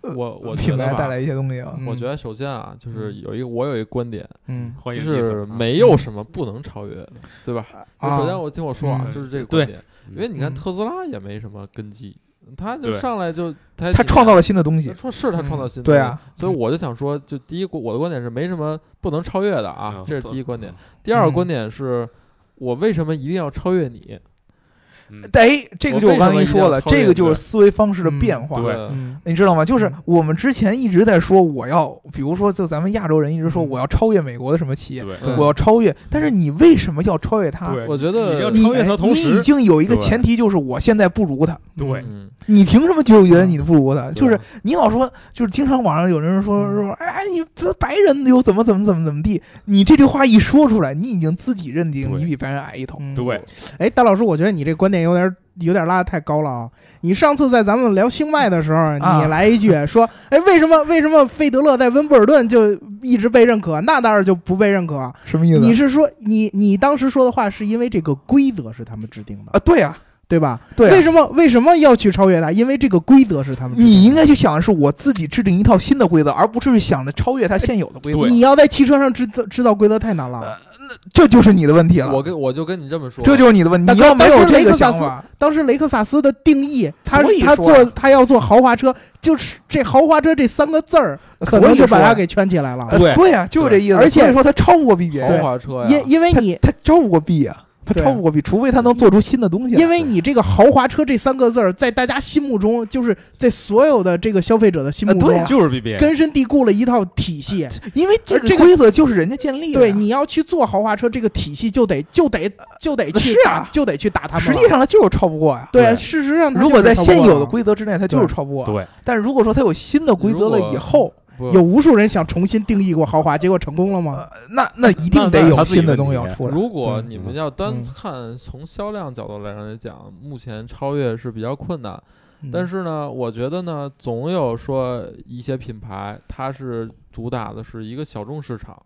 [SPEAKER 3] 嗯我我觉
[SPEAKER 2] 品
[SPEAKER 3] 得
[SPEAKER 2] 牌
[SPEAKER 3] 吧
[SPEAKER 2] 带来一些东西啊。
[SPEAKER 1] 嗯
[SPEAKER 3] 我觉得首先啊，就是有一个我有一个观点，
[SPEAKER 1] 嗯
[SPEAKER 4] 欢
[SPEAKER 3] 就
[SPEAKER 4] 迎
[SPEAKER 3] 是没有什么不能超越的，对吧？就
[SPEAKER 1] 啊
[SPEAKER 3] 首先我听我说啊，
[SPEAKER 1] 嗯
[SPEAKER 3] 就是这个
[SPEAKER 4] 对
[SPEAKER 3] 观点，因为你看
[SPEAKER 1] 嗯
[SPEAKER 3] 特斯拉也没什么根基，他就
[SPEAKER 4] 对
[SPEAKER 3] 上来就他
[SPEAKER 2] 它创造了新的东
[SPEAKER 3] 他
[SPEAKER 2] 西，
[SPEAKER 3] 创是他创造新的、
[SPEAKER 2] 对啊，
[SPEAKER 3] 所以我就想说，就第一个我的观点是没什么不能超越的
[SPEAKER 4] 嗯
[SPEAKER 3] 啊，这是第一观点。。第二个观点是。我为什么一定要超越你？
[SPEAKER 4] 嗯
[SPEAKER 2] 哎，这个就
[SPEAKER 3] 我
[SPEAKER 2] 我刚才跟
[SPEAKER 3] 为
[SPEAKER 2] 你
[SPEAKER 3] 什么一定要
[SPEAKER 2] 说了，
[SPEAKER 3] 超越
[SPEAKER 2] 这个就是思维方式的
[SPEAKER 1] 嗯
[SPEAKER 2] 变化。
[SPEAKER 4] 对
[SPEAKER 1] 嗯
[SPEAKER 2] 你知道吗？就是
[SPEAKER 1] 嗯
[SPEAKER 2] 我们之前一直在说，我要，比如说，就咱们亚洲人一直说
[SPEAKER 1] 嗯
[SPEAKER 2] 我要超越美国的什么企业，
[SPEAKER 4] 对
[SPEAKER 3] 对
[SPEAKER 2] 我要超越，但是你为什么要超越它？
[SPEAKER 4] 嗯对
[SPEAKER 3] 我觉
[SPEAKER 4] 你要
[SPEAKER 3] 得
[SPEAKER 2] 你
[SPEAKER 4] 超越它同时
[SPEAKER 2] 你已经有一个
[SPEAKER 4] 对
[SPEAKER 2] 前提，就是我现在不如它。
[SPEAKER 4] 对
[SPEAKER 3] 嗯，
[SPEAKER 2] 你凭什么就觉得你不如他？就是
[SPEAKER 3] 对
[SPEAKER 2] 你老说，就是经常网上有人说
[SPEAKER 1] 嗯
[SPEAKER 2] 说，哎，你不白人又怎么怎么怎么怎么地？你这句话一说出来，你已经自己认定
[SPEAKER 4] 对
[SPEAKER 2] 你比别人矮一头。
[SPEAKER 1] 嗯，
[SPEAKER 4] 对，
[SPEAKER 1] 哎，大老师，我觉得你这观点有点有点拉得太高了啊！你上次在咱们聊星脉的时候，
[SPEAKER 2] 啊
[SPEAKER 1] 你来一句说，哎，为什么为什么费德勒在温布尔顿就一直被认可，纳达尔就不被认可？啊
[SPEAKER 2] 什么意思？
[SPEAKER 1] 你是说你你当时说的话是因为这个规则是他们制定的，
[SPEAKER 2] 啊，对呀、
[SPEAKER 1] 对吧？
[SPEAKER 2] 对啊
[SPEAKER 1] 为什么为什么要去超越他？因为这个规则是他们制定的。
[SPEAKER 2] 你应该去想的是我自己制定一套新的规则，而不是想着超越它现有的规则。
[SPEAKER 1] 你要在汽车上制造制造规则太难了。啊
[SPEAKER 2] 这就是你的问题了。
[SPEAKER 3] 我跟我就跟你这么说，
[SPEAKER 2] 这就是你的问题，
[SPEAKER 1] 但
[SPEAKER 2] 你要没有
[SPEAKER 1] 但是
[SPEAKER 2] 这
[SPEAKER 1] 雷克萨
[SPEAKER 2] 个想
[SPEAKER 1] 斯
[SPEAKER 2] 法，
[SPEAKER 1] 当时雷克萨斯的定义，他
[SPEAKER 2] 所以
[SPEAKER 1] 他
[SPEAKER 2] 说
[SPEAKER 1] 做他要做豪华车，就是这豪华车这三个字儿，可
[SPEAKER 2] 所
[SPEAKER 1] 能
[SPEAKER 2] 以
[SPEAKER 1] 就把
[SPEAKER 2] 说
[SPEAKER 1] 他给圈起来了。
[SPEAKER 2] 呃
[SPEAKER 4] 对
[SPEAKER 2] 对呀，就是这意思。
[SPEAKER 1] 而且
[SPEAKER 2] 所以说他超不过 BBA，
[SPEAKER 3] 啊豪华车呀，
[SPEAKER 1] 因因为
[SPEAKER 2] 他
[SPEAKER 1] 哎你
[SPEAKER 2] 他超不过 B 呀，它
[SPEAKER 1] 对
[SPEAKER 2] 超不过 B，除非它能做出新的东西来。
[SPEAKER 1] 因为你这个豪华车这三个字儿，在大家心目中，就是在所有的这个消费者的心目
[SPEAKER 2] 呃对哎
[SPEAKER 1] 中
[SPEAKER 2] 啊，
[SPEAKER 4] 就是 BBA，
[SPEAKER 1] 根深蒂固了一套体系。
[SPEAKER 2] 因为这
[SPEAKER 1] 而这
[SPEAKER 2] 个
[SPEAKER 1] 个
[SPEAKER 2] 规则就是人家建立的。
[SPEAKER 1] 对，你要去做豪华车，这个体系就得就得就得去
[SPEAKER 2] 是啊
[SPEAKER 1] 打就得去打他们
[SPEAKER 2] 实
[SPEAKER 1] 了。
[SPEAKER 2] 际上它就是超不过呀。
[SPEAKER 1] 对，
[SPEAKER 4] 对
[SPEAKER 1] 事实上它
[SPEAKER 2] 如果
[SPEAKER 1] 就是
[SPEAKER 2] 在
[SPEAKER 1] 超过
[SPEAKER 2] 现有的
[SPEAKER 1] 了
[SPEAKER 2] 规则之内，它就是超不过。
[SPEAKER 4] 对，
[SPEAKER 2] 但是如果说它有新的规则了
[SPEAKER 3] 如果
[SPEAKER 2] 以后，
[SPEAKER 3] 不
[SPEAKER 1] 有无数人想重新定义过豪华，结果成功了吗？
[SPEAKER 2] 呃，那那一定得
[SPEAKER 4] 那
[SPEAKER 2] 有
[SPEAKER 4] 它自己
[SPEAKER 2] 新的
[SPEAKER 4] 问题
[SPEAKER 2] 东西要出来。
[SPEAKER 3] 如果
[SPEAKER 1] 嗯
[SPEAKER 3] 你们要单
[SPEAKER 1] 嗯
[SPEAKER 3] 看从销量角度来上来讲，目前超越是比较困难。
[SPEAKER 2] 呃
[SPEAKER 1] 嗯
[SPEAKER 3] 但是呢，我觉得呢，总有说一些品牌，它是主打的是一个小众市场，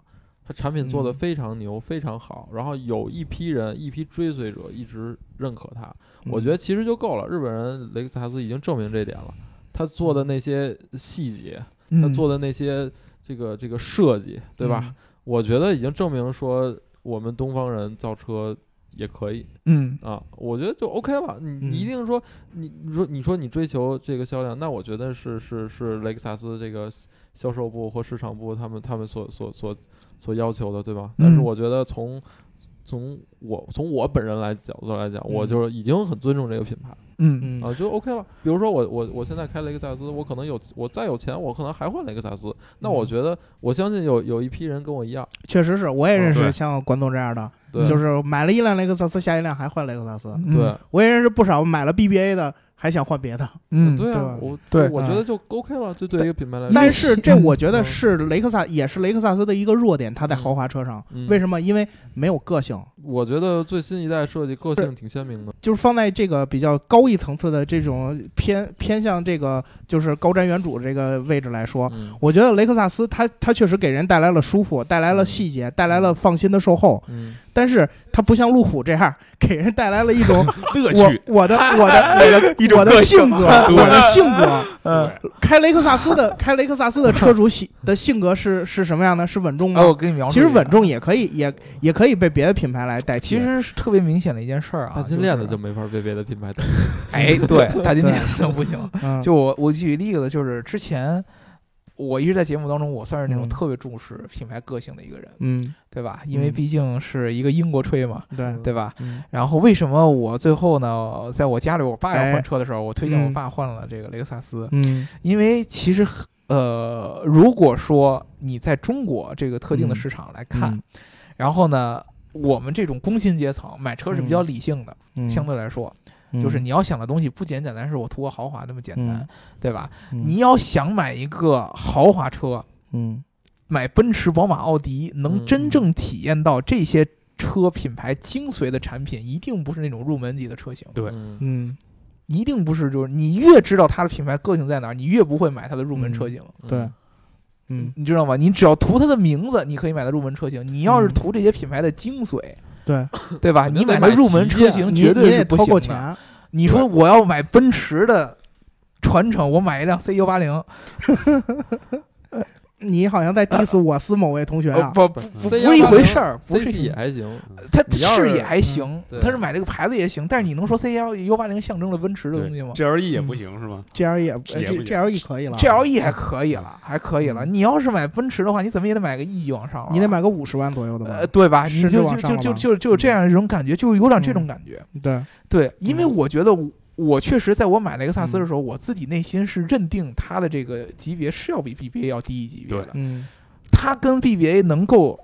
[SPEAKER 3] 它产品做
[SPEAKER 1] 嗯
[SPEAKER 3] 得非常牛、非常好，然后有一批人、一批追随者一直认可它。我
[SPEAKER 1] 嗯
[SPEAKER 3] 觉得其实就够了。日本人雷克萨斯已经证明这一点了，他做
[SPEAKER 1] 嗯
[SPEAKER 3] 的那些细节，他
[SPEAKER 2] 嗯
[SPEAKER 3] 做的那些这个这个设计，对吧？？我觉得已经证明说我们东方人造车也可以
[SPEAKER 2] 嗯，
[SPEAKER 3] 啊，我觉得就 OK 了。你你一
[SPEAKER 1] 嗯
[SPEAKER 3] 定说你你说你说你追求这个销量，那我觉得是是是雷克萨斯这个销售部或市场部他们他们所所所所要求的，对吧？但是
[SPEAKER 2] 嗯
[SPEAKER 3] 我觉得从从我从我本人来角度来讲，我
[SPEAKER 1] 嗯
[SPEAKER 3] 就是已经很尊重这个品牌了
[SPEAKER 2] 嗯
[SPEAKER 1] 嗯，嗯，
[SPEAKER 3] 啊，就 OK 了。比如说我我我现在开雷克萨斯，我可能有我再有钱，我可能还换雷克萨斯。那我
[SPEAKER 1] 嗯
[SPEAKER 3] 觉得我相信有有一批人跟我一样，
[SPEAKER 1] 确实是我也认识
[SPEAKER 4] 对
[SPEAKER 1] 像关东这样的，
[SPEAKER 3] 哦对
[SPEAKER 1] 就是买了一辆雷克萨斯，下一辆还换雷克萨斯。
[SPEAKER 2] 嗯
[SPEAKER 3] 对，
[SPEAKER 1] 我也认识不少买了 BBA 的，还想换别的。
[SPEAKER 2] 嗯，
[SPEAKER 3] 对啊
[SPEAKER 1] 吧，
[SPEAKER 3] 我
[SPEAKER 2] 对
[SPEAKER 3] 我觉
[SPEAKER 1] 嗯
[SPEAKER 3] 得就 OK 了，就对一个品牌来说，
[SPEAKER 1] 但是
[SPEAKER 2] 嗯
[SPEAKER 1] 这我觉得
[SPEAKER 3] 呃嗯
[SPEAKER 1] 是雷克萨，也是雷克萨斯的一个弱点，它在
[SPEAKER 3] 嗯
[SPEAKER 1] 豪华车上。
[SPEAKER 3] 嗯
[SPEAKER 1] 为什么？因为没有个性。
[SPEAKER 3] 我觉得最新一代设计个性挺鲜明的，
[SPEAKER 1] 就是放在这个比较高一层次的这种偏偏向这个就是高瞻远瞩这个位置来说，
[SPEAKER 3] 嗯
[SPEAKER 1] 我觉得雷克萨斯它它确实给人带来了舒服，带来了
[SPEAKER 3] 嗯
[SPEAKER 1] 细节，带来了放心的售后，
[SPEAKER 3] 嗯，
[SPEAKER 1] 但是它不像路虎这样给人带来了一种
[SPEAKER 4] 乐
[SPEAKER 1] 我
[SPEAKER 4] 趣，
[SPEAKER 1] 我的我的我
[SPEAKER 2] <laughs>
[SPEAKER 1] 的
[SPEAKER 4] 一种
[SPEAKER 1] 我的
[SPEAKER 4] 个性
[SPEAKER 1] 性格，
[SPEAKER 2] 啊
[SPEAKER 4] 对
[SPEAKER 1] 我的性格。
[SPEAKER 2] 嗯，
[SPEAKER 1] 开雷克萨斯的开雷克萨斯的车主喜的性格是是什么样的？是稳重
[SPEAKER 2] 哎，
[SPEAKER 1] 吗
[SPEAKER 2] 我？给你描述，
[SPEAKER 1] 其实稳。重也可以，也也可以被别的品牌来代替。
[SPEAKER 2] 其实是特别明显的一件事儿啊，
[SPEAKER 3] 大金链子
[SPEAKER 2] 是
[SPEAKER 3] 就没法被别的品牌代
[SPEAKER 2] 哎，对，大金链子都不行。
[SPEAKER 1] 嗯，
[SPEAKER 2] 就我我举例子，就是之前我一直在节目当中，我算是那种
[SPEAKER 1] 嗯
[SPEAKER 2] 特别重视品牌个性的一个人，
[SPEAKER 1] 嗯，
[SPEAKER 2] 对吧？因为
[SPEAKER 1] 嗯
[SPEAKER 2] 毕竟是一个英国吹嘛，
[SPEAKER 1] 对，
[SPEAKER 2] 对吧？
[SPEAKER 1] 嗯
[SPEAKER 2] 然后为什么我最后呢，在我家里我爸要
[SPEAKER 1] 哎
[SPEAKER 2] 换车的时候，我推荐我
[SPEAKER 1] 嗯
[SPEAKER 2] 爸换了这个雷克萨斯，
[SPEAKER 1] 嗯
[SPEAKER 2] 因为其实很呃，如果说你在中国这个特定的
[SPEAKER 1] 嗯
[SPEAKER 2] 市场来看，然后呢，我们这种工薪阶层买车是比较理性的，
[SPEAKER 1] 嗯
[SPEAKER 2] 相对来说，
[SPEAKER 1] 嗯
[SPEAKER 2] 就是你要想的东西不简简单是我图个豪华那么简单，
[SPEAKER 1] 嗯
[SPEAKER 2] 对吧？
[SPEAKER 1] 嗯
[SPEAKER 2] 你要想买一个豪华车，
[SPEAKER 1] 嗯
[SPEAKER 2] 买奔驰、宝马、奥迪，能
[SPEAKER 3] 嗯
[SPEAKER 2] 真正体验到这些车品牌精髓的产品，一定不是那种入门级的车型，
[SPEAKER 4] 对
[SPEAKER 3] 嗯
[SPEAKER 1] 嗯
[SPEAKER 2] 一定不是就是你越知道它的品牌个性在哪儿，你越不会买它的入门车型。
[SPEAKER 1] 对嗯
[SPEAKER 2] 你知道吗？你只要图它的名字，你可以买它入门车型。你要是
[SPEAKER 1] 嗯
[SPEAKER 2] 图这些品牌的精髓，
[SPEAKER 1] 对，
[SPEAKER 2] 对吧？
[SPEAKER 3] 肯
[SPEAKER 2] 你
[SPEAKER 3] 定得
[SPEAKER 2] 买它
[SPEAKER 3] 买
[SPEAKER 2] 入门
[SPEAKER 3] 旗
[SPEAKER 2] 车
[SPEAKER 3] 舰
[SPEAKER 2] 型
[SPEAKER 1] 你
[SPEAKER 2] 绝
[SPEAKER 1] 你
[SPEAKER 2] 对是
[SPEAKER 1] 得
[SPEAKER 2] 不
[SPEAKER 1] 掏够
[SPEAKER 2] 行的。
[SPEAKER 1] 钱，
[SPEAKER 2] 你说我要买奔驰的传承，我买一辆 C 九八零，
[SPEAKER 1] 你好像在 diss 我司某位同学
[SPEAKER 2] 呃
[SPEAKER 1] 啊，
[SPEAKER 2] 不不不不是一回事儿，不是
[SPEAKER 3] C 系
[SPEAKER 2] 一
[SPEAKER 3] 也。还行，
[SPEAKER 2] 它
[SPEAKER 3] 你要是
[SPEAKER 2] 是也还
[SPEAKER 1] 嗯
[SPEAKER 2] 行，
[SPEAKER 3] 对
[SPEAKER 2] 它是买这个牌子也行，但是你能说 C E 幺幺八零象征了奔驰的东西吗
[SPEAKER 4] g L E 也不行是吗？
[SPEAKER 1] G L E
[SPEAKER 4] 也不
[SPEAKER 1] G L E 可以了
[SPEAKER 2] ？G L E 还可以了，还可以了。
[SPEAKER 1] 嗯
[SPEAKER 2] 你要是买奔驰的话，你怎么也得买个 E 往上了，
[SPEAKER 1] 你得买个五十万左右的吧
[SPEAKER 2] 呃，？对吧？你
[SPEAKER 1] 甚至
[SPEAKER 2] 就就
[SPEAKER 1] 往上
[SPEAKER 2] 就
[SPEAKER 1] 了
[SPEAKER 2] 就
[SPEAKER 1] 吧
[SPEAKER 2] 就就这样一种感觉，就是有点这种感觉。
[SPEAKER 1] 对，
[SPEAKER 2] 对，因为
[SPEAKER 1] 嗯
[SPEAKER 2] 我觉得我我确实在我买雷克萨斯的时候，我自己内心是认定它的这个级别是要比 BBA 要低一级别
[SPEAKER 4] 对
[SPEAKER 2] 的，
[SPEAKER 1] 嗯
[SPEAKER 2] 它跟 BBA 能够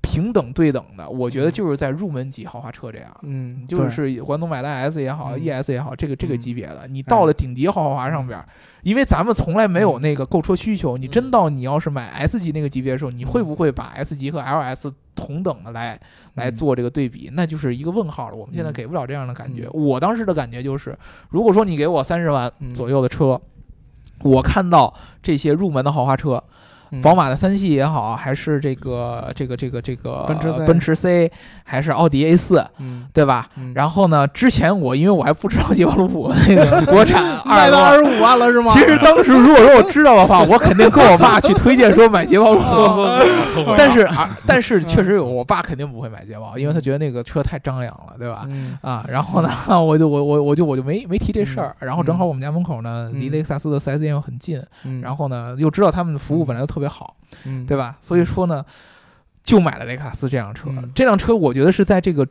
[SPEAKER 2] 平等对等的，我觉得
[SPEAKER 1] 嗯
[SPEAKER 2] 就是在入门级豪华车这样。
[SPEAKER 1] 嗯，
[SPEAKER 2] 就
[SPEAKER 1] 对
[SPEAKER 2] 是关东买的 S 也好
[SPEAKER 1] 嗯
[SPEAKER 2] ，ES 也好，这个这个
[SPEAKER 1] 嗯
[SPEAKER 2] 级别的，你到了顶级豪华上边儿，因为咱们从来没
[SPEAKER 1] 嗯
[SPEAKER 2] 有那个购车需求，你真到你要是买 S 级那个级别的时候，你会
[SPEAKER 1] 嗯
[SPEAKER 2] 不会把 S 级和 LS 同等的来来
[SPEAKER 1] 嗯
[SPEAKER 2] 做这个对比，那就是一个问号了。我们现在给不了这样的感觉
[SPEAKER 1] 嗯。
[SPEAKER 2] 我当时的感觉就是，如果说你给我三十万
[SPEAKER 1] 嗯
[SPEAKER 2] 左右的车，我看到这些入门的豪华车，
[SPEAKER 1] 嗯
[SPEAKER 2] 宝马的三系也好，还是这个这个这个这个
[SPEAKER 1] 奔驰 C
[SPEAKER 2] 奔驰 C，还是奥迪 A 四，
[SPEAKER 1] 嗯，
[SPEAKER 2] 对吧？
[SPEAKER 1] 嗯
[SPEAKER 2] 然后呢，之前我因为我还不知道捷豹路虎那个
[SPEAKER 1] <laughs>
[SPEAKER 2] 国产二
[SPEAKER 1] 卖
[SPEAKER 2] 十
[SPEAKER 1] 到
[SPEAKER 2] 多
[SPEAKER 1] 二
[SPEAKER 2] 万。
[SPEAKER 1] 十五万了是吗？
[SPEAKER 2] 其实当时如果说我知道的话，我肯定跟我爸去推荐说买捷豹路虎。
[SPEAKER 1] 啊
[SPEAKER 2] 但是啊，但是确实
[SPEAKER 1] 嗯
[SPEAKER 2] 有，我爸肯定不会买捷豹，因为他觉得那个车太张扬了，对吧？
[SPEAKER 1] 嗯
[SPEAKER 2] 啊，然后呢，我就我我我就我就没没提这事儿。然后正好我们家门口呢，
[SPEAKER 1] 嗯
[SPEAKER 2] 离雷克萨斯的 4S 店又很近，
[SPEAKER 1] 嗯，
[SPEAKER 2] 然后呢又知道他们的服务本来就特别好，
[SPEAKER 1] 嗯
[SPEAKER 2] 对吧？所以说呢，就买了雷克萨斯这辆车
[SPEAKER 1] 嗯。
[SPEAKER 2] 这辆车我觉得是在这个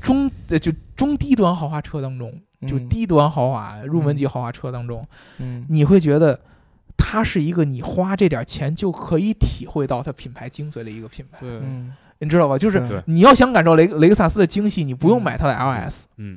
[SPEAKER 2] 中呃就中低端豪华车当中，就
[SPEAKER 1] 嗯
[SPEAKER 2] 低端豪华入门级豪华车当中，
[SPEAKER 1] 嗯
[SPEAKER 2] 你会觉得它是一个你花这点钱就可以体会到它品牌精髓的一个品牌，
[SPEAKER 3] 对，
[SPEAKER 1] 嗯
[SPEAKER 2] 你知道吧？就是
[SPEAKER 4] 对
[SPEAKER 2] 你要想感受雷雷克萨斯的精细，你不用
[SPEAKER 1] 嗯
[SPEAKER 2] 买它的 LS，、
[SPEAKER 4] 嗯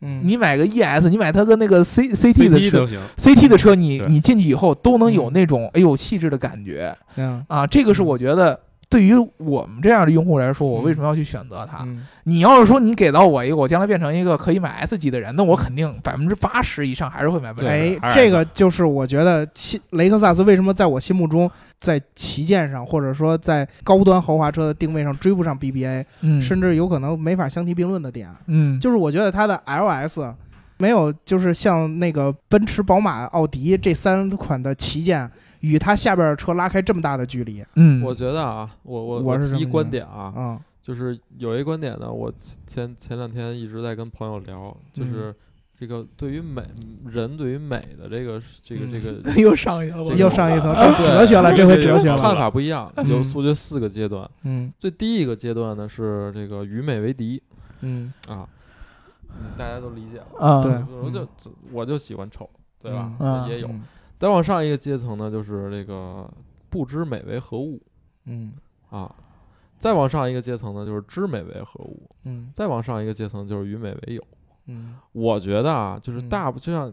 [SPEAKER 1] 嗯，
[SPEAKER 2] 你买个 ES，你买它的那个 C CT 的
[SPEAKER 4] ，CT
[SPEAKER 2] 车
[SPEAKER 4] 都行，
[SPEAKER 2] ，CT 的车你，
[SPEAKER 4] 对
[SPEAKER 2] 你进去以后都能有
[SPEAKER 1] 嗯
[SPEAKER 2] 那种哎呦气质的感觉
[SPEAKER 1] 嗯
[SPEAKER 2] 啊！这个是我觉得对于我们这样的用户来说，我为什么要去选择它？
[SPEAKER 1] 嗯
[SPEAKER 2] 你要是说你给到我一个，我将来变成一个可以买 S 级的人，那我肯定百分之八十以上还是会买奔驰。
[SPEAKER 1] 哎
[SPEAKER 4] 还，是
[SPEAKER 1] 这个就是我觉得其雷克萨斯为什么在我心目中在旗舰上，或者说在高端豪华车的定位上追不上 BBA，、
[SPEAKER 2] 嗯，
[SPEAKER 1] 甚至有可能没法相提并论的点，
[SPEAKER 2] 嗯，
[SPEAKER 1] 就是我觉得它的 LS 没有就是像那个奔驰、宝马、奥迪这三款的旗舰与它下边的车拉开这么大的距离。
[SPEAKER 2] 嗯，
[SPEAKER 3] 我觉得啊，我我
[SPEAKER 1] 我是这
[SPEAKER 3] 提
[SPEAKER 1] 么
[SPEAKER 3] 一
[SPEAKER 1] 觉得
[SPEAKER 3] 观点啊，
[SPEAKER 1] 嗯
[SPEAKER 3] 就是有一观点呢，我前前两天一直在跟朋友聊，就是这个对于美人对于美的这个这个这个 <laughs>
[SPEAKER 2] 又上一个，
[SPEAKER 3] 这个
[SPEAKER 1] 又上一层，上
[SPEAKER 3] 对
[SPEAKER 1] 哲学了，这回哲学
[SPEAKER 3] 看
[SPEAKER 1] 了。
[SPEAKER 3] 法不一样，
[SPEAKER 1] 嗯
[SPEAKER 3] 有我觉得四个阶段，
[SPEAKER 1] 嗯
[SPEAKER 3] 最第一个阶段呢是这个与美为敌
[SPEAKER 1] 嗯，
[SPEAKER 3] 啊，嗯大家都理解了，
[SPEAKER 2] 啊，
[SPEAKER 1] 对
[SPEAKER 3] 我就我就喜欢丑，对吧？
[SPEAKER 2] 嗯
[SPEAKER 3] 也有。
[SPEAKER 1] 嗯
[SPEAKER 3] 再往上一个阶层呢，就是这个不知美为何物
[SPEAKER 1] 嗯
[SPEAKER 3] 啊。再往上一个阶层呢，就是知美为何物；
[SPEAKER 1] 嗯
[SPEAKER 3] 再往上一个阶层就是与美为友。
[SPEAKER 1] 嗯
[SPEAKER 3] 我觉得啊，就是
[SPEAKER 1] 嗯
[SPEAKER 3] 大部、就像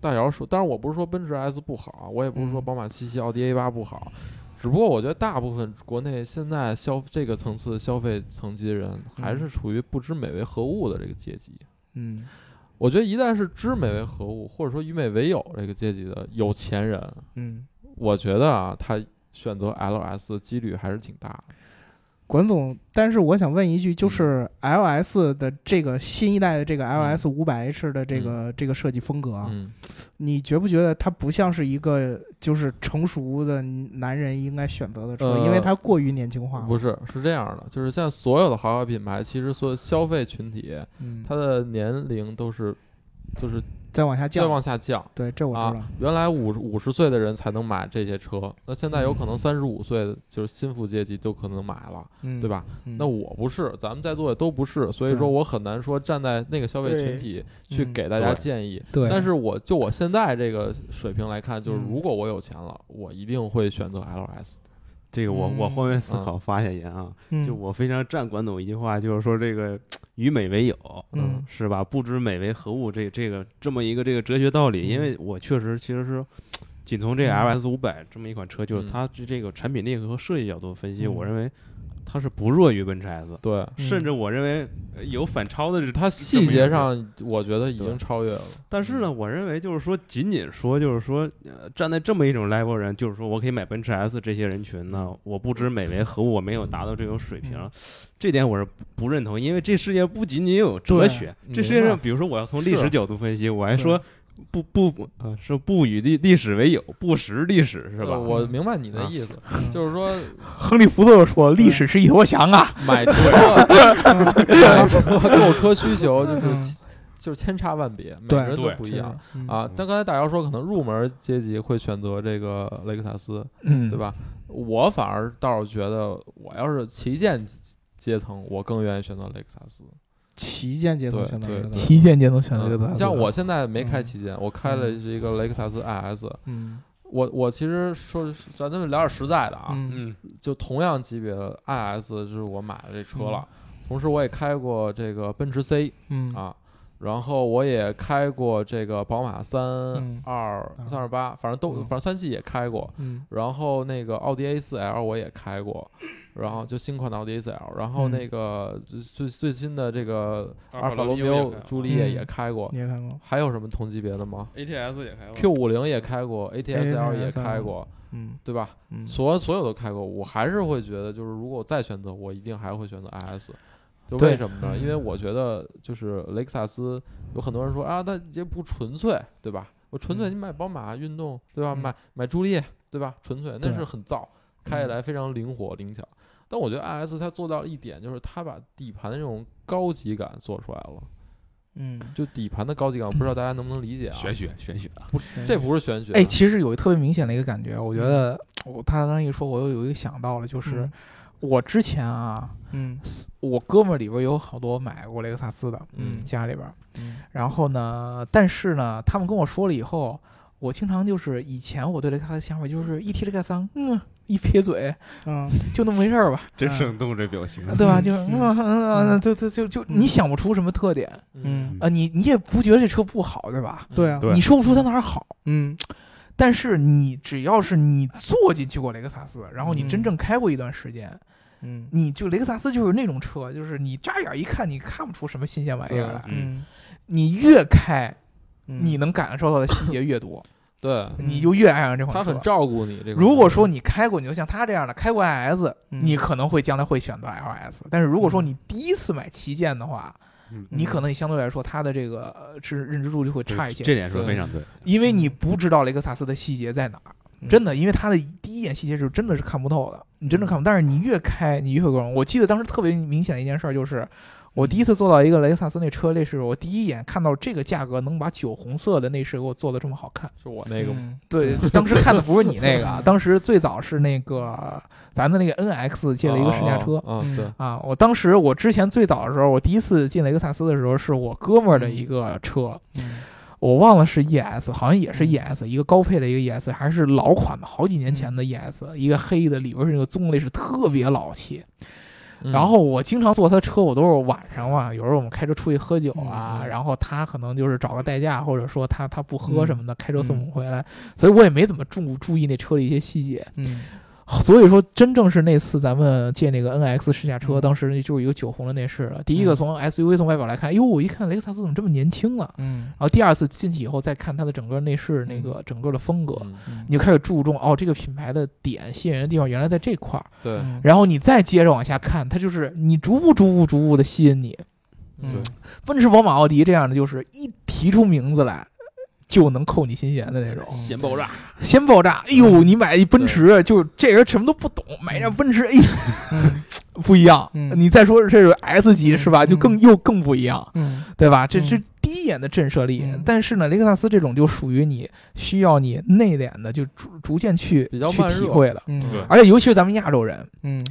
[SPEAKER 3] 大姚说，当然我不是说奔驰 S 不好啊，我也不是说
[SPEAKER 1] 嗯
[SPEAKER 3] 宝马七系、奥迪 A 八不好，只不过我觉得大部分国内现在消这个层次的消费层级的人，还是处于不知美为何物的这个阶级。
[SPEAKER 1] 嗯
[SPEAKER 3] 我觉得一旦是知美为何物，或者说与美为友这个阶级的有钱人，
[SPEAKER 1] 嗯，
[SPEAKER 3] 我觉得啊，他选择 LS 的几率还是挺大的。
[SPEAKER 1] 管总，但是我想问一句，就是 L S 的这个新一代的这个 L S 五百 H 的这个这个设计风格啊，
[SPEAKER 3] 嗯，
[SPEAKER 1] 你觉不觉得它不像是一个就是成熟的男人应该选择的车，
[SPEAKER 3] 呃
[SPEAKER 1] 因为它过于年轻化了。
[SPEAKER 3] 不是，是这样的，就是现在所有的豪华品牌，其实所有消费群体，
[SPEAKER 1] 嗯，
[SPEAKER 3] 它的年龄都是就是
[SPEAKER 1] 再往下
[SPEAKER 3] 再
[SPEAKER 1] 降，
[SPEAKER 3] 往下降
[SPEAKER 1] 对，这我知道
[SPEAKER 3] 啊。。原来五五十岁的人才能买这些车，那现在有可能三十五岁的就是心腹阶级都可能买了，
[SPEAKER 1] 嗯，
[SPEAKER 3] 对？吧？
[SPEAKER 1] 嗯、
[SPEAKER 3] 那我不是，咱们在座的都不是，所以
[SPEAKER 1] 对
[SPEAKER 3] 说我很难说站在那个消费群
[SPEAKER 2] 对
[SPEAKER 3] 体去
[SPEAKER 1] 嗯
[SPEAKER 3] 给大家
[SPEAKER 4] 对
[SPEAKER 3] 建议。
[SPEAKER 1] 对，
[SPEAKER 3] 但是我就我现在这个水平来看，就是
[SPEAKER 1] 嗯
[SPEAKER 3] 如果我有钱了，我一定会选择 LS。
[SPEAKER 4] 这个我我
[SPEAKER 1] 嗯
[SPEAKER 4] 换位思考发下言啊，
[SPEAKER 1] 嗯
[SPEAKER 4] 就我非常赞管总一句话，就是说这个与美为友，
[SPEAKER 1] 嗯
[SPEAKER 4] 是吧？不知美为何物，这这个这么一个这个哲学
[SPEAKER 1] 嗯
[SPEAKER 4] 道理，因为我确实其实是仅从这 L S 五百这么一款车，就
[SPEAKER 3] 嗯
[SPEAKER 4] 是它这这个产品力和设计角度分析，
[SPEAKER 1] 嗯
[SPEAKER 4] 我认为它是不弱于奔驰 S，
[SPEAKER 3] 对，
[SPEAKER 1] 嗯
[SPEAKER 4] 甚至我认为呃有反超的这
[SPEAKER 3] 它
[SPEAKER 4] 这么
[SPEAKER 3] 细
[SPEAKER 4] 一个
[SPEAKER 3] 节
[SPEAKER 4] 车
[SPEAKER 3] 上我觉得已经
[SPEAKER 4] 对
[SPEAKER 3] 超越了。
[SPEAKER 4] 但是呢，我认为就是说，仅仅说就是说，呃，站在这么一种 level 人，就是说我可以买奔驰 S 这些人群呢，我不知美为何物，我没有达到这种水平，
[SPEAKER 1] 嗯
[SPEAKER 4] 这点我是不不认同，因为这世界不仅仅有哲学，
[SPEAKER 3] 对
[SPEAKER 4] 这世界
[SPEAKER 3] 明
[SPEAKER 4] 上，
[SPEAKER 3] 白
[SPEAKER 4] 比如说我要从历
[SPEAKER 3] 是
[SPEAKER 4] 史角度分析，我还
[SPEAKER 1] 对
[SPEAKER 4] 说不不呃是不与历历史为友，不识历史是吧？
[SPEAKER 3] 呃我明白你的
[SPEAKER 4] 啊
[SPEAKER 3] 意思，
[SPEAKER 1] 嗯 <laughs>
[SPEAKER 3] 就是说
[SPEAKER 2] 亨利·福特又说：“历史是一坨翔啊。
[SPEAKER 3] 买车
[SPEAKER 1] 嗯
[SPEAKER 3] 买车购车需求就
[SPEAKER 1] 嗯
[SPEAKER 3] 是就是千差万别，每个
[SPEAKER 1] 对
[SPEAKER 3] 人都
[SPEAKER 4] 对
[SPEAKER 3] 不一样。
[SPEAKER 1] 嗯
[SPEAKER 3] 啊。但刚才大姚说，可能入门阶级会选择这个雷克萨斯，”
[SPEAKER 2] 嗯，
[SPEAKER 3] 对？吧？我反而倒是觉得，我要是旗舰阶层，我更愿意选择雷克萨斯。
[SPEAKER 1] 旗舰阶层
[SPEAKER 3] 对
[SPEAKER 1] 选择
[SPEAKER 3] 对
[SPEAKER 1] 这个
[SPEAKER 2] 旗舰阶层选择这个
[SPEAKER 3] 嗯
[SPEAKER 2] 词，
[SPEAKER 3] 像我现在没开
[SPEAKER 1] 嗯
[SPEAKER 3] 旗舰，我开了
[SPEAKER 1] 嗯
[SPEAKER 3] 是一个雷克萨斯 IS。
[SPEAKER 1] 嗯
[SPEAKER 3] 我我其实说是，咱们聊点实在的啊，
[SPEAKER 1] 嗯
[SPEAKER 4] 嗯
[SPEAKER 3] 就同样级别的 IS 就是我买了这车了，同时我也开过这个奔驰 C
[SPEAKER 1] 嗯
[SPEAKER 3] 啊，然后我也开过这个宝马三
[SPEAKER 1] 嗯
[SPEAKER 3] 二三二八，反正都
[SPEAKER 1] 嗯
[SPEAKER 3] 反正三系也开过，
[SPEAKER 1] 嗯
[SPEAKER 3] 然后那个奥迪 A 四 L 我也开过，然后就新款的奥迪 A 四 L，然后
[SPEAKER 1] 嗯
[SPEAKER 3] 那个最最最新的这个
[SPEAKER 4] 阿
[SPEAKER 3] 阿尔
[SPEAKER 4] 尔法
[SPEAKER 3] 法
[SPEAKER 4] 罗
[SPEAKER 3] 罗
[SPEAKER 4] 密
[SPEAKER 3] 密
[SPEAKER 4] 欧也
[SPEAKER 3] 欧
[SPEAKER 4] 开啊过呃
[SPEAKER 3] 朱丽叶
[SPEAKER 1] 嗯
[SPEAKER 3] 也开过，
[SPEAKER 1] 你也看过？
[SPEAKER 3] 还有什么同级别的吗
[SPEAKER 4] ，ATS 也还有
[SPEAKER 3] ？Q 五零也开过，ATS L 也开过，
[SPEAKER 1] 嗯
[SPEAKER 3] 对吧？
[SPEAKER 1] 嗯
[SPEAKER 3] 所所有都开过，我还是会觉得，就是如果我再选择，我一定还会选择 IS。就
[SPEAKER 2] 对
[SPEAKER 3] 为什么呢？因为我觉得就是雷克萨斯，有很多人说啊，它也不纯粹，对吧？我纯粹
[SPEAKER 1] 嗯
[SPEAKER 3] 你买宝马运动，对吧？
[SPEAKER 1] 嗯
[SPEAKER 3] 买买朱丽叶，对吧？纯粹那
[SPEAKER 1] 对嗯
[SPEAKER 3] 是很燥，开起来非常灵活灵巧。但我觉得 IS 它做到了一点，就是它把底盘的这种高级感做出来了。
[SPEAKER 1] 嗯，
[SPEAKER 3] 就底盘的高级感，我不知道大家能不能理解啊？
[SPEAKER 4] 玄学玄学，
[SPEAKER 3] 不，这不是玄学。
[SPEAKER 2] 哎，其实有一特别明显的一个感觉，我觉得我他刚才一说，我又有一个想到了，就是
[SPEAKER 1] 嗯
[SPEAKER 2] 我之前啊，
[SPEAKER 1] 嗯
[SPEAKER 2] 我哥们儿里边有好多买过雷克萨斯的，
[SPEAKER 1] 嗯
[SPEAKER 2] 家里边儿。
[SPEAKER 1] 嗯
[SPEAKER 2] 然后呢，但是呢，他们跟我说了以后，我经常就是以前我对雷克萨斯的想法就是一提雷克萨斯，嗯，一撇嘴，
[SPEAKER 1] 嗯
[SPEAKER 2] 就那么回事儿吧，
[SPEAKER 4] 真
[SPEAKER 1] 嗯
[SPEAKER 4] 生动这表情，啊
[SPEAKER 2] 对吧？
[SPEAKER 1] 嗯
[SPEAKER 2] 就是嗯嗯嗯嗯，就就就就你想不出什么特点啊、
[SPEAKER 1] 嗯，
[SPEAKER 2] 呃你你也不觉得这车不好，对吧？
[SPEAKER 1] 对啊，
[SPEAKER 4] 对
[SPEAKER 2] 你说不出它哪儿好。
[SPEAKER 1] 嗯
[SPEAKER 2] 但是你只要是你坐进去过雷克萨斯，然后你真
[SPEAKER 1] 嗯
[SPEAKER 2] 正开过一段时间，
[SPEAKER 1] 嗯
[SPEAKER 2] 你就雷克萨斯就是那种车，就是你乍眼一看你看不出什么新鲜玩意儿来，
[SPEAKER 1] 嗯，
[SPEAKER 2] 你越开
[SPEAKER 1] 嗯
[SPEAKER 2] 你能感受到的细节越多，
[SPEAKER 3] 对，
[SPEAKER 1] 嗯
[SPEAKER 2] 你就越爱上这款
[SPEAKER 3] 他
[SPEAKER 2] 车。
[SPEAKER 3] 很照顾你这个。
[SPEAKER 2] 如果说你开过，你就像他这样的开过 IS，、
[SPEAKER 1] 嗯
[SPEAKER 2] 你可能会将来会选择 LS。但是如果说你第一次买旗舰的话，
[SPEAKER 4] 嗯
[SPEAKER 2] 你可能相对来说它的这个呃是认知度就会
[SPEAKER 4] 对
[SPEAKER 2] 差一些，嗯
[SPEAKER 4] 这点说得非常对，
[SPEAKER 2] 因为你不知道雷克萨斯的细节在哪儿。
[SPEAKER 1] 嗯
[SPEAKER 2] 真的，因为它的第一眼细节是真的是看不透的，你真的看不。但是你越开，你越会光。我记得当时特别明显的一件事儿就是，我第一次坐到一个雷克萨斯那车，那是我第一眼看到这个价格能把酒红色的内饰给我做的这么好看。
[SPEAKER 3] 是我那个，
[SPEAKER 1] 嗯
[SPEAKER 2] <laughs> 对，当时看的不是你那个 <laughs> 啊，当时最早是那个咱的那个 NX 借了一个试驾车。
[SPEAKER 3] 啊，
[SPEAKER 1] 嗯
[SPEAKER 3] 对，
[SPEAKER 2] 啊，我当时我之前最早的时候，我第一次进雷克萨斯的时候，是我哥们儿的一个车，
[SPEAKER 1] 嗯
[SPEAKER 2] 我忘了是 ES，好像也是
[SPEAKER 1] 嗯
[SPEAKER 2] ES，一个高配的一个 ES，还是老款的，好几年
[SPEAKER 1] 嗯
[SPEAKER 2] 前的 ES，一个黑的，里边是那个棕类，是特别老气。
[SPEAKER 3] 嗯
[SPEAKER 2] 然后我经常坐他车，我都是晚上嘛，有时候我们开车出去喝酒啊，
[SPEAKER 1] 嗯嗯
[SPEAKER 2] 然后他可能就是找个代驾，或者说他他不喝什么的，开车送我
[SPEAKER 1] 嗯
[SPEAKER 2] 们回来，所以我也没怎么注注意那车的一些细节。
[SPEAKER 1] 嗯
[SPEAKER 2] 所以说，真正是那次咱们借那个 NX 试驾车，
[SPEAKER 1] 嗯
[SPEAKER 2] 当时就是一个酒红的内饰了。第一个
[SPEAKER 1] 嗯
[SPEAKER 2] 从 SUV 从外表来看，哎哟，我一看雷克萨斯怎么这么年轻啊了？
[SPEAKER 1] 嗯
[SPEAKER 2] 然后第二次进去以后，再看它的整个内饰那个整个的风格，
[SPEAKER 3] 嗯
[SPEAKER 1] 嗯
[SPEAKER 2] 你就开始注重哦，这个品牌的点吸引人的地方原来在这块儿。
[SPEAKER 3] 对，
[SPEAKER 1] 嗯
[SPEAKER 2] 然后你再接着往下看，它就是你逐步、逐步、逐步的吸引你。
[SPEAKER 1] 嗯
[SPEAKER 2] 奔驰、宝马、奥迪这样的，就是一提出名字来。就能扣你心弦的那种，
[SPEAKER 4] 闲爆炸，
[SPEAKER 2] 先爆炸！哎呦，你买一奔驰，就这人什么都不懂，买一辆奔驰，哎
[SPEAKER 1] 嗯
[SPEAKER 2] 不一样。
[SPEAKER 1] 嗯
[SPEAKER 2] 你再说这是 S 级是吧？
[SPEAKER 1] 嗯
[SPEAKER 2] 就更又更不一样，
[SPEAKER 1] 嗯
[SPEAKER 2] 对吧？这
[SPEAKER 1] 嗯
[SPEAKER 2] 是第一眼的震慑力。
[SPEAKER 1] 嗯
[SPEAKER 2] 但是呢，雷克萨斯这种就属于你需要你内敛的，就逐逐渐去
[SPEAKER 3] 比较
[SPEAKER 2] 去
[SPEAKER 3] 慢热
[SPEAKER 2] 体会的。
[SPEAKER 1] 嗯
[SPEAKER 4] 对
[SPEAKER 2] 而且尤其是咱们亚洲人，
[SPEAKER 1] 嗯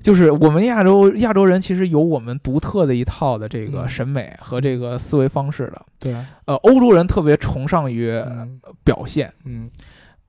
[SPEAKER 2] 就是我们亚洲亚洲人其实有我们独特的一套的这个
[SPEAKER 1] 嗯
[SPEAKER 2] 审美和这个思维方式的。
[SPEAKER 1] 对啊
[SPEAKER 2] 呃，欧洲人特别崇尚于
[SPEAKER 1] 嗯
[SPEAKER 2] 表现。
[SPEAKER 1] 嗯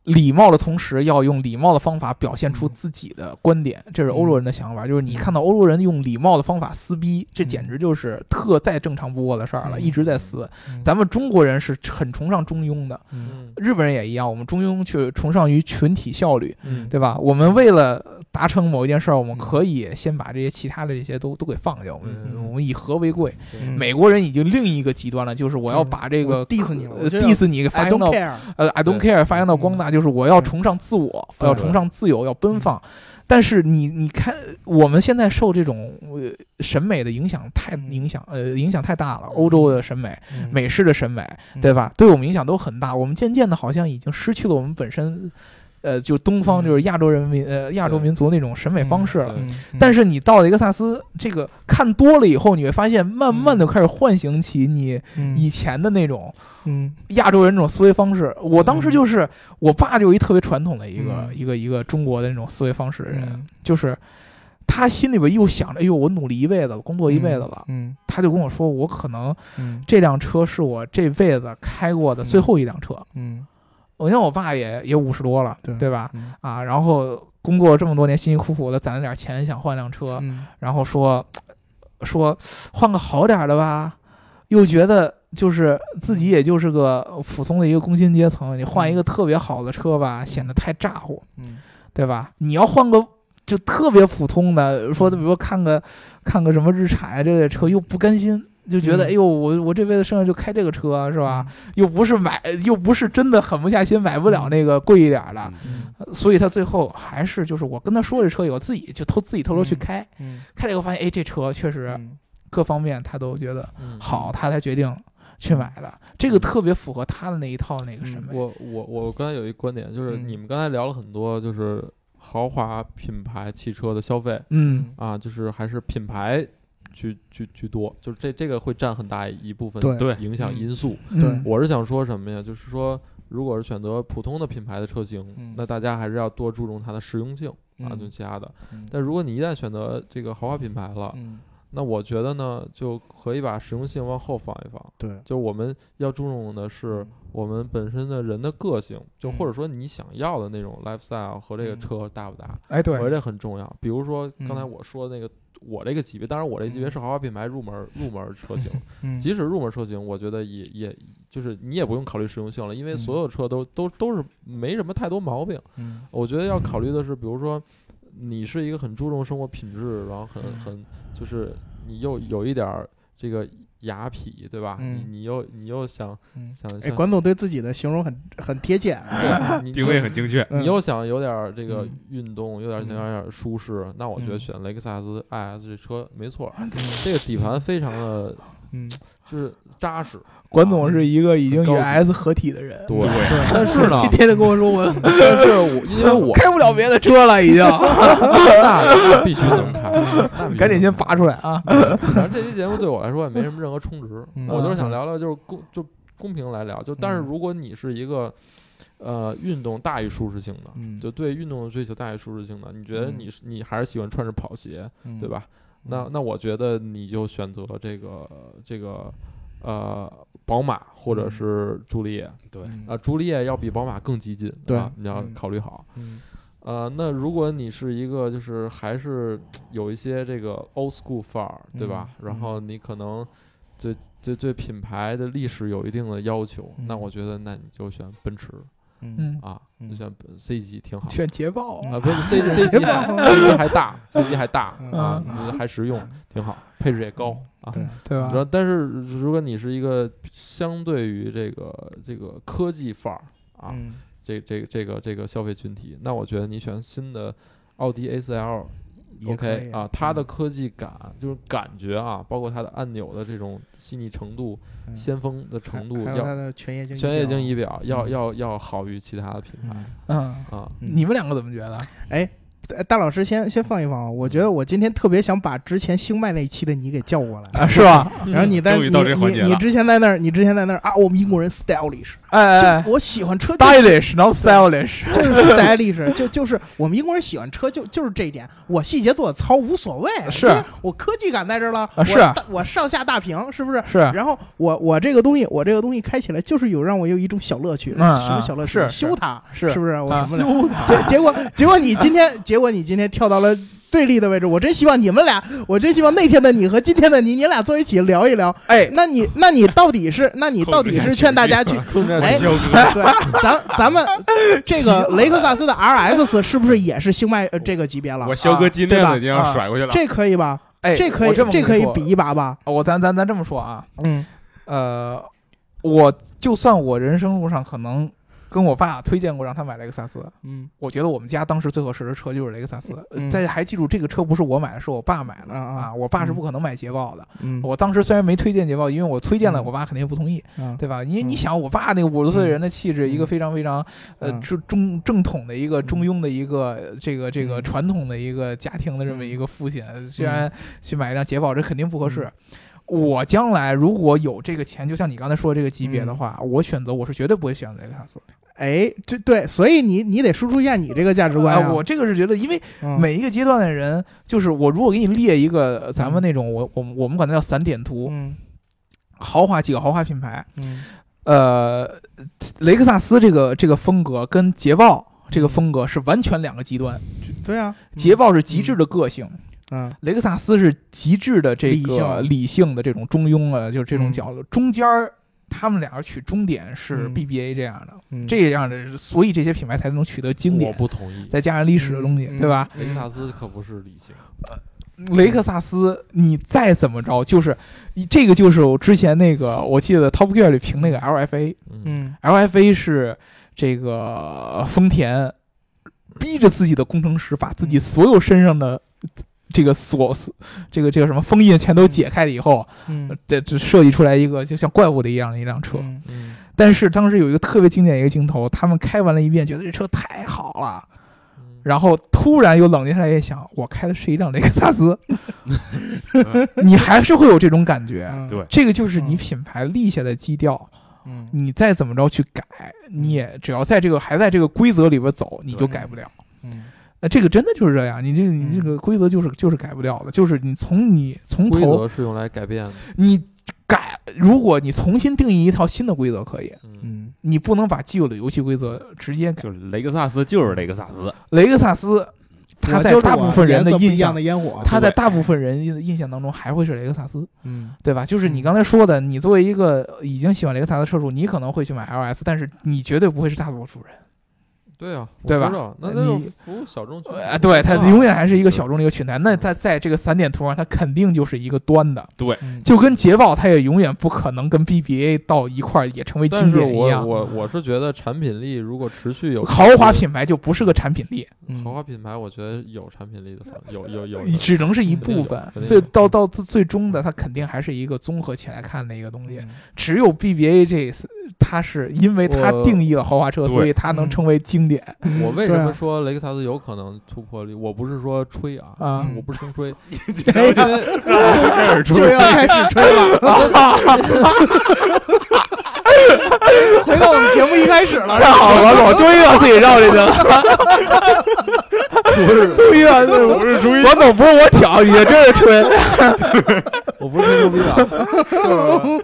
[SPEAKER 2] 礼貌的同时，要用礼貌的方法表现出
[SPEAKER 1] 嗯
[SPEAKER 2] 自己的观点，这是欧洲人的想法。就是你看到欧洲人用礼貌的方法撕逼，这简直就是特再正常不过的事儿了，
[SPEAKER 1] 嗯
[SPEAKER 2] 一直在撕。咱们中国人是很崇尚中庸的，
[SPEAKER 1] 嗯
[SPEAKER 3] 嗯
[SPEAKER 2] 日本人也一样，我们中庸却崇尚于群体效率，
[SPEAKER 3] 嗯，
[SPEAKER 2] 对吧？我们为了达成某一件事儿，我们
[SPEAKER 1] 嗯
[SPEAKER 2] 可以先把这些其他的这些都都给放下，我们、
[SPEAKER 1] 嗯
[SPEAKER 2] 我们以和为贵。
[SPEAKER 1] 嗯
[SPEAKER 2] 美国人已经另一个极端了，就是我要
[SPEAKER 1] 就是
[SPEAKER 2] 把这个
[SPEAKER 1] 我 diss 你了
[SPEAKER 2] 呃
[SPEAKER 1] 我就要
[SPEAKER 2] diss 你给发
[SPEAKER 1] I
[SPEAKER 2] 扬
[SPEAKER 1] don't
[SPEAKER 2] 到
[SPEAKER 1] care 嗯
[SPEAKER 2] 呃，I don't
[SPEAKER 3] 对
[SPEAKER 2] care 发扬到光大，就是我要崇尚自我，我
[SPEAKER 1] 对
[SPEAKER 2] 要崇尚自由，要奔放。但是你你看，我们现在受这种呃审美的影响太
[SPEAKER 1] 嗯
[SPEAKER 2] 影响呃影响太大了，欧洲的审美、
[SPEAKER 1] 嗯
[SPEAKER 2] 美式的审美，对吧？对我们影响都很大。我们渐渐的好像已经失去了我们本身，呃，就东方
[SPEAKER 1] 嗯
[SPEAKER 2] 就是亚洲人民呃亚洲
[SPEAKER 3] 对
[SPEAKER 2] 民族那种审美方式了。
[SPEAKER 3] 对
[SPEAKER 1] 嗯嗯
[SPEAKER 2] 但是你到了雷克萨斯，这个看多了以后，你会发现，慢慢的开始唤醒起你
[SPEAKER 1] 嗯
[SPEAKER 2] 以前的那种
[SPEAKER 1] 嗯
[SPEAKER 2] 亚洲人这种思维方式。我当时
[SPEAKER 1] 嗯
[SPEAKER 2] 就是，我爸就是一特别传统的一个、
[SPEAKER 1] 嗯
[SPEAKER 2] 一个一个中国的那种思维方式的人，
[SPEAKER 1] 嗯
[SPEAKER 2] 就是他心里边又想着，哎呦，我努力一辈子了，工作一辈子了，
[SPEAKER 1] 嗯
[SPEAKER 2] 他就跟我说，我可能
[SPEAKER 1] 嗯
[SPEAKER 2] 这辆车是我这辈子开过的最后一辆车。
[SPEAKER 1] 嗯
[SPEAKER 2] 我像我爸也也五十多了，
[SPEAKER 1] 对
[SPEAKER 2] 吧？
[SPEAKER 1] 嗯
[SPEAKER 2] 啊，然后工作这么多年，辛辛苦苦的攒了点钱，想换辆车，
[SPEAKER 1] 嗯
[SPEAKER 2] 然后说说换个好点儿的吧，又觉得就是自己也就是个普通的一个工薪阶层，你换一个特别好的车吧，显得太咋呼，
[SPEAKER 1] 嗯
[SPEAKER 2] 对吧？你要换个就特别普通的，说比如说看个看个什么日产啊这类车，又不甘心。就觉得，
[SPEAKER 1] 嗯
[SPEAKER 2] 哎呦，我我这辈子剩下就开这个车啊是吧？？又不是买，又不是真的狠不下心买不了那个贵一点儿的，
[SPEAKER 1] 嗯
[SPEAKER 2] 所以他最后还是就是我跟他说这车以后，自己就偷自己偷偷去
[SPEAKER 1] 嗯
[SPEAKER 2] 开，
[SPEAKER 1] 嗯
[SPEAKER 2] 开了以后发现，哎，这车确实
[SPEAKER 1] 嗯
[SPEAKER 2] 各方面他都觉得
[SPEAKER 3] 嗯
[SPEAKER 2] 好，他才决定去买的。这个特别符合他的那一套那个审美。
[SPEAKER 3] 嗯
[SPEAKER 2] 嗯
[SPEAKER 3] 我我我刚才有一观点，就是
[SPEAKER 1] 嗯
[SPEAKER 3] 你们刚才聊了很多，就是豪华品牌汽车的消费
[SPEAKER 2] 嗯，
[SPEAKER 3] 啊，就是还是品牌居居居多，就是这这个会占很大一部分
[SPEAKER 1] 对
[SPEAKER 4] 对
[SPEAKER 3] 影响
[SPEAKER 1] 嗯
[SPEAKER 3] 因素。
[SPEAKER 2] 嗯
[SPEAKER 3] 我是想说什么呀？就是说，如果是选择普通的品牌的车型，
[SPEAKER 1] 嗯
[SPEAKER 3] 那大家还是要多注重它的实用性。啊，
[SPEAKER 1] 嗯
[SPEAKER 3] 就其他的。
[SPEAKER 1] 嗯
[SPEAKER 3] 但如果你一旦选择这个豪华品牌了，
[SPEAKER 1] 嗯，
[SPEAKER 3] 那我觉得呢，就可以把实用性往后放一放。
[SPEAKER 1] 对，
[SPEAKER 3] 就是我们要注重的
[SPEAKER 1] 嗯
[SPEAKER 3] 是我们本身的人的个性，就或者说你想要的那种 lifestyle 和这个
[SPEAKER 1] 嗯
[SPEAKER 3] 车搭不搭，
[SPEAKER 2] 哎，对
[SPEAKER 3] 我，觉得这很重要。比如说刚才
[SPEAKER 1] 嗯
[SPEAKER 3] 我说的那个，我这个级别，当然我这级别
[SPEAKER 1] 嗯
[SPEAKER 3] 是豪华品牌入门入门车
[SPEAKER 1] <laughs>
[SPEAKER 3] 型，
[SPEAKER 1] 嗯
[SPEAKER 3] 即使入门车型，我觉得也也就是你也不用考虑实用性了，因为
[SPEAKER 1] 嗯
[SPEAKER 3] 所有车都都都是没什么太多毛病。
[SPEAKER 1] 嗯
[SPEAKER 3] 我觉得要考虑的是，比如说你是一个很注重生活品质，然后很
[SPEAKER 1] 嗯
[SPEAKER 3] 很就是你又有一点儿这个雅痞，对吧？
[SPEAKER 1] 嗯
[SPEAKER 3] 你你又你又想
[SPEAKER 1] 嗯，
[SPEAKER 3] 想
[SPEAKER 1] 哎，
[SPEAKER 3] 想
[SPEAKER 1] 管总对自己的形容很很贴切，
[SPEAKER 2] 啊
[SPEAKER 3] 对你
[SPEAKER 4] 定位很精确。
[SPEAKER 3] 你
[SPEAKER 1] 嗯
[SPEAKER 3] 你又想有点儿这个
[SPEAKER 1] 嗯
[SPEAKER 3] 运动，有点儿想有点儿舒适，那我觉得
[SPEAKER 1] 嗯
[SPEAKER 3] 选雷克萨斯 IS 这车没错儿，这个底盘非常的
[SPEAKER 1] 嗯，
[SPEAKER 3] 就是
[SPEAKER 1] <laughs>
[SPEAKER 3] 扎实，
[SPEAKER 2] 管总是一个已经
[SPEAKER 3] 很高
[SPEAKER 2] 与
[SPEAKER 3] 级
[SPEAKER 2] S 合体的人，
[SPEAKER 3] 对，但是
[SPEAKER 1] <laughs>
[SPEAKER 3] 呢，
[SPEAKER 2] 今天他跟我说我
[SPEAKER 3] 但是我因为我
[SPEAKER 2] 开不了别的车
[SPEAKER 1] <laughs>
[SPEAKER 2] 了，已经，
[SPEAKER 3] 那那必须能开，那必须
[SPEAKER 2] 赶紧
[SPEAKER 3] 能
[SPEAKER 2] 先
[SPEAKER 3] 开
[SPEAKER 2] 拔出来啊！
[SPEAKER 3] 反正这期节目对我来说也没什么任何充值，
[SPEAKER 1] 嗯
[SPEAKER 3] 我就是想聊聊就是公就公平来聊，就但是如果你是一个呃运动大于舒适性的，
[SPEAKER 1] 嗯
[SPEAKER 3] 就对运动的追求大于舒适性的，你觉得
[SPEAKER 1] 嗯
[SPEAKER 3] 你是你还是喜欢穿着跑鞋，
[SPEAKER 1] 嗯
[SPEAKER 3] 对？吧？那那我觉得你就选择这个这个呃宝马或者
[SPEAKER 1] 嗯
[SPEAKER 3] 是朱丽叶
[SPEAKER 4] 对，
[SPEAKER 1] 嗯
[SPEAKER 3] 啊，朱丽叶要比宝马更激进，
[SPEAKER 1] 对
[SPEAKER 3] 啊，你要
[SPEAKER 1] 嗯
[SPEAKER 3] 考虑好。
[SPEAKER 1] 嗯
[SPEAKER 3] 呃，那如果你是一个就是还是有一些这个 old school 范儿，对吧？
[SPEAKER 1] 嗯
[SPEAKER 3] 然后你可能对对对品牌的历史有一定的要求，那
[SPEAKER 1] 嗯
[SPEAKER 3] 我觉得那你就选奔驰
[SPEAKER 1] 嗯
[SPEAKER 2] 嗯，
[SPEAKER 3] 啊，
[SPEAKER 1] 嗯
[SPEAKER 3] 就选 C 级挺好。
[SPEAKER 2] 选捷豹
[SPEAKER 3] 啊，不是 C C 级
[SPEAKER 1] 嗯
[SPEAKER 3] C 级还大，C 级还大啊，就是还实用，挺好，配置也高啊。
[SPEAKER 1] 嗯对
[SPEAKER 2] 对吧
[SPEAKER 3] 然？后，但是如果你是一个相对于这个这个科技范儿啊，
[SPEAKER 1] 嗯
[SPEAKER 3] 这这个这个这个消费群体，那我觉得你选新的奥迪 A4L
[SPEAKER 1] 也可
[SPEAKER 3] OK
[SPEAKER 1] 以嗯
[SPEAKER 3] 啊，它的科技感就是感觉啊，包括它的按钮的这种细腻程度、
[SPEAKER 1] 嗯
[SPEAKER 3] 先锋的程度
[SPEAKER 1] 还还有它
[SPEAKER 3] 要。
[SPEAKER 1] 的全液晶
[SPEAKER 3] 全液晶
[SPEAKER 1] 仪
[SPEAKER 3] 仪
[SPEAKER 1] 表，
[SPEAKER 3] 表要
[SPEAKER 1] 嗯
[SPEAKER 3] 要要好于其他的品牌
[SPEAKER 1] 嗯
[SPEAKER 2] 嗯，
[SPEAKER 1] 嗯
[SPEAKER 3] 啊，
[SPEAKER 2] 你们两个怎么觉得？
[SPEAKER 1] 哎大老师先先放一放啊，我觉得我今天特别想把之前星脉那一期的你给叫过来。
[SPEAKER 2] <laughs> 啊，是吧？
[SPEAKER 3] 嗯
[SPEAKER 1] 然
[SPEAKER 3] <clears throat>
[SPEAKER 1] 后你在
[SPEAKER 4] 终
[SPEAKER 1] 你
[SPEAKER 4] 于到这环节
[SPEAKER 1] 你你
[SPEAKER 4] 了
[SPEAKER 1] 之前在那儿，你之前在那儿啊，我们英国人 stylish，
[SPEAKER 2] 哎哎哎
[SPEAKER 1] 就我喜欢车就
[SPEAKER 2] ，stylish，not
[SPEAKER 1] <laughs>
[SPEAKER 2] stylish。
[SPEAKER 1] 就是 stylish，就就是我们英国人喜欢车就就是这一点。我细节做的糙无所谓，
[SPEAKER 2] 是啊
[SPEAKER 1] 因为我科技感在这儿了，我
[SPEAKER 2] 是啊
[SPEAKER 1] 大我上下大屏是不是？
[SPEAKER 2] 是
[SPEAKER 1] 然后我我这个东西，我这个东西开起来就是有让我有一种小乐趣，
[SPEAKER 2] 嗯
[SPEAKER 1] 什么小乐趣？
[SPEAKER 2] 是
[SPEAKER 1] 修它
[SPEAKER 2] 是
[SPEAKER 1] 不是？我
[SPEAKER 2] 啊
[SPEAKER 1] 们俩结结果结果你今天结果你今天跳到了。对立的位置，我真希望你们俩，我真希望那天的你和今天的你，你俩坐一起聊一聊。
[SPEAKER 2] 哎，
[SPEAKER 1] 那你，那你到底是，那你到底是劝大
[SPEAKER 4] <laughs>
[SPEAKER 1] 家去，
[SPEAKER 3] 控制
[SPEAKER 1] 哎，对，咱咱们这
[SPEAKER 3] <laughs>
[SPEAKER 1] 个雷克萨斯的 RX 是不是也是星脉呃这个级别了啊
[SPEAKER 4] 我？肖哥金链子已经要甩过去了。
[SPEAKER 1] 这可以吧？
[SPEAKER 2] 哎，
[SPEAKER 1] 这可以
[SPEAKER 2] 我这么跟你
[SPEAKER 1] 可以
[SPEAKER 2] 说
[SPEAKER 1] 比一把吧？
[SPEAKER 2] 我咱咱咱这么说啊，
[SPEAKER 1] 嗯
[SPEAKER 2] 呃，我就算我人生路上可能跟我爸推荐过让他买雷克萨斯，
[SPEAKER 1] 嗯
[SPEAKER 2] 我觉得我们家当时最合适的车就是雷克萨斯。
[SPEAKER 1] 嗯
[SPEAKER 2] 再还记住，这个车不是我买的，是我爸买的
[SPEAKER 1] 啊啊
[SPEAKER 2] 我爸是不可能买捷豹的。
[SPEAKER 1] 嗯
[SPEAKER 2] 我当时虽然没推荐捷豹，因为我推荐了，
[SPEAKER 1] 嗯
[SPEAKER 2] 我爸肯定不同意，
[SPEAKER 1] 啊
[SPEAKER 2] 对吧？因为
[SPEAKER 1] 嗯
[SPEAKER 2] 你想，我爸那个五十岁人的气质，
[SPEAKER 1] 嗯
[SPEAKER 2] 一个非常非常呃
[SPEAKER 1] 嗯
[SPEAKER 2] 中中正统的一个
[SPEAKER 1] 嗯
[SPEAKER 2] 中庸的一个这个这个
[SPEAKER 1] 嗯
[SPEAKER 2] 传统的一个家庭的这么一个父亲，虽然去买一辆捷豹，这肯定不合适。
[SPEAKER 1] 嗯
[SPEAKER 2] 我将来如果有这个钱，就像你刚才说的这个级
[SPEAKER 1] 嗯
[SPEAKER 2] 别的话，我选择我是绝对不会选择雷克萨斯。
[SPEAKER 1] 哎，这对，所以你你得输出一下你这个价值观
[SPEAKER 2] 啊，
[SPEAKER 1] 啊。
[SPEAKER 2] 我这个是觉得，因为
[SPEAKER 1] 嗯
[SPEAKER 2] 每一个阶段的人，就是我如果给你列一个呃咱们那种我我们我们管它叫散点图，
[SPEAKER 1] 嗯
[SPEAKER 2] 豪华几个豪华品牌，
[SPEAKER 1] 嗯
[SPEAKER 2] 呃，雷克萨斯这个这个风格跟捷豹这
[SPEAKER 1] 嗯
[SPEAKER 2] 个风格是完全两个极端，
[SPEAKER 1] 对啊，
[SPEAKER 2] 捷豹是极致的个性，
[SPEAKER 1] 嗯
[SPEAKER 2] 雷克萨斯是极致的这
[SPEAKER 1] 理
[SPEAKER 2] 个
[SPEAKER 1] 性
[SPEAKER 2] 理性的这种中庸啊，就是这种
[SPEAKER 1] 嗯
[SPEAKER 2] 角度，中间儿。他们俩取中点是
[SPEAKER 1] 嗯
[SPEAKER 2] BBA 这样的，
[SPEAKER 1] 嗯
[SPEAKER 2] 这样的，所以这些品牌才能取得经
[SPEAKER 3] 我
[SPEAKER 2] 典，
[SPEAKER 3] 不同意。
[SPEAKER 2] 再加上历史的东西，
[SPEAKER 1] 嗯
[SPEAKER 2] 对吧？
[SPEAKER 3] 雷克萨斯可不是理性，
[SPEAKER 2] 雷克萨斯，你再怎么着，就是你这个就是我之前那个，我记得 Top Gear 里评那个 LFA，LFA
[SPEAKER 3] 嗯，
[SPEAKER 1] 嗯
[SPEAKER 2] 是这个丰田逼着自己的工程师把
[SPEAKER 1] 嗯
[SPEAKER 2] 自己所有身上的这个锁，这个这个什么封印全都解开了以后，
[SPEAKER 1] 嗯
[SPEAKER 2] 这这设计出来一个就像怪物的一样的一辆车。
[SPEAKER 1] 嗯
[SPEAKER 3] 嗯
[SPEAKER 2] 但是当时有一个特别经典的一个镜头，他们开完了一遍，觉得这车太好了，
[SPEAKER 3] 嗯
[SPEAKER 2] 然后突然又冷静下来，一想，我开的是一辆雷克萨
[SPEAKER 1] <laughs>
[SPEAKER 2] 斯，你还是会有这种感觉。
[SPEAKER 1] 嗯
[SPEAKER 4] 对
[SPEAKER 2] 这个就是你品牌立下的基调，
[SPEAKER 1] 嗯
[SPEAKER 2] 你再怎么着去改，你也只要在这个还在这个规则里边走，你就改不了。
[SPEAKER 1] 嗯
[SPEAKER 2] 呃，这个真的就是这样，你这你这个规则就是就是改不掉的，就是你从你从
[SPEAKER 3] 规
[SPEAKER 2] 头
[SPEAKER 3] 则是用来改变的。
[SPEAKER 2] 你改，如果你重新定义一套新的规则可以，
[SPEAKER 3] 嗯，
[SPEAKER 1] 嗯，
[SPEAKER 2] 你不能把既有的游戏规则直接改。
[SPEAKER 4] 就是雷克萨斯就是雷克萨斯，
[SPEAKER 2] 雷克萨斯，他
[SPEAKER 1] 我
[SPEAKER 2] 在
[SPEAKER 1] 就是
[SPEAKER 2] 大
[SPEAKER 1] 我
[SPEAKER 2] 部分人
[SPEAKER 1] 颜色不
[SPEAKER 2] 印
[SPEAKER 1] 一样
[SPEAKER 2] 象，
[SPEAKER 1] 的烟火，
[SPEAKER 2] 他在
[SPEAKER 4] 对
[SPEAKER 2] 大部分人的印象当中还会是雷克萨斯，
[SPEAKER 1] 嗯
[SPEAKER 2] 对吧？就是你
[SPEAKER 1] 嗯
[SPEAKER 2] 刚才说的，你作为一个已经喜欢雷克萨斯的车主，你可能会去买 LS，但是你绝对不会是大多数人。
[SPEAKER 3] 对啊，我
[SPEAKER 2] 对吧
[SPEAKER 3] 知道那
[SPEAKER 2] 呃
[SPEAKER 3] 那种
[SPEAKER 2] 你
[SPEAKER 3] 服务小众群体
[SPEAKER 2] 呃，对，它
[SPEAKER 3] 啊
[SPEAKER 2] 永远还是一个小众的一个群体。那它在这个散点图上，它肯定就是一个端的，
[SPEAKER 1] 嗯，
[SPEAKER 2] 就跟捷豹，它也永远不可能跟 BBA 到一块儿也成为
[SPEAKER 3] 但
[SPEAKER 2] 经
[SPEAKER 3] 是
[SPEAKER 2] 典一
[SPEAKER 3] 我
[SPEAKER 2] 样。
[SPEAKER 3] 我我是觉得产品力如果持续有
[SPEAKER 2] 豪华品牌就不是个产品力，
[SPEAKER 1] 嗯
[SPEAKER 3] 豪华品牌，我觉得有产品力的方，有有有的，
[SPEAKER 2] 只能是一部分
[SPEAKER 3] 肯定。有
[SPEAKER 2] 最到到最最终的，它肯定还是一个综合起来看的一个东西。
[SPEAKER 1] 嗯
[SPEAKER 2] 只有 BBA 这次，它是因为它
[SPEAKER 3] 我嗯
[SPEAKER 2] 定义了豪华车，
[SPEAKER 4] 对
[SPEAKER 2] 所以它能成为经典
[SPEAKER 3] 我为
[SPEAKER 1] 对
[SPEAKER 3] 什
[SPEAKER 1] 啊
[SPEAKER 3] 么说雷克萨斯有可能突破力？我不是说吹啊，
[SPEAKER 2] 啊。
[SPEAKER 3] 我不是轻 <laughs> 吹，
[SPEAKER 1] 哎
[SPEAKER 3] 因为
[SPEAKER 4] 开始
[SPEAKER 1] 就要开始吹了， <laughs> 回到我们节目一开始了，
[SPEAKER 2] 太好了，我终于把自己绕进去了。不 <laughs> 是，终于把自己
[SPEAKER 4] 不是注意，
[SPEAKER 2] 我总不是我挑，你真是吹。
[SPEAKER 3] <laughs> 我不是吹牛逼啊。就是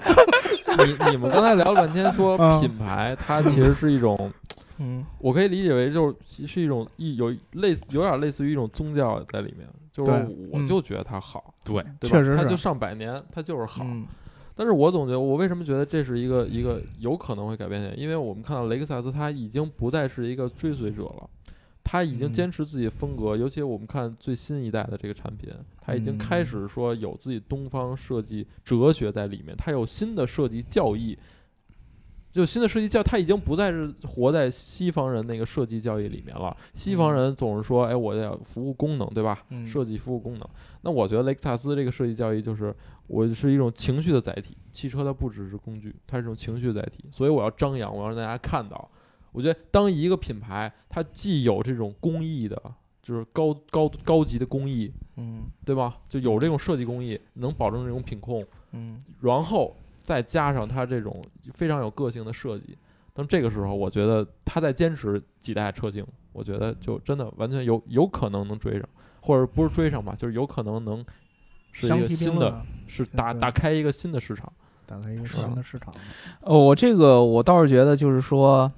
[SPEAKER 3] <laughs> 你你们刚才聊了半天说
[SPEAKER 1] 嗯
[SPEAKER 3] 品牌，它其实是一种，
[SPEAKER 1] 嗯
[SPEAKER 3] 我可以理解为就是其实是一种一有类似有点类似于一种宗教在里面，就是
[SPEAKER 1] 对
[SPEAKER 3] 我
[SPEAKER 1] 嗯
[SPEAKER 3] 就觉得它好，
[SPEAKER 4] <laughs> 对，
[SPEAKER 3] 对吧？
[SPEAKER 1] 确实
[SPEAKER 3] 它
[SPEAKER 1] 是
[SPEAKER 3] 就上百年，它就是好。
[SPEAKER 1] 嗯
[SPEAKER 3] 但是我总觉得，我为什么觉得这是一个一个有可能会改变的？因为我们看到雷克萨斯，他已经不再是一个追随者了，他已经
[SPEAKER 1] 嗯
[SPEAKER 3] 坚持自己的风格。尤其我们看最新一代的这个产品，他已经开始说有自己东方设计哲学在里面，他有新的设计教义。就新的设计教，他已经不再是活在西方人那个设计教义里面了。西方人总是说，哎，我要服务功能，对吧？
[SPEAKER 1] 嗯
[SPEAKER 3] 设计服务功能。那我觉得雷克萨斯这个设计教育就是我是一种情绪的载体，汽车它不只是工具，它是一种情绪载体，所以我要张扬，我要让大家看到。我觉得当一个品牌，它既有这种工艺的，就是高高高级的工艺，
[SPEAKER 1] 嗯
[SPEAKER 3] 对吧？就有这种设计工艺，能保证这种品控，
[SPEAKER 1] 嗯
[SPEAKER 3] 然后再加上它这种非常有个性的设计，那么这个时候，我觉得它再坚持几代车型，我觉得就真的完全有有可能能追上，或者不是追上吧，就是有可能能是一
[SPEAKER 1] 相
[SPEAKER 3] 个
[SPEAKER 1] 提并
[SPEAKER 3] 新
[SPEAKER 1] 论
[SPEAKER 3] 的，
[SPEAKER 1] 啊，
[SPEAKER 3] 是打
[SPEAKER 1] 对
[SPEAKER 3] 打开一个新的市场。
[SPEAKER 1] 打开一个
[SPEAKER 3] 是吧
[SPEAKER 1] 新的市场，
[SPEAKER 2] 哦，我这个我倒是觉得就是说，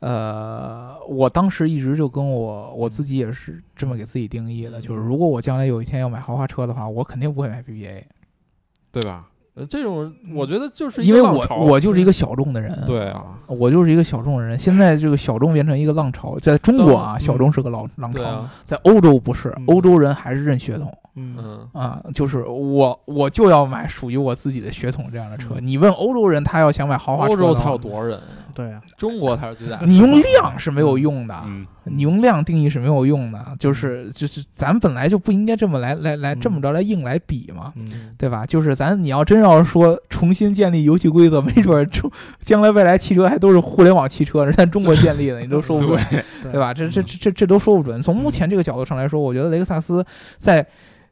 [SPEAKER 2] 呃，我当时一直就跟我我自己也是这么给自己定义的，就是如果我将来有一天要买豪华车的话，我肯定不会买 BBA，
[SPEAKER 3] 对吧？呃，这种
[SPEAKER 2] 嗯
[SPEAKER 3] 我觉得就是一
[SPEAKER 2] 因
[SPEAKER 3] 个
[SPEAKER 2] 为
[SPEAKER 3] 浪
[SPEAKER 2] 我
[SPEAKER 3] 潮
[SPEAKER 2] 我就是一个小众的人。。
[SPEAKER 3] 对啊，
[SPEAKER 2] 我就是一个小众人，现在这个小众变成一个浪潮，在中国啊，
[SPEAKER 1] 嗯
[SPEAKER 2] 小众是个浪浪
[SPEAKER 3] 对
[SPEAKER 2] 潮，
[SPEAKER 3] 啊，
[SPEAKER 2] 在欧洲不是
[SPEAKER 1] 嗯，
[SPEAKER 2] 欧洲人还是认血统
[SPEAKER 1] 嗯
[SPEAKER 3] 嗯，
[SPEAKER 2] 啊，就是我我就要买属于我自己的血统这样的车。
[SPEAKER 1] 嗯
[SPEAKER 2] 你问欧洲人，他要想买豪华车
[SPEAKER 3] 欧
[SPEAKER 2] 的话，
[SPEAKER 3] 洲才有多少人啊？
[SPEAKER 1] 对啊，
[SPEAKER 3] 中国才是最大的。
[SPEAKER 2] 你用量是没有用的，
[SPEAKER 4] 嗯，
[SPEAKER 2] 你用量定义是没有用的，就是就是咱本来就不应该这么来来来
[SPEAKER 1] 嗯
[SPEAKER 2] 这么着来硬来比嘛，
[SPEAKER 1] 嗯
[SPEAKER 2] 对吧？就是咱你要真要是说重新建立游戏规则，没准儿中将来未来汽车还都是互联网汽车，人家中国建立的，你都说不准，对吧？这
[SPEAKER 1] 嗯
[SPEAKER 2] 这这这这都说不准。从目前这个角度上来说，我觉得雷克萨斯在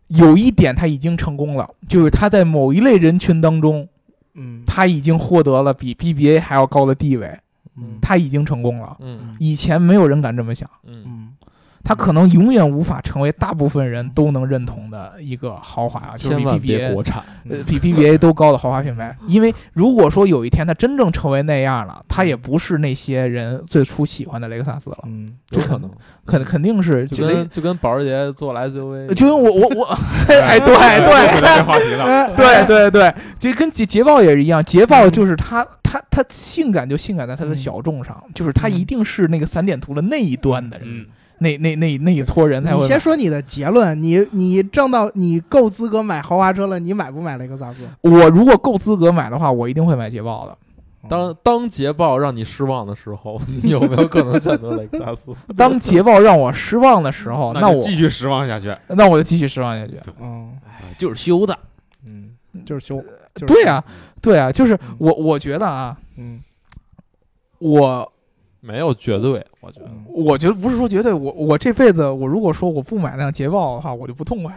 [SPEAKER 2] 有一点他已经成功了，就是他在某一类人群当中，
[SPEAKER 1] 嗯
[SPEAKER 2] 他已经获得了比 BBA 还要高的地位，
[SPEAKER 1] 嗯
[SPEAKER 2] 他已经成功了。
[SPEAKER 3] 嗯
[SPEAKER 2] 以前没有人敢这么想。
[SPEAKER 3] 嗯，
[SPEAKER 1] 嗯
[SPEAKER 2] 它可能永远无法成为大部分人都能认同的一个豪华，就是
[SPEAKER 3] 千
[SPEAKER 2] 比
[SPEAKER 3] 万别
[SPEAKER 2] BBA
[SPEAKER 3] 国产。
[SPEAKER 2] 呃比 BBA 都高的豪华品牌。因为如果说有一天它真正成为那样了，它也不是那些人最初喜欢的雷克萨斯了，
[SPEAKER 1] 嗯
[SPEAKER 3] 有
[SPEAKER 2] 这
[SPEAKER 3] 可能，
[SPEAKER 2] 肯肯定是
[SPEAKER 3] 就
[SPEAKER 2] 雷
[SPEAKER 3] 跟就跟保时捷做了 SUV，
[SPEAKER 2] 就跟我我我，哎对
[SPEAKER 4] 回
[SPEAKER 2] 对
[SPEAKER 4] 到这话题了，
[SPEAKER 2] 对对对，就跟捷捷豹也是一样，捷豹就是它它它性感就性感在它的小众上，就是它一定是那个散点图的那一端的人，
[SPEAKER 4] 嗯，
[SPEAKER 2] 那那那那一撮人才会
[SPEAKER 1] 你
[SPEAKER 2] 买。
[SPEAKER 1] 先说你的结论，你你挣到你够资格买豪华车了，你买不买雷克萨斯？
[SPEAKER 2] 我如果够资格买的话，我一定会买捷豹的。
[SPEAKER 3] 当当捷豹让你失望的时候， <laughs> 你有没有可能选择雷克萨斯？
[SPEAKER 2] 当捷豹让我失望的时候，那
[SPEAKER 4] 就
[SPEAKER 2] 我
[SPEAKER 4] 继续失望下去，
[SPEAKER 2] 那我就继续失望下去。
[SPEAKER 1] 嗯
[SPEAKER 4] 哎就是修的，
[SPEAKER 1] 嗯，就是修，就是
[SPEAKER 2] 啊对啊，对啊，就是
[SPEAKER 1] 嗯
[SPEAKER 2] 我我觉得啊，
[SPEAKER 1] 嗯
[SPEAKER 2] 我
[SPEAKER 3] <laughs> 没有绝对，我觉得
[SPEAKER 1] 嗯
[SPEAKER 2] 我觉得不是说绝对，我我这辈子我如果说我不买辆捷豹的话，我就不痛快。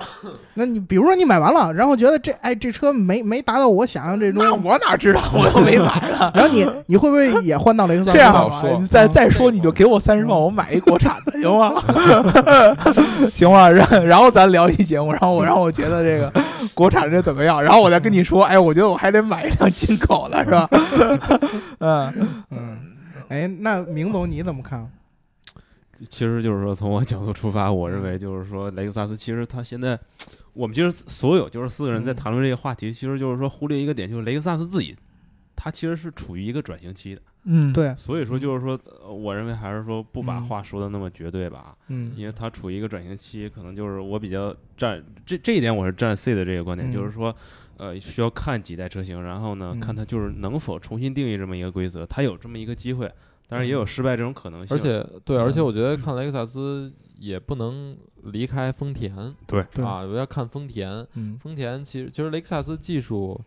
[SPEAKER 1] 那你比如说你买完了，然后觉得这哎这车没没达到我想象这种，
[SPEAKER 2] <laughs> 那我哪知道？我又没买。
[SPEAKER 1] 然后你你会不会也换到雷克萨斯？
[SPEAKER 2] 这样
[SPEAKER 3] 不好
[SPEAKER 2] 吧
[SPEAKER 3] 说
[SPEAKER 2] 你再
[SPEAKER 1] 嗯
[SPEAKER 2] 再说你就给我三十万，我买一国产的，行吗？ <laughs> 行吗？然然后咱聊一节目，然后我让我觉得这个国产这怎么样？然后我再跟你说，哎，我觉得我还得买一辆进口的，是吧？ <laughs> 嗯，
[SPEAKER 1] 嗯，哎，那明总你怎么看？
[SPEAKER 4] 其实就是说，从我角度出发，我认为就是说，雷克萨斯其实它现在，我们其实所有就是四个人在谈论这个话题，其实就是说忽略一个点，就是雷克萨斯自己，它其实是处于一个转型期的。
[SPEAKER 2] 嗯，
[SPEAKER 1] 对，
[SPEAKER 4] 所以说就是说，呃我认为还是说不把
[SPEAKER 1] 嗯
[SPEAKER 4] 话说的那么绝对吧，
[SPEAKER 1] 嗯
[SPEAKER 4] 因为它处于一个转型期，可能就是我比较站这这一点我是站 C 的这个观点，
[SPEAKER 1] 嗯
[SPEAKER 4] 就是说。呃，需要看几代车型，然后呢，
[SPEAKER 1] 嗯
[SPEAKER 4] 看它就是能否重新定义这么一个规则，它有这么一个机会，当然也有失败这种可能性。
[SPEAKER 3] 而且对，而且
[SPEAKER 4] 嗯
[SPEAKER 3] 我觉得看雷克萨斯也不能离开丰田
[SPEAKER 4] 对
[SPEAKER 1] 对
[SPEAKER 3] 啊，我要看丰田。
[SPEAKER 1] 嗯
[SPEAKER 3] 丰田其实其实雷克萨斯技术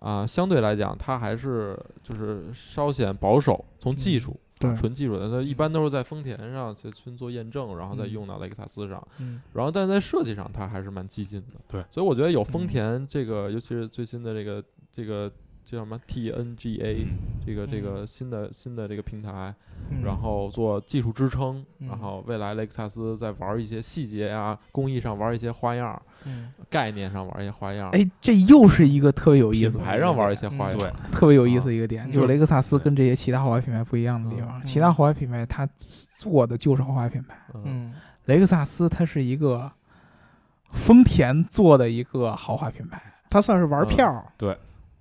[SPEAKER 3] 啊、相对来讲它还是就是稍显保守，从技术。
[SPEAKER 1] 对
[SPEAKER 3] 啊纯技术的，它一般都是在丰田上去去做验证，然后再用到雷克萨斯上。
[SPEAKER 1] 嗯
[SPEAKER 3] 然后，但是在设计上，它还是蛮激进的。
[SPEAKER 4] 对，
[SPEAKER 3] 所以我觉得有丰
[SPEAKER 1] 嗯
[SPEAKER 3] 田这个，尤其是最新的这个这个这叫什么 TNGA
[SPEAKER 4] 嗯
[SPEAKER 3] 这个这
[SPEAKER 2] 嗯
[SPEAKER 3] 个新的新的这个平台，
[SPEAKER 1] 嗯
[SPEAKER 3] 然后做技术支撑，
[SPEAKER 1] 嗯
[SPEAKER 3] 然后未来雷克萨斯在玩一些细节啊，工艺上玩一些花样儿，
[SPEAKER 1] 嗯
[SPEAKER 3] 概念上玩一些花样儿，
[SPEAKER 2] 哎，这又是一个特别有意思的
[SPEAKER 3] 品牌上玩一些花
[SPEAKER 1] 嗯
[SPEAKER 3] 样儿。
[SPEAKER 4] 对
[SPEAKER 2] 特别有意思一个点，
[SPEAKER 1] 嗯
[SPEAKER 2] 就是雷克萨斯跟这些其他豪华品牌不一样的地方，
[SPEAKER 1] 嗯
[SPEAKER 2] 其他豪华品牌它做的就是豪华品牌，
[SPEAKER 3] 嗯，
[SPEAKER 1] 嗯
[SPEAKER 2] 雷克萨斯它是一个丰田做的一个豪华品牌。
[SPEAKER 1] 他算是玩
[SPEAKER 3] 嗯
[SPEAKER 1] 票儿，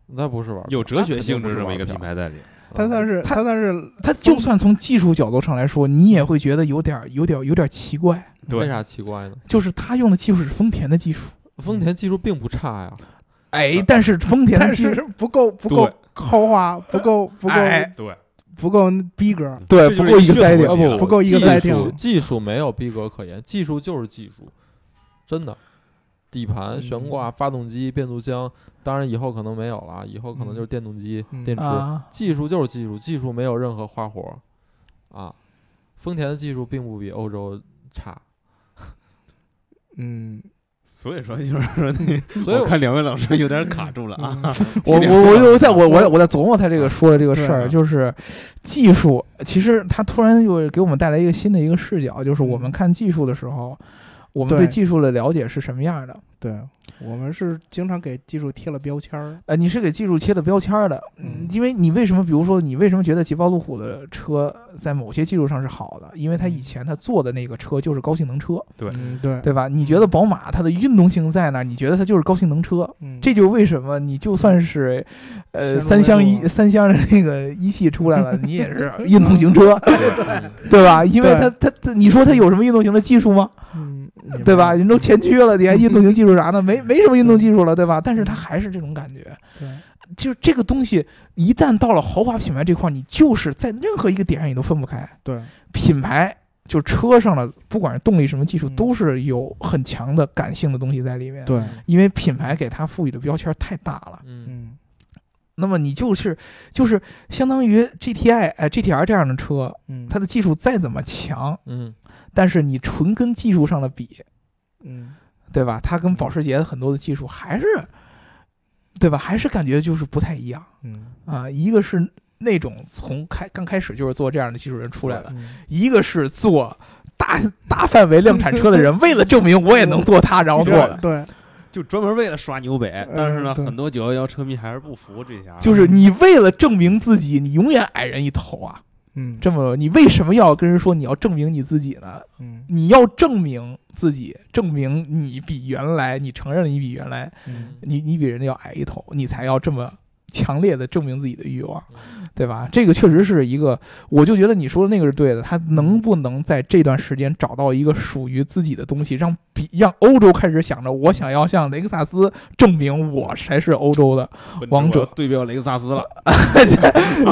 [SPEAKER 3] 那不是玩儿，
[SPEAKER 4] 有哲学性
[SPEAKER 3] 那肯定
[SPEAKER 4] 质
[SPEAKER 3] 不
[SPEAKER 4] 这
[SPEAKER 3] 是
[SPEAKER 4] 么一个
[SPEAKER 3] 玩
[SPEAKER 4] 品
[SPEAKER 3] 票
[SPEAKER 4] 牌在里。
[SPEAKER 1] 他算
[SPEAKER 3] 嗯
[SPEAKER 1] 是
[SPEAKER 2] 它
[SPEAKER 1] 他算是
[SPEAKER 2] 它就算从技术角度上来说，你也会觉得有点儿、有点儿、有点儿奇怪。
[SPEAKER 4] 对
[SPEAKER 3] 为啥奇怪呢？
[SPEAKER 4] 嗯
[SPEAKER 2] 就是它用的技术是丰田的技术，
[SPEAKER 3] 丰田技术并不差呀，
[SPEAKER 2] 哎，但是丰田的
[SPEAKER 1] 但
[SPEAKER 2] 技术
[SPEAKER 1] 是不够不够豪华，不 <laughs> 够不够
[SPEAKER 2] 哎
[SPEAKER 4] 对，
[SPEAKER 1] 不够逼格，
[SPEAKER 2] 对
[SPEAKER 4] 这
[SPEAKER 2] 不
[SPEAKER 4] 就是
[SPEAKER 2] 够一个
[SPEAKER 4] 噱头
[SPEAKER 2] 塞
[SPEAKER 4] 呀
[SPEAKER 2] 点
[SPEAKER 3] 啊不
[SPEAKER 2] 儿，
[SPEAKER 1] 不够一个
[SPEAKER 3] 技
[SPEAKER 1] 赛
[SPEAKER 3] 术
[SPEAKER 1] 艇。
[SPEAKER 3] 技术没有逼格可言，技术就是技术，真的。底盘、
[SPEAKER 1] 嗯
[SPEAKER 3] 悬挂、发动机、变速箱，当然以后可能没有了，以后可能就是电动机、
[SPEAKER 1] 嗯
[SPEAKER 3] 电池。
[SPEAKER 2] 啊，
[SPEAKER 3] 技术就是技术，技术没有任何花活儿啊。丰田的技术并不比欧洲差，
[SPEAKER 1] 嗯，
[SPEAKER 4] 所以说就是 <laughs> 说那，
[SPEAKER 3] 所以
[SPEAKER 4] 我看两位老师有点卡住了啊。
[SPEAKER 1] 嗯
[SPEAKER 2] 我
[SPEAKER 4] 尽
[SPEAKER 2] 我
[SPEAKER 4] 量
[SPEAKER 2] 我我在我我我在琢磨他这个说的这个事儿，
[SPEAKER 1] 对
[SPEAKER 2] 就是技术，其实他突然又给我们带来一个新的一个视角，就是我们看技术的时候，我们
[SPEAKER 1] 对
[SPEAKER 2] 嗯对技术的了解是什么样的。
[SPEAKER 1] 对，我们是经常给技术贴了标签儿。
[SPEAKER 2] 呃，你是给技术贴的标签儿的，
[SPEAKER 1] 嗯
[SPEAKER 2] 因为你为什么，比如说你为什么觉得捷豹路虎的车在某些技术上是好的，因为它以前它做的那个车就是高性能车，
[SPEAKER 4] 对
[SPEAKER 1] 嗯，对，
[SPEAKER 2] 对吧？你觉得宝马它的运动性在那儿，你觉得它就是高性能车，
[SPEAKER 1] 嗯
[SPEAKER 2] 这就是为什么你就算是，
[SPEAKER 1] 先入
[SPEAKER 2] 呃，
[SPEAKER 1] 为
[SPEAKER 2] 三厢
[SPEAKER 1] 主
[SPEAKER 2] 一三厢的那个一系出来了，你也是运动型车，
[SPEAKER 3] 嗯
[SPEAKER 2] 对吧？因为
[SPEAKER 1] 对
[SPEAKER 2] 它它它，你说它有什么运动型的技术吗？
[SPEAKER 1] 嗯，你
[SPEAKER 2] 对吧？
[SPEAKER 1] 们？
[SPEAKER 2] 人都前驱了，你还运动型技术啥的？没没什么运动技术了，对吧？但是
[SPEAKER 1] 嗯
[SPEAKER 2] 它还是这种感觉。
[SPEAKER 1] 对，
[SPEAKER 2] 就这个东西，一旦到了豪华品牌这块儿，你就是在任何一个点上你都分不开。
[SPEAKER 1] 对，
[SPEAKER 2] 品牌就车上的，不管是动力什么技术，
[SPEAKER 1] 嗯
[SPEAKER 2] 都是有很强的感性的东西在里面。，
[SPEAKER 1] 对，
[SPEAKER 2] 因为品牌给它赋予的标签太大了。
[SPEAKER 3] 嗯
[SPEAKER 1] 嗯，
[SPEAKER 2] 那么你就是就是相当于 GTI 哎 GTR 这样的车，
[SPEAKER 1] 嗯，
[SPEAKER 2] 它的技术再怎么强，
[SPEAKER 3] 嗯
[SPEAKER 2] 但是你纯跟技术上的比，
[SPEAKER 1] 嗯，
[SPEAKER 2] 对吧？它跟保时捷的很多的技术还是，对吧？还是感觉就是不太一样。
[SPEAKER 1] 嗯，
[SPEAKER 2] 啊，一个是那种从开刚开始就是做这样的技术人出来的，
[SPEAKER 1] 嗯，
[SPEAKER 2] 一个是做大大范围量产车的人，为了证明我也能做它，然后做的。
[SPEAKER 1] 对，
[SPEAKER 4] 就专门为了刷牛北，但是呢，
[SPEAKER 1] 嗯对
[SPEAKER 4] 很多九幺幺车迷还是不服这条。
[SPEAKER 2] 就是你为了证明自己，你永远矮人一头啊！
[SPEAKER 1] 嗯，
[SPEAKER 2] 这么，你为什么要跟人说你要证明你自己呢？
[SPEAKER 1] 嗯，
[SPEAKER 2] 你要证明自己，证明你比原来，你承认你比原来，
[SPEAKER 1] 嗯，
[SPEAKER 2] 你你比人家要矮一头，你才要这么强烈的证明自己的欲望。
[SPEAKER 3] 嗯
[SPEAKER 2] 对吧？这个确实是一个，我就觉得你说的那个是对的。他能不能在这段时间找到一个属于自己的东西，让比让欧洲开始想着我想要向雷克萨斯证明我才是欧洲的？
[SPEAKER 4] 奔驰
[SPEAKER 2] 王者
[SPEAKER 4] 我对标雷克萨斯了，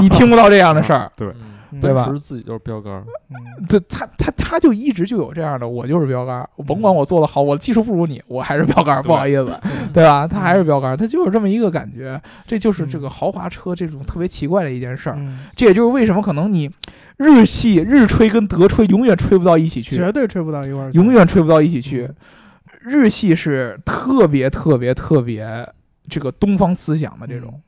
[SPEAKER 2] 你听不到这样的事儿，
[SPEAKER 4] 对
[SPEAKER 3] 嗯
[SPEAKER 1] 嗯
[SPEAKER 2] 对吧
[SPEAKER 3] 奔驰自己就是标杆儿，
[SPEAKER 1] 嗯
[SPEAKER 2] 这他他他就一直就有这样的，我就是标杆儿，我甭管我做的好，我的技术不如你，我还是标杆儿，
[SPEAKER 4] 对
[SPEAKER 2] 不好意思，对吧？他还是标杆儿，他就是这么一个感觉，这就是这个豪华车这种特别奇怪的一件事儿。
[SPEAKER 1] 嗯
[SPEAKER 2] 这也就是为什么可能你日系日吹跟德吹永远吹不到一起去，
[SPEAKER 1] 绝对吹不到一块儿去，
[SPEAKER 2] 永远吹不到一起去。
[SPEAKER 1] 嗯
[SPEAKER 2] 日系是特别特别特别这个东方思想啊的这
[SPEAKER 1] 嗯
[SPEAKER 2] 种，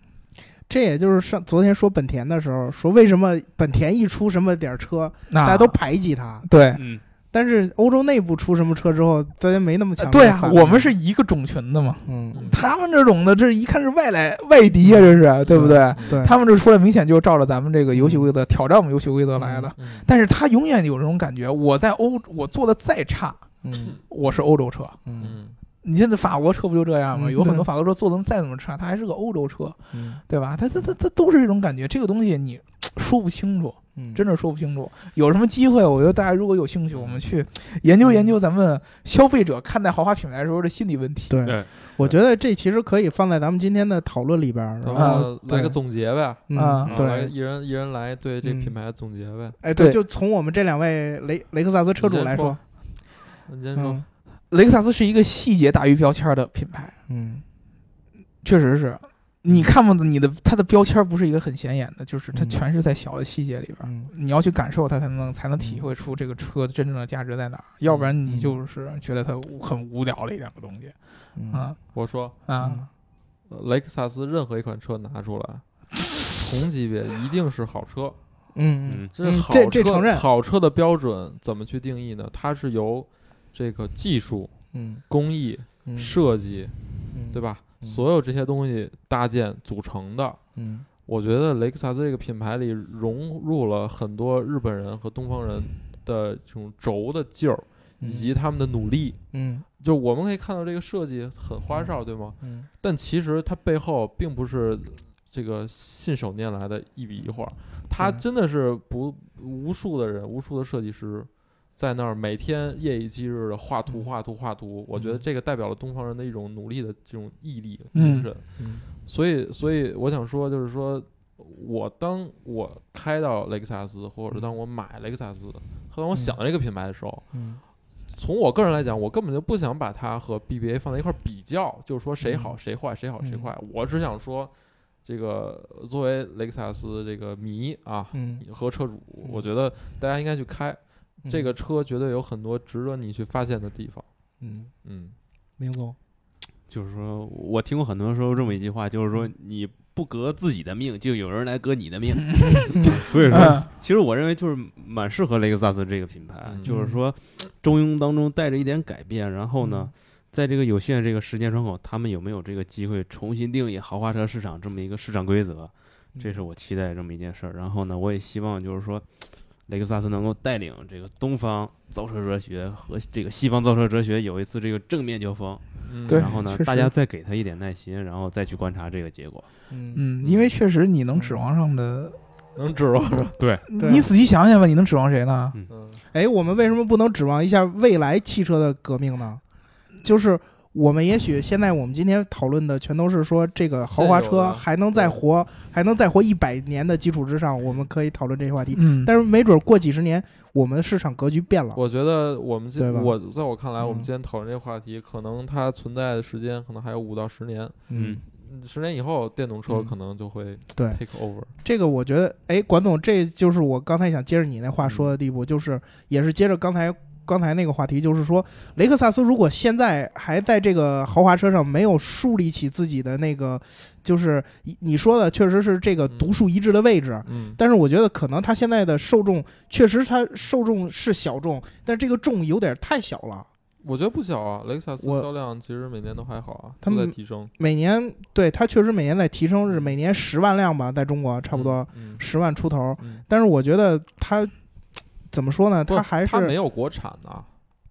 [SPEAKER 1] 这也就是上昨天说本田的时候，说为什么本田一出什么点儿车，
[SPEAKER 2] 那
[SPEAKER 1] 大家都排挤它，
[SPEAKER 2] 对。
[SPEAKER 4] 嗯，
[SPEAKER 1] 但是欧洲内部出什么车之后，大家没那么强烈
[SPEAKER 2] 对
[SPEAKER 1] 的
[SPEAKER 2] 啊
[SPEAKER 1] 反，应。
[SPEAKER 2] 我们是一个种群的嘛，
[SPEAKER 1] 嗯，
[SPEAKER 2] 他们这种的，这一看是外来外敌啊呀、这是对不对？
[SPEAKER 1] 哎对，
[SPEAKER 2] 他们这出来明显就照着咱们这个游戏规则挑战我们游戏规则来的，
[SPEAKER 3] 嗯
[SPEAKER 2] 但是他永远有这种感觉，我在欧我做的再差，
[SPEAKER 1] 嗯
[SPEAKER 2] 我是欧洲车。
[SPEAKER 1] 嗯
[SPEAKER 3] 嗯
[SPEAKER 2] 你现在法国车不就这样吗？
[SPEAKER 1] 嗯
[SPEAKER 2] 有很
[SPEAKER 1] 对
[SPEAKER 2] 多法国车做的再怎么差，它还是个欧洲车，
[SPEAKER 1] 嗯
[SPEAKER 2] 对吧？它它它它都是这种感觉，这个东西你说不清楚，
[SPEAKER 1] 嗯，
[SPEAKER 2] 真的说不清楚。有什么机会，我觉得大家如果有兴趣，我们去研
[SPEAKER 1] 嗯
[SPEAKER 2] 究研究咱们消费者看待豪华品牌时候的心理问题。
[SPEAKER 1] 对
[SPEAKER 4] 对，
[SPEAKER 1] 我觉得这其实可以放在咱们今天的讨论里边儿，然
[SPEAKER 3] 咱们
[SPEAKER 1] 后
[SPEAKER 3] 呃来个
[SPEAKER 1] 啊对
[SPEAKER 3] 总结呗，
[SPEAKER 2] 啊
[SPEAKER 1] 嗯，
[SPEAKER 3] 来
[SPEAKER 1] 对，
[SPEAKER 3] 一人一人来对这
[SPEAKER 1] 嗯
[SPEAKER 3] 品牌的总结呗。
[SPEAKER 1] 哎，对，
[SPEAKER 2] 对
[SPEAKER 1] 就从我们这两位雷雷克萨斯车主来说，
[SPEAKER 3] 你先说，
[SPEAKER 1] 嗯
[SPEAKER 2] 雷克萨斯是一个细节大于标签的品牌，
[SPEAKER 1] 嗯
[SPEAKER 2] 确实是。你看不你的它的标签不是一个很显眼的，就是它
[SPEAKER 1] 嗯
[SPEAKER 2] 全是在小的细节里边儿，
[SPEAKER 1] 嗯
[SPEAKER 2] 你要去感受它才能才能体会出这个车真正的价值在哪儿，
[SPEAKER 1] 嗯
[SPEAKER 2] 要不然你就是觉得它很无聊的一两个东西
[SPEAKER 1] 嗯
[SPEAKER 2] 啊
[SPEAKER 3] 我说
[SPEAKER 2] 啊！
[SPEAKER 3] 呃雷克萨斯任何一款车拿出来，同级别一定是好车。
[SPEAKER 1] 嗯
[SPEAKER 4] 嗯，
[SPEAKER 3] 这
[SPEAKER 1] 嗯
[SPEAKER 3] 好车、
[SPEAKER 1] 这这承认
[SPEAKER 3] 好车的标准怎么去定义呢？它是由这个技术、
[SPEAKER 1] 嗯
[SPEAKER 3] 工艺、
[SPEAKER 1] 嗯，
[SPEAKER 3] 设计，
[SPEAKER 1] 嗯
[SPEAKER 3] 对？吧？
[SPEAKER 1] 嗯
[SPEAKER 3] 所有这些东西搭建组成的。
[SPEAKER 1] 嗯
[SPEAKER 3] 我觉得雷克萨斯这个品牌里融入了很多日本人和东方人的这种轴的劲儿，以及他们的努力。
[SPEAKER 1] 嗯
[SPEAKER 3] 就我们可以看到这个设计很花哨，对吗？
[SPEAKER 1] 嗯
[SPEAKER 3] 但其实它背后并不是这个信手拈来的一笔一画，它
[SPEAKER 1] 对
[SPEAKER 3] 真的是不无数的人、无数的设计师在那儿每天夜以继日的画图、画图、画图。我觉得这个代表了东方人的一种努力的这种毅力精
[SPEAKER 2] 嗯
[SPEAKER 3] 神。
[SPEAKER 1] 嗯
[SPEAKER 3] 所以，所以我想说，就是说我当我开到雷克萨斯，或者是当我买雷克萨斯，和当我想到这个品牌的时候，
[SPEAKER 1] 嗯
[SPEAKER 3] 从我个人来讲，我根本就不想把它和 BBA 放在一块儿比较，就是说谁好
[SPEAKER 1] 嗯
[SPEAKER 3] 谁坏，谁好谁
[SPEAKER 1] 嗯
[SPEAKER 3] 坏。我只想说，这个作为雷克萨斯这个迷啊
[SPEAKER 1] 嗯，
[SPEAKER 3] 和车主，
[SPEAKER 1] 嗯
[SPEAKER 3] 我觉得大家应该去开这个车，绝对有很多值得你去发现的地方。
[SPEAKER 1] 嗯，
[SPEAKER 3] 嗯，
[SPEAKER 1] 明总，
[SPEAKER 4] 就是说我听过很多人说这么一句话，就是说你不革自己的命，就有人来革你的命。 <laughs> 所以说，
[SPEAKER 2] 嗯
[SPEAKER 4] 其实我认为就是蛮适合雷克萨斯这个品牌，
[SPEAKER 3] 嗯
[SPEAKER 4] 就是说中庸当中带着一点改变，然后呢，在这个有限的这个时间窗口，他们有没有这个机会重新定义豪华车市场这么一个市场规则？
[SPEAKER 1] 嗯
[SPEAKER 4] 这是我期待这么一件事儿。然后呢，我也希望就是说，雷克萨斯能够带领这个东方造车哲学和这个西方造车哲学有一次这个正面交锋。
[SPEAKER 3] 嗯
[SPEAKER 2] 对
[SPEAKER 4] 然后呢
[SPEAKER 2] 确，实
[SPEAKER 4] 大家再给他一点耐心，然后再去观察这个结果。
[SPEAKER 1] 嗯
[SPEAKER 2] 嗯，因为确实你能指望上的，
[SPEAKER 3] 能指望着。
[SPEAKER 1] 对
[SPEAKER 2] 你仔细想想吧，你能指望谁呢？
[SPEAKER 3] 嗯
[SPEAKER 1] 哎，我们为什么不能指望一下未来汽车的革命呢？就是我们也许现在我们今天讨论的全都是说这个豪华
[SPEAKER 3] 现有
[SPEAKER 1] 车
[SPEAKER 3] 的
[SPEAKER 1] 还能再活，还能再活一百年的基础之上，我们可以讨论这些话题。
[SPEAKER 2] 嗯，
[SPEAKER 1] 但是没准过几十年，我们的市场格局变了。
[SPEAKER 3] 我觉得我们今
[SPEAKER 1] 对吧
[SPEAKER 3] 我在我看来，我们
[SPEAKER 1] 嗯
[SPEAKER 3] 今天讨论这个话题，可能它存在的时间可能还有五到十年。
[SPEAKER 1] 嗯，
[SPEAKER 3] 嗯十年以后，电动车
[SPEAKER 1] 嗯
[SPEAKER 3] 可能就会
[SPEAKER 1] 对
[SPEAKER 3] take over。
[SPEAKER 1] 这个我觉得，哎，管总，这就是我刚才想接着你那
[SPEAKER 3] 嗯
[SPEAKER 1] 话说的地步，就是也是接着刚才刚才那个话题，就是说雷克萨斯如果现在还在这个豪华车上没有树立起自己的那个，就是你你说的确实是这个
[SPEAKER 3] 嗯
[SPEAKER 1] 独树一帜的位置。
[SPEAKER 3] 嗯，
[SPEAKER 1] 但是我觉得可能它现在的受众确实它受众是小众，但是这个众有点太小了。
[SPEAKER 3] 我觉得不小啊，雷克萨斯
[SPEAKER 1] 我
[SPEAKER 3] 销量其实每年都还好啊，
[SPEAKER 1] 他
[SPEAKER 3] 都在
[SPEAKER 1] 们
[SPEAKER 3] 提升，
[SPEAKER 1] 每年对它确实每年在提升，是每年十万辆吧，在中国差不多
[SPEAKER 3] 嗯。
[SPEAKER 1] 十万出头。
[SPEAKER 2] 啊
[SPEAKER 3] 嗯，
[SPEAKER 1] 但是我觉得它怎么说呢？
[SPEAKER 3] 不
[SPEAKER 1] 它还
[SPEAKER 3] 它没
[SPEAKER 1] 是，
[SPEAKER 3] 有国产呐、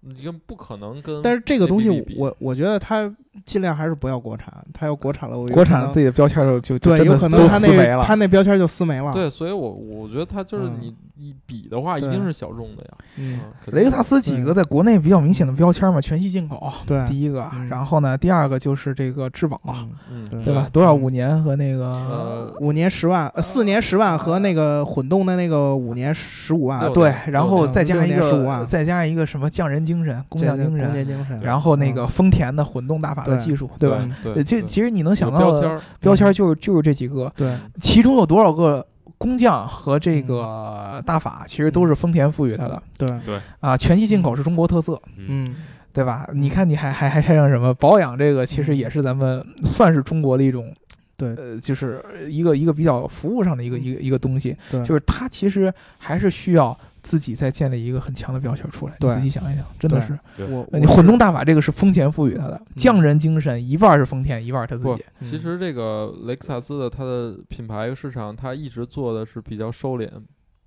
[SPEAKER 3] 你跟不可能跟，
[SPEAKER 1] 但是这个东西
[SPEAKER 3] 没比例比
[SPEAKER 1] 我，我觉得它尽量还是不要国产，它要国产了，我有
[SPEAKER 2] 国
[SPEAKER 1] 可
[SPEAKER 2] 产
[SPEAKER 1] 能
[SPEAKER 2] 自己的标签就就
[SPEAKER 1] 对，
[SPEAKER 2] 真的
[SPEAKER 1] 有可能
[SPEAKER 2] 都
[SPEAKER 1] 它
[SPEAKER 2] 撕没
[SPEAKER 1] 那
[SPEAKER 2] 了。
[SPEAKER 1] 它那标签就撕
[SPEAKER 2] 啊
[SPEAKER 1] 没了。
[SPEAKER 3] 对，所以我我觉得它就是
[SPEAKER 1] 嗯
[SPEAKER 3] 你你比的话，一
[SPEAKER 1] 对
[SPEAKER 3] 定是小众的呀。
[SPEAKER 1] 嗯，
[SPEAKER 3] 嗯肯定
[SPEAKER 2] 雷克萨斯几个在国内比较明显的标签嘛，全系进口，
[SPEAKER 1] 对，
[SPEAKER 2] 第一个
[SPEAKER 1] 嗯，
[SPEAKER 2] 然后呢，第二个就是这个质保，
[SPEAKER 1] 嗯
[SPEAKER 3] 嗯，
[SPEAKER 1] 对
[SPEAKER 2] 对吧？多少五年和那个
[SPEAKER 3] 呃，
[SPEAKER 1] 五年十万，呃，四年十万和那个混动的那个五年十五万
[SPEAKER 3] 六，
[SPEAKER 2] 对
[SPEAKER 3] 年，
[SPEAKER 2] 然后
[SPEAKER 1] 嗯
[SPEAKER 2] 再
[SPEAKER 1] 六
[SPEAKER 2] 加一
[SPEAKER 1] 年15
[SPEAKER 2] 个
[SPEAKER 1] 万
[SPEAKER 2] 再加一个什么匠人精神、工
[SPEAKER 1] 这
[SPEAKER 2] 匠
[SPEAKER 1] 这
[SPEAKER 2] 精
[SPEAKER 1] 工
[SPEAKER 2] 神，
[SPEAKER 1] 业精神，
[SPEAKER 2] 然后那个丰田的混动大法的
[SPEAKER 1] 对
[SPEAKER 2] 技术，对吧？
[SPEAKER 1] 嗯
[SPEAKER 3] 对，
[SPEAKER 2] 呃这
[SPEAKER 3] 对
[SPEAKER 2] 其实你能想
[SPEAKER 3] 有
[SPEAKER 2] 到
[SPEAKER 3] 标签
[SPEAKER 2] 的
[SPEAKER 3] 儿，
[SPEAKER 2] 标签就是就是这几个，
[SPEAKER 1] 对
[SPEAKER 2] 其中有多少个工匠和这
[SPEAKER 1] 嗯
[SPEAKER 2] 个大法，其实都是丰田赋予它的
[SPEAKER 1] 对，
[SPEAKER 3] 嗯
[SPEAKER 2] 啊，全系进口是中国特色，
[SPEAKER 1] 嗯，
[SPEAKER 2] 对吧？你看你还还还还让什么保养这个，其实也是咱们算是中国的一种。
[SPEAKER 1] 对
[SPEAKER 2] 呃，就是一个一个比较服务上的一个一个一个东西，
[SPEAKER 1] 对
[SPEAKER 2] 就是它其实还是需要自己再建立一个很强的标签出来。你
[SPEAKER 1] 对
[SPEAKER 2] 仔细想一想，真的
[SPEAKER 1] 对
[SPEAKER 2] 是
[SPEAKER 4] 对
[SPEAKER 1] 我
[SPEAKER 2] 呃你混动大法这个是丰田赋予它的，匠
[SPEAKER 1] 嗯
[SPEAKER 2] 人精神一半儿是丰田，一半儿他自
[SPEAKER 3] 不
[SPEAKER 2] 己。嗯
[SPEAKER 3] 其实这个雷克萨斯的它的品牌市场，它一直做的是比较收敛，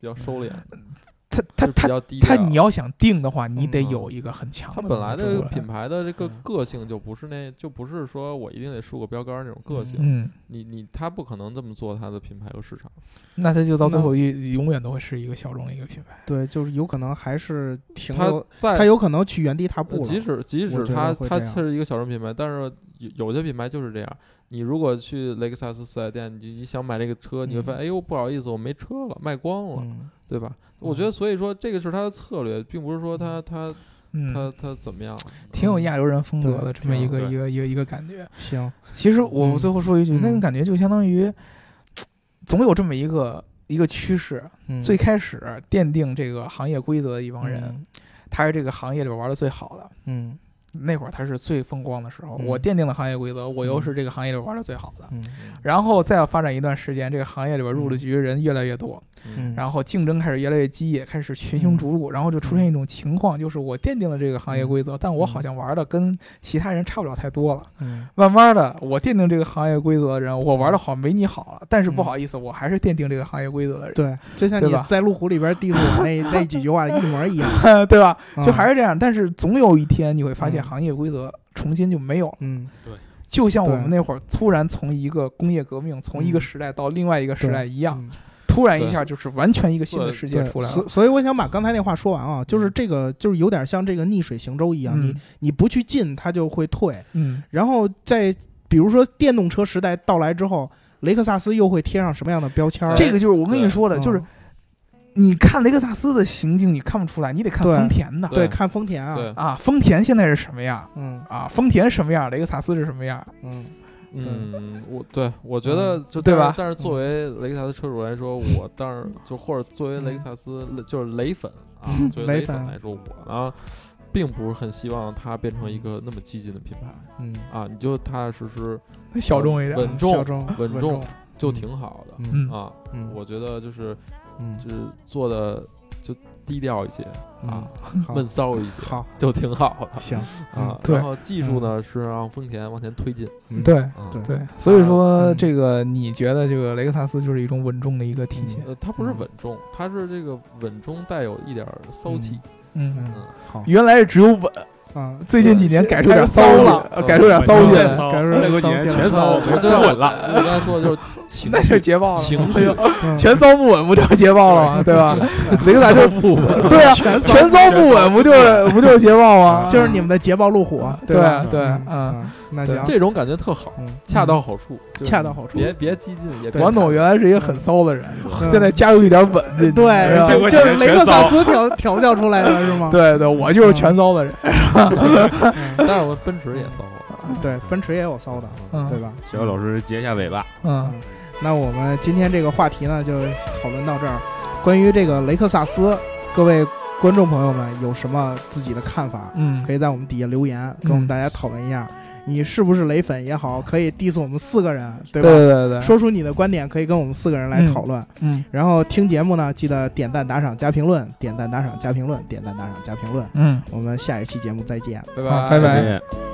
[SPEAKER 3] 比较收敛，
[SPEAKER 2] 嗯他他
[SPEAKER 3] 就是比
[SPEAKER 2] 他
[SPEAKER 3] 较低
[SPEAKER 2] 他，
[SPEAKER 3] 调啊
[SPEAKER 2] 你要想定的话，你得
[SPEAKER 3] 嗯
[SPEAKER 2] 有一个很强
[SPEAKER 3] 它
[SPEAKER 2] 的
[SPEAKER 3] 本来
[SPEAKER 2] 东西
[SPEAKER 3] 的
[SPEAKER 2] 出来
[SPEAKER 3] 品牌的这个
[SPEAKER 1] 嗯
[SPEAKER 3] 个性就不是那，就不是说我一定得竖个标杆儿那种个性。
[SPEAKER 2] 嗯，
[SPEAKER 3] 你你它不可能这么做它的品牌和市场。
[SPEAKER 2] 那他就到最后一永远都会是一个小众的一个品牌。
[SPEAKER 1] 对，就是有可能还是停
[SPEAKER 3] 它
[SPEAKER 1] 留，
[SPEAKER 3] 在
[SPEAKER 1] 它有可能去原地踏
[SPEAKER 3] 呃
[SPEAKER 1] 步
[SPEAKER 3] 即
[SPEAKER 1] 了。
[SPEAKER 3] 使即使
[SPEAKER 1] 我觉得
[SPEAKER 3] 它
[SPEAKER 1] 会
[SPEAKER 3] 它
[SPEAKER 1] 这样
[SPEAKER 3] 是一个小众品牌，但是有有些品牌就是这样。你如果去雷克萨斯四 S 店，你你想买这个车，你会发现，哎呦，不好意思，我没车了，卖光了，
[SPEAKER 1] 嗯，
[SPEAKER 3] 对吧？我觉得，所以说这个是它的策略，并不是说它它
[SPEAKER 2] 嗯，
[SPEAKER 3] 它它怎么样。
[SPEAKER 2] 挺有亚洲人风格
[SPEAKER 1] 嗯对
[SPEAKER 2] 的这么
[SPEAKER 1] 挺
[SPEAKER 2] 一
[SPEAKER 1] 有
[SPEAKER 2] 个
[SPEAKER 4] 对
[SPEAKER 2] 一个一个一个感觉。
[SPEAKER 1] 行，
[SPEAKER 2] 其实我
[SPEAKER 1] 嗯
[SPEAKER 2] 最后说一句，那种
[SPEAKER 1] 嗯
[SPEAKER 2] 感觉就相当于，总有这么一个一个趋势。
[SPEAKER 1] 嗯
[SPEAKER 2] 最开始奠定这个行业规则的一帮人，
[SPEAKER 1] 嗯
[SPEAKER 2] 他是这个行业里边玩的最好的。
[SPEAKER 1] 嗯
[SPEAKER 2] 那会儿他是最风光的时候，
[SPEAKER 1] 嗯
[SPEAKER 2] 我奠定了行业规则，我又
[SPEAKER 1] 嗯
[SPEAKER 2] 是这个行业里边玩的最好的。
[SPEAKER 1] 嗯
[SPEAKER 2] 然后再发展一段时间，这个行业里边入了局的人越来越多，
[SPEAKER 1] 嗯，后
[SPEAKER 2] 然后竞争开始越来越激烈，开始群雄逐鹿，然后就出
[SPEAKER 1] 嗯
[SPEAKER 2] 现一种情况，就是我奠定了这个行业规则，但我好像玩的跟其他人差不了太多了。
[SPEAKER 1] 嗯
[SPEAKER 2] 慢慢的，我奠定这个行业规则的人，我玩的好像没你好了，但是
[SPEAKER 1] 嗯
[SPEAKER 2] 不好意思，我还是奠定这个行业规则的人，
[SPEAKER 1] 对，就像
[SPEAKER 2] 对
[SPEAKER 1] 你
[SPEAKER 2] 吧
[SPEAKER 1] 在路虎里边叮嘱我
[SPEAKER 2] <laughs>
[SPEAKER 1] 那那几句话一模一样，
[SPEAKER 2] 对吧？ <laughs> 就
[SPEAKER 1] 嗯
[SPEAKER 2] 还是这样，但是总有一天你会发现
[SPEAKER 1] 嗯
[SPEAKER 2] 行业规则重新就没有了。
[SPEAKER 1] 嗯
[SPEAKER 2] 就像我们
[SPEAKER 1] 对
[SPEAKER 2] 那会儿突然从一个工业革命，从一个
[SPEAKER 1] 嗯
[SPEAKER 2] 时代到另外一个时
[SPEAKER 1] 对
[SPEAKER 2] 代一样，
[SPEAKER 1] 嗯
[SPEAKER 2] 突然一
[SPEAKER 3] 对
[SPEAKER 2] 下就是完全一个新的
[SPEAKER 3] 对
[SPEAKER 2] 世界
[SPEAKER 1] 对，
[SPEAKER 2] 出来了
[SPEAKER 1] 所。所以我想把刚才那话说完啊，就是这个就是有点像这个逆水行舟一啊样，你
[SPEAKER 2] 嗯
[SPEAKER 1] 你不去进它就会退，
[SPEAKER 2] 嗯，
[SPEAKER 1] 然后在比如说电动车时代到来之后，雷克萨斯又会贴上什么样的标签儿？
[SPEAKER 2] 这个就是我跟你
[SPEAKER 3] 对
[SPEAKER 2] 说的，就是
[SPEAKER 1] 嗯
[SPEAKER 2] 你看雷克萨斯的行径，你看不出来，你得看
[SPEAKER 1] 对
[SPEAKER 2] 丰田的
[SPEAKER 1] 对
[SPEAKER 3] 对
[SPEAKER 1] 看丰田啊，
[SPEAKER 3] 对，
[SPEAKER 2] 啊。丰田现在是什么样
[SPEAKER 1] 嗯
[SPEAKER 2] 啊？丰田什么样？雷克萨斯是什么样？
[SPEAKER 1] 嗯
[SPEAKER 3] 嗯，我对我觉得就
[SPEAKER 2] 对
[SPEAKER 3] 但是
[SPEAKER 2] 吧
[SPEAKER 3] 但是
[SPEAKER 1] 嗯
[SPEAKER 3] 作为雷克萨斯车主来说，我当然就或者作为雷克萨斯就是雷粉啊，作
[SPEAKER 1] 嗯
[SPEAKER 3] 为
[SPEAKER 1] 雷
[SPEAKER 3] 雷粉
[SPEAKER 1] 粉
[SPEAKER 3] 来说，我呢并不是很希望它变成一个那么激进的品牌
[SPEAKER 1] 嗯，
[SPEAKER 3] 啊，你就踏踏实实
[SPEAKER 2] 小众一点。
[SPEAKER 3] 稳
[SPEAKER 1] 小众
[SPEAKER 3] 重稳
[SPEAKER 1] 稳
[SPEAKER 3] 重
[SPEAKER 1] 重，
[SPEAKER 3] 就挺好的
[SPEAKER 1] 嗯
[SPEAKER 2] 嗯
[SPEAKER 3] 啊。
[SPEAKER 1] 嗯
[SPEAKER 3] 我觉得就是
[SPEAKER 1] 嗯
[SPEAKER 3] 就是做的就低调一些啊，
[SPEAKER 1] 好
[SPEAKER 3] 闷骚一些，
[SPEAKER 1] 好
[SPEAKER 3] 就挺好的
[SPEAKER 1] 嗯行，
[SPEAKER 3] 啊。
[SPEAKER 2] 对
[SPEAKER 3] 然后技术呢是让丰田往前推进
[SPEAKER 1] 嗯
[SPEAKER 2] 对
[SPEAKER 3] 啊，
[SPEAKER 1] 对
[SPEAKER 2] 对，所以说
[SPEAKER 1] 嗯
[SPEAKER 2] 这个你觉得这个雷克萨斯就是一种稳重的一个体现。
[SPEAKER 3] 呃，它不是稳重，它是这个稳中带有一点儿骚气。
[SPEAKER 2] 嗯，
[SPEAKER 1] 嗯好
[SPEAKER 2] 原来是只有稳，
[SPEAKER 1] 啊，
[SPEAKER 2] 最近几年改出点骚
[SPEAKER 1] 骚
[SPEAKER 2] 气
[SPEAKER 1] 了
[SPEAKER 3] 嗯
[SPEAKER 2] 呃改出点骚气来，
[SPEAKER 1] 感受
[SPEAKER 4] 再过几年
[SPEAKER 1] 骚气了
[SPEAKER 4] 全骚，
[SPEAKER 3] 呃我
[SPEAKER 4] 我
[SPEAKER 3] 觉
[SPEAKER 4] 真
[SPEAKER 3] 得
[SPEAKER 4] 稳了。
[SPEAKER 3] 我刚才说的
[SPEAKER 2] <laughs>
[SPEAKER 3] 就是情
[SPEAKER 2] <laughs> 那就
[SPEAKER 3] 绪，
[SPEAKER 2] 捷豹了，
[SPEAKER 3] 情
[SPEAKER 2] 哎
[SPEAKER 3] 绪
[SPEAKER 2] 呦，
[SPEAKER 1] 嗯
[SPEAKER 2] 全骚不稳不就是捷豹了吗？对吧？雷克萨斯不稳，对啊，
[SPEAKER 1] 全骚
[SPEAKER 2] 全骚不稳不就是不就是捷豹吗？
[SPEAKER 1] 啊就是你们的捷豹路虎，吧？
[SPEAKER 2] 啊对对
[SPEAKER 1] 嗯
[SPEAKER 2] 嗯
[SPEAKER 1] 啊，那
[SPEAKER 2] 对
[SPEAKER 1] 行，
[SPEAKER 3] 这种感觉特好，
[SPEAKER 1] 嗯
[SPEAKER 3] 恰到好处，就是
[SPEAKER 1] 恰到好处
[SPEAKER 3] 别别激进，也别
[SPEAKER 2] 王总
[SPEAKER 3] 太
[SPEAKER 2] 原来是一个很骚的人，
[SPEAKER 1] 嗯
[SPEAKER 2] 现在加入一点稳进去，是
[SPEAKER 1] 对，
[SPEAKER 2] 吧
[SPEAKER 4] 结果
[SPEAKER 1] 就就
[SPEAKER 4] 你
[SPEAKER 1] 是
[SPEAKER 4] 全
[SPEAKER 1] 雷克萨斯调调教出来的是吗？
[SPEAKER 2] 对对，我就是全骚的人，
[SPEAKER 1] 嗯
[SPEAKER 3] 但是我奔驰也骚，
[SPEAKER 1] 对，奔驰也有骚的，
[SPEAKER 2] 嗯
[SPEAKER 1] 对吧？
[SPEAKER 4] 小雨老师截一下尾巴，
[SPEAKER 2] 嗯
[SPEAKER 1] 那我们今天这个话题呢，就讨论到这儿。关于这个雷克萨斯，各位观众朋友们有什么自己的看法？
[SPEAKER 2] 嗯，
[SPEAKER 1] 可以在我们底下留言，跟我们大家讨论一下。你是不是雷粉也好，可以 diss 我们四个人，对
[SPEAKER 2] 对
[SPEAKER 1] 吧？
[SPEAKER 2] 对对对，
[SPEAKER 1] 说出你的观点，可以跟我们四个人来讨论。
[SPEAKER 2] 嗯
[SPEAKER 1] 然后听节目呢，记得点赞、打赏、加评论，点赞、打赏、加评论，点赞、打赏、加评论。
[SPEAKER 2] 嗯，
[SPEAKER 1] 我们下一期节目再见。
[SPEAKER 3] 拜
[SPEAKER 2] 好
[SPEAKER 3] 拜
[SPEAKER 2] 拜拜
[SPEAKER 4] 再见